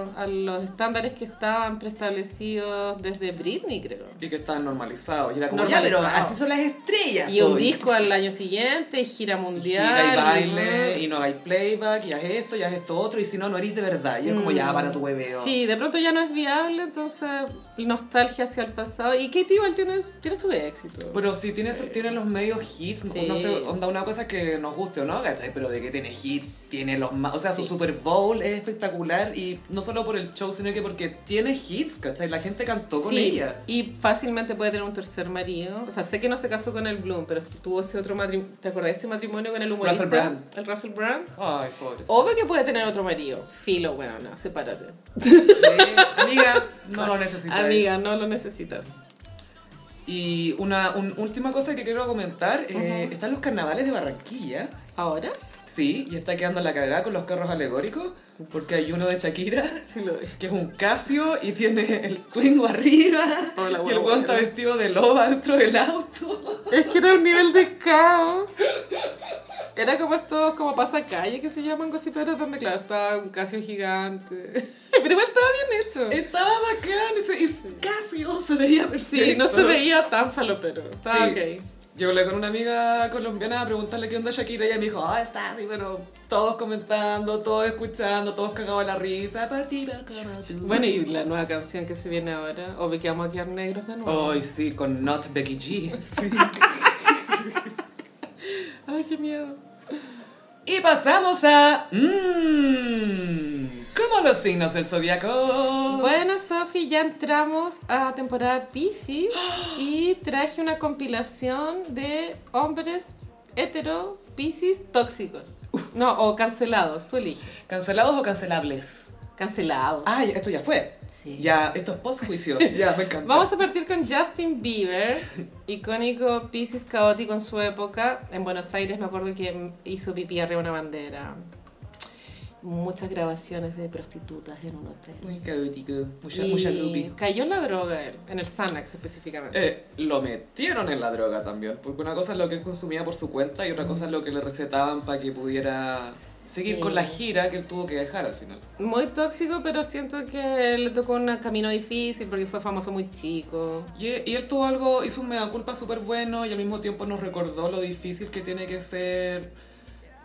a, a los estándares que estaban preestablecidos desde Britney, creo. Y que estaban normalizados. Y era como, Normal, ya, pero pero así son las estrellas. Y un po. disco al año siguiente, y gira gira mundial. y y- baile, y no hagáis playback, y haz esto, y haz esto otro, y si no, no eres de verdad. Y es como, ya, para tu hueveo. Sí, de pronto ya no es viable, entonces nostalgia hacia el pasado. Y Katie igual tiene, tiene su éxito. Pero si tiene, tiene los medios hits, no sé, onda una cosa que nos guste o no, ¿cachai? Pero de que tiene hits, tiene los más. O sea, su Sí. Super Bowl es espectacular y no solo por el show, sino que porque tiene hits, ¿cachai? La gente cantó con Sí, ella. Y fácilmente puede tener un tercer marido. O sea, sé que no se casó con el Bloom, pero tuvo ese otro matrimonio. ¿Te acordás de ese matrimonio con el humorista? Russell Brand. El Russell Brand. Ay, pobre. Obvio que puede tener otro marido. Filo, weona, sepárate. Sí, amiga, no lo necesitas. Amiga, no lo necesitas. Y una un- última cosa que quiero comentar: eh, están los carnavales de Barranquilla. ¿Ahora? Sí, y está quedando la cagada con los carros alegóricos, porque hay uno de Shakira. Sí lo dije. que es un Casio y tiene el Twingo arriba Oh, la y el guagua, weón está ¿no? vestido de loba dentro del auto. Es que era un nivel de caos. Era como estos, como pasacalle que se llaman gossiperos, donde claro, estaba un casio gigante. Pero igual estaba bien hecho. Estaba bacán, ese es Casio se Ah, veía perfecto. Sí, no se veía tan falopero. Estaba Sí. ok. Yo hablé con una amiga colombiana a preguntarle qué onda Shakira y ella me dijo, ah, está así, pero todos comentando, todos escuchando, todos cagados de la risa, partido como tú. Bueno, y la nueva canción que se viene ahora, o que vamos a quedar negros de nuevo. Ay, sí, con Not Becky G. Ay, qué miedo. Y pasamos a... Mmm, ¿Cómo los signos del zodiaco? Bueno, Sofi, ya entramos a temporada Pisces y traje una compilación de hombres hetero Pisces tóxicos. No, o cancelados, tú eliges. ¿Cancelados o cancelables? Cancelados. Ah, ya- esto ya fue. Sí. Ya, esto es post-juicio. ya, me encanta. Vamos a partir con Justin Bieber, icónico Pisces caótico en su época. En Buenos Aires me acuerdo que hizo pipí arriba de una bandera. Muchas grabaciones de prostitutas en un hotel. Muy caótico. Mucha, Y mucha groupie. cayó en la droga él, en el Xanax específicamente. Eh, lo metieron en la droga también, porque una cosa es lo que él consumía por su cuenta y otra cosa es lo que le recetaban para que pudiera seguir Sí. con la gira que él tuvo que dejar al final. Muy tóxico, pero siento que le tocó un camino difícil porque fue famoso muy chico. Y, y él tuvo algo, hizo un mea culpa súper bueno y al mismo tiempo nos recordó lo difícil que tiene que ser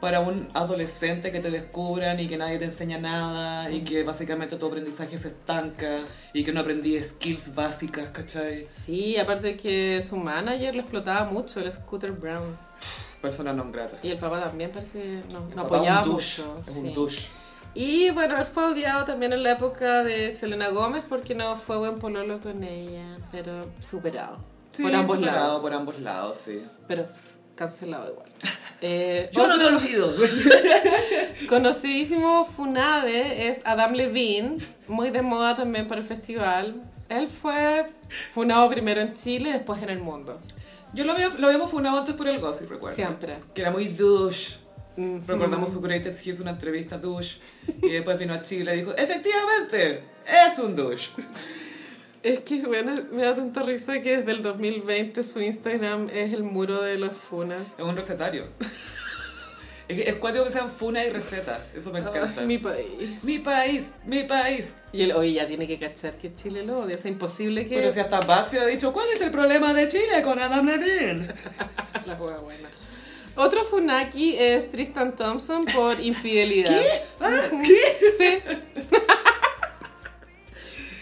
para un adolescente que te descubran y que nadie te enseña nada y que básicamente tu aprendizaje se estanca y que no aprendí skills básicas, ¿cachai? Sí, aparte que su manager lo explotaba mucho, el Scooter Brown. Persona non grata. Y el papá también parece que no, El no papá apoyaba es un douche, mucho. Es sí. un douche. Y bueno, él fue odiado también en la época de Selena Gómez porque no fue buen pololo con ella, pero superado. Sí, por ambos superado lados. Por ambos lados, sí. Pero f- cancelado igual. Eh, Yo no otro me olvido. conocidísimo Funade es Adam Levine, muy de moda también para el festival. Él fue funado primero en Chile, después en el mundo. Yo lo, había, lo habíamos funado antes por el gossip, recuerdo. Siempre. Que era muy douche. Mm. Recordamos su Greatest Hits, una entrevista douche. Y después vino a Chile y dijo, efectivamente, es un douche. Es que bueno, me da tanta risa que desde el 2020 su Instagram es el muro de los funas. Es un recetario. es, que- es cuático que sean funas y recetas. Eso me encanta. Ay, mi país. Mi país, mi país. Y él hoy ya tiene que cachar que Chile lo odia. Es imposible que... Pero si hasta Basfi ha dicho, ¿cuál es el problema de Chile con Adam Levine? La juega buena. Otro Funaki es Tristan Thompson por infidelidad. ¿Qué? Sí.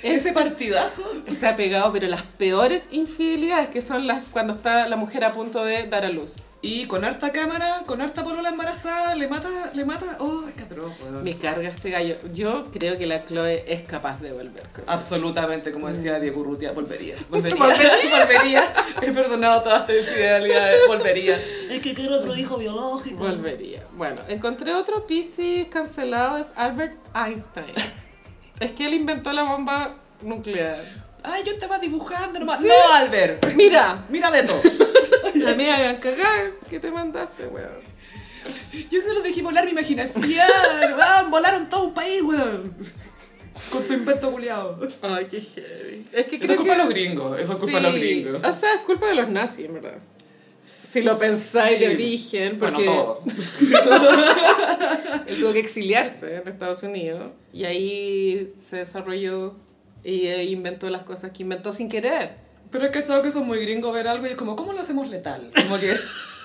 Es- Ese partidazo. se ha pegado, pero las peores infidelidades que son las cuando está la mujer a punto de dar a luz. Y con harta cámara, con harta polola embarazada, le mata, le mata. Oh, es que atroz, weón. Me carga este gallo. Yo creo que la Chloe es capaz de volver. creo. Absolutamente, como decía Diego Urrutia, volvería. Volvería. volvería. He perdonado todas tus infidelidades, volvería. Es que quiero otro hijo biológico. Volvería. Bueno, encontré otro Piscis cancelado, es Albert Einstein. es que él inventó la bomba nuclear. Ay, yo estaba dibujando nomás. Sí. No, Albert. Mira, Mira de todo. La me hagan cagar que te mandaste, weón. Yo solo dejé volar mi imaginación, weón. Volaron todo un país, weón. Con tu invento culiado. Ay, qué heavy. Es que Eso es culpa de que- los gringos, eso es culpa de los Sí. gringos. O sea, es culpa de los nazis, en verdad. Si lo pensáis de Sí. origen, Bueno, porque todo. él tuvo que exiliarse en Estados Unidos y ahí se desarrolló y eh, inventó las cosas que inventó sin querer. Pero es cachado que son muy gringos ver algo y es como, ¿cómo lo hacemos letal? Como que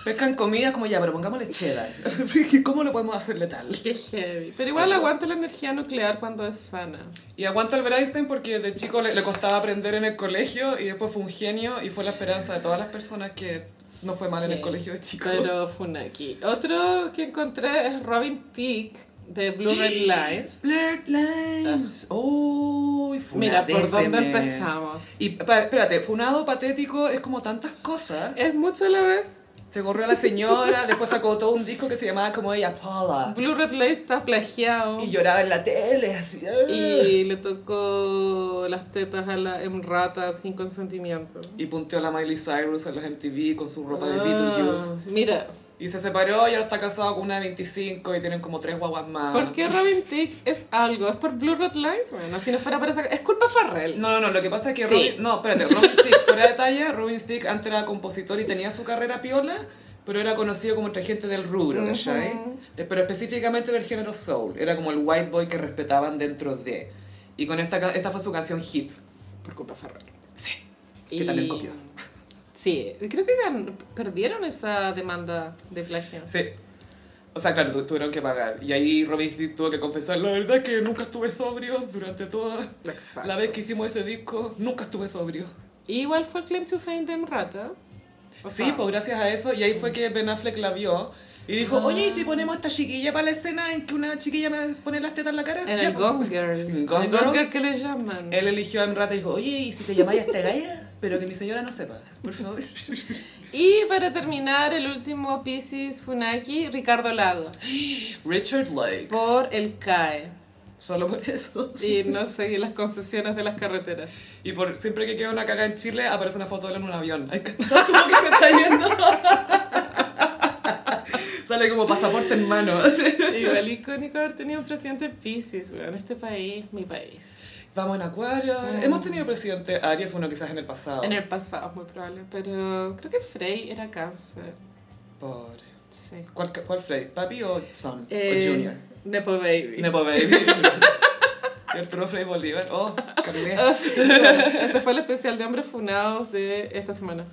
pescan comida, como ya, pero pongámosle cheddar. ¿Cómo lo podemos hacer letal? Qué heavy. Pero igual aguanta la energía nuclear cuando es sana. Y aguanta el Einstein porque de chico le, le costaba aprender en el colegio y después fue un genio y fue la esperanza de todas las personas que no fue mal en el Sí, colegio de chico. Pero Funaki. Otro que encontré es Robin Thicke de Blue Red Lines. Blurred Lines. Uy, fue una Mira, ¿por dónde décima. empezamos? Y pa- espérate, funado patético es como tantas cosas. Es mucho a la vez. Se corrió a la señora, después sacó todo un disco que se llamaba como ella Paula. Blue Red Lines está plagiado. Y lloraba en la tele, así. ah. Y le tocó las tetas a la emrata sin consentimiento. Y punteó a la Miley Cyrus en los MTV con su ropa de Beetlejuice. Ah, Mira, Y se separó y ahora está casado con una de 25 y tienen como tres guaguas más. ¿por qué Robin Thicke es algo? ¿Es por Blue Red Lines? Bueno, si no fuera para esa... Es culpa de Farrell. No, no, no, lo que pasa es que Sí. Robin, no, espérate, Robin Thicke, fuera de talla, Robin Thicke antes era compositor y tenía su carrera piola, pero era conocido como entre gente del rubro, ¿cachai? De- Pero específicamente del género soul, era como el white boy que respetaban dentro de. Y con esta, ca- esta fue su canción hit, por culpa de Farrell. Sí, que también copió. Sí, creo que gan- perdieron esa demanda de plagio. Sí. O sea, claro, tu- tuvieron que pagar. Y ahí Robin Thicke tuvo que confesar, la verdad es que nunca estuve sobrio durante toda Exacto. la vez que hicimos ese disco, nunca estuve sobrio. Y Igual fue el claim to fame de Emrata. O Sí, sea, pues gracias a eso. Y ahí Mm. fue que Ben Affleck la vio y dijo, oye, ¿y Ah. si ponemos esta chiquilla para la escena en que una chiquilla me pone las tetas en la cara? En Ya, el pues. Gone Girl. ¿En Gone el Gone Girl? Girl que le llaman. Él eligió a Emrata y dijo, oye, ¿y Ah. si te llamáis a esta galla? Pero que mi señora no sepa, por favor. Y para terminar, el último Pisces Funaki, Ricardo Lagos. Richard Lake. Por el CAE. Solo por eso. Y no sé, las concesiones de las carreteras. Y por siempre que queda una caga en Chile, aparece una foto de él en un avión. Ay, que está como que se está yendo. Sale como pasaporte en mano. Igual icónico haber tenido un presidente Pisces, weón. Este país, mi país. Vamos en acuario. ahora. Hemos tenido presidente Arias, uno quizás en el pasado. En el pasado, muy probable. Pero creo que Frey era cáncer. Pobre. Sí. ¿Cuál, cuál Frey? ¿Papi o Son? Eh, ¿O Junior? Nepo Baby. Nepo Baby. Y Arturo Frey Bolívar. Oh, Carlé. este fue el especial de hombres funados de esta semana.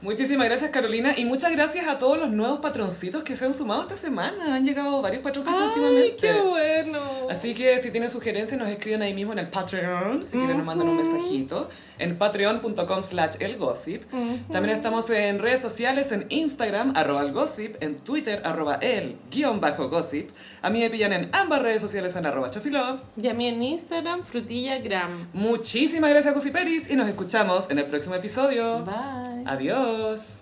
Muchísimas gracias, Carolina. Y muchas gracias a todos los nuevos patroncitos que se han sumado esta semana. Han llegado varios patroncitos ¡Ay, últimamente. qué bueno! Así que si tienen sugerencias nos escriben ahí mismo en el Patreon, si quieren nos mandan un Ujú. mensajito, en patreon.com slash elgossip. También estamos en redes sociales, en Instagram, arroba elgossip, en Twitter, arroba el guión bajo gossip. A mí me pillan en ambas redes sociales en arroba chofilove. Y a mí en Instagram, frutillagram. Muchísimas gracias, Gossiperis, y nos escuchamos en el próximo episodio. Bye. Adiós.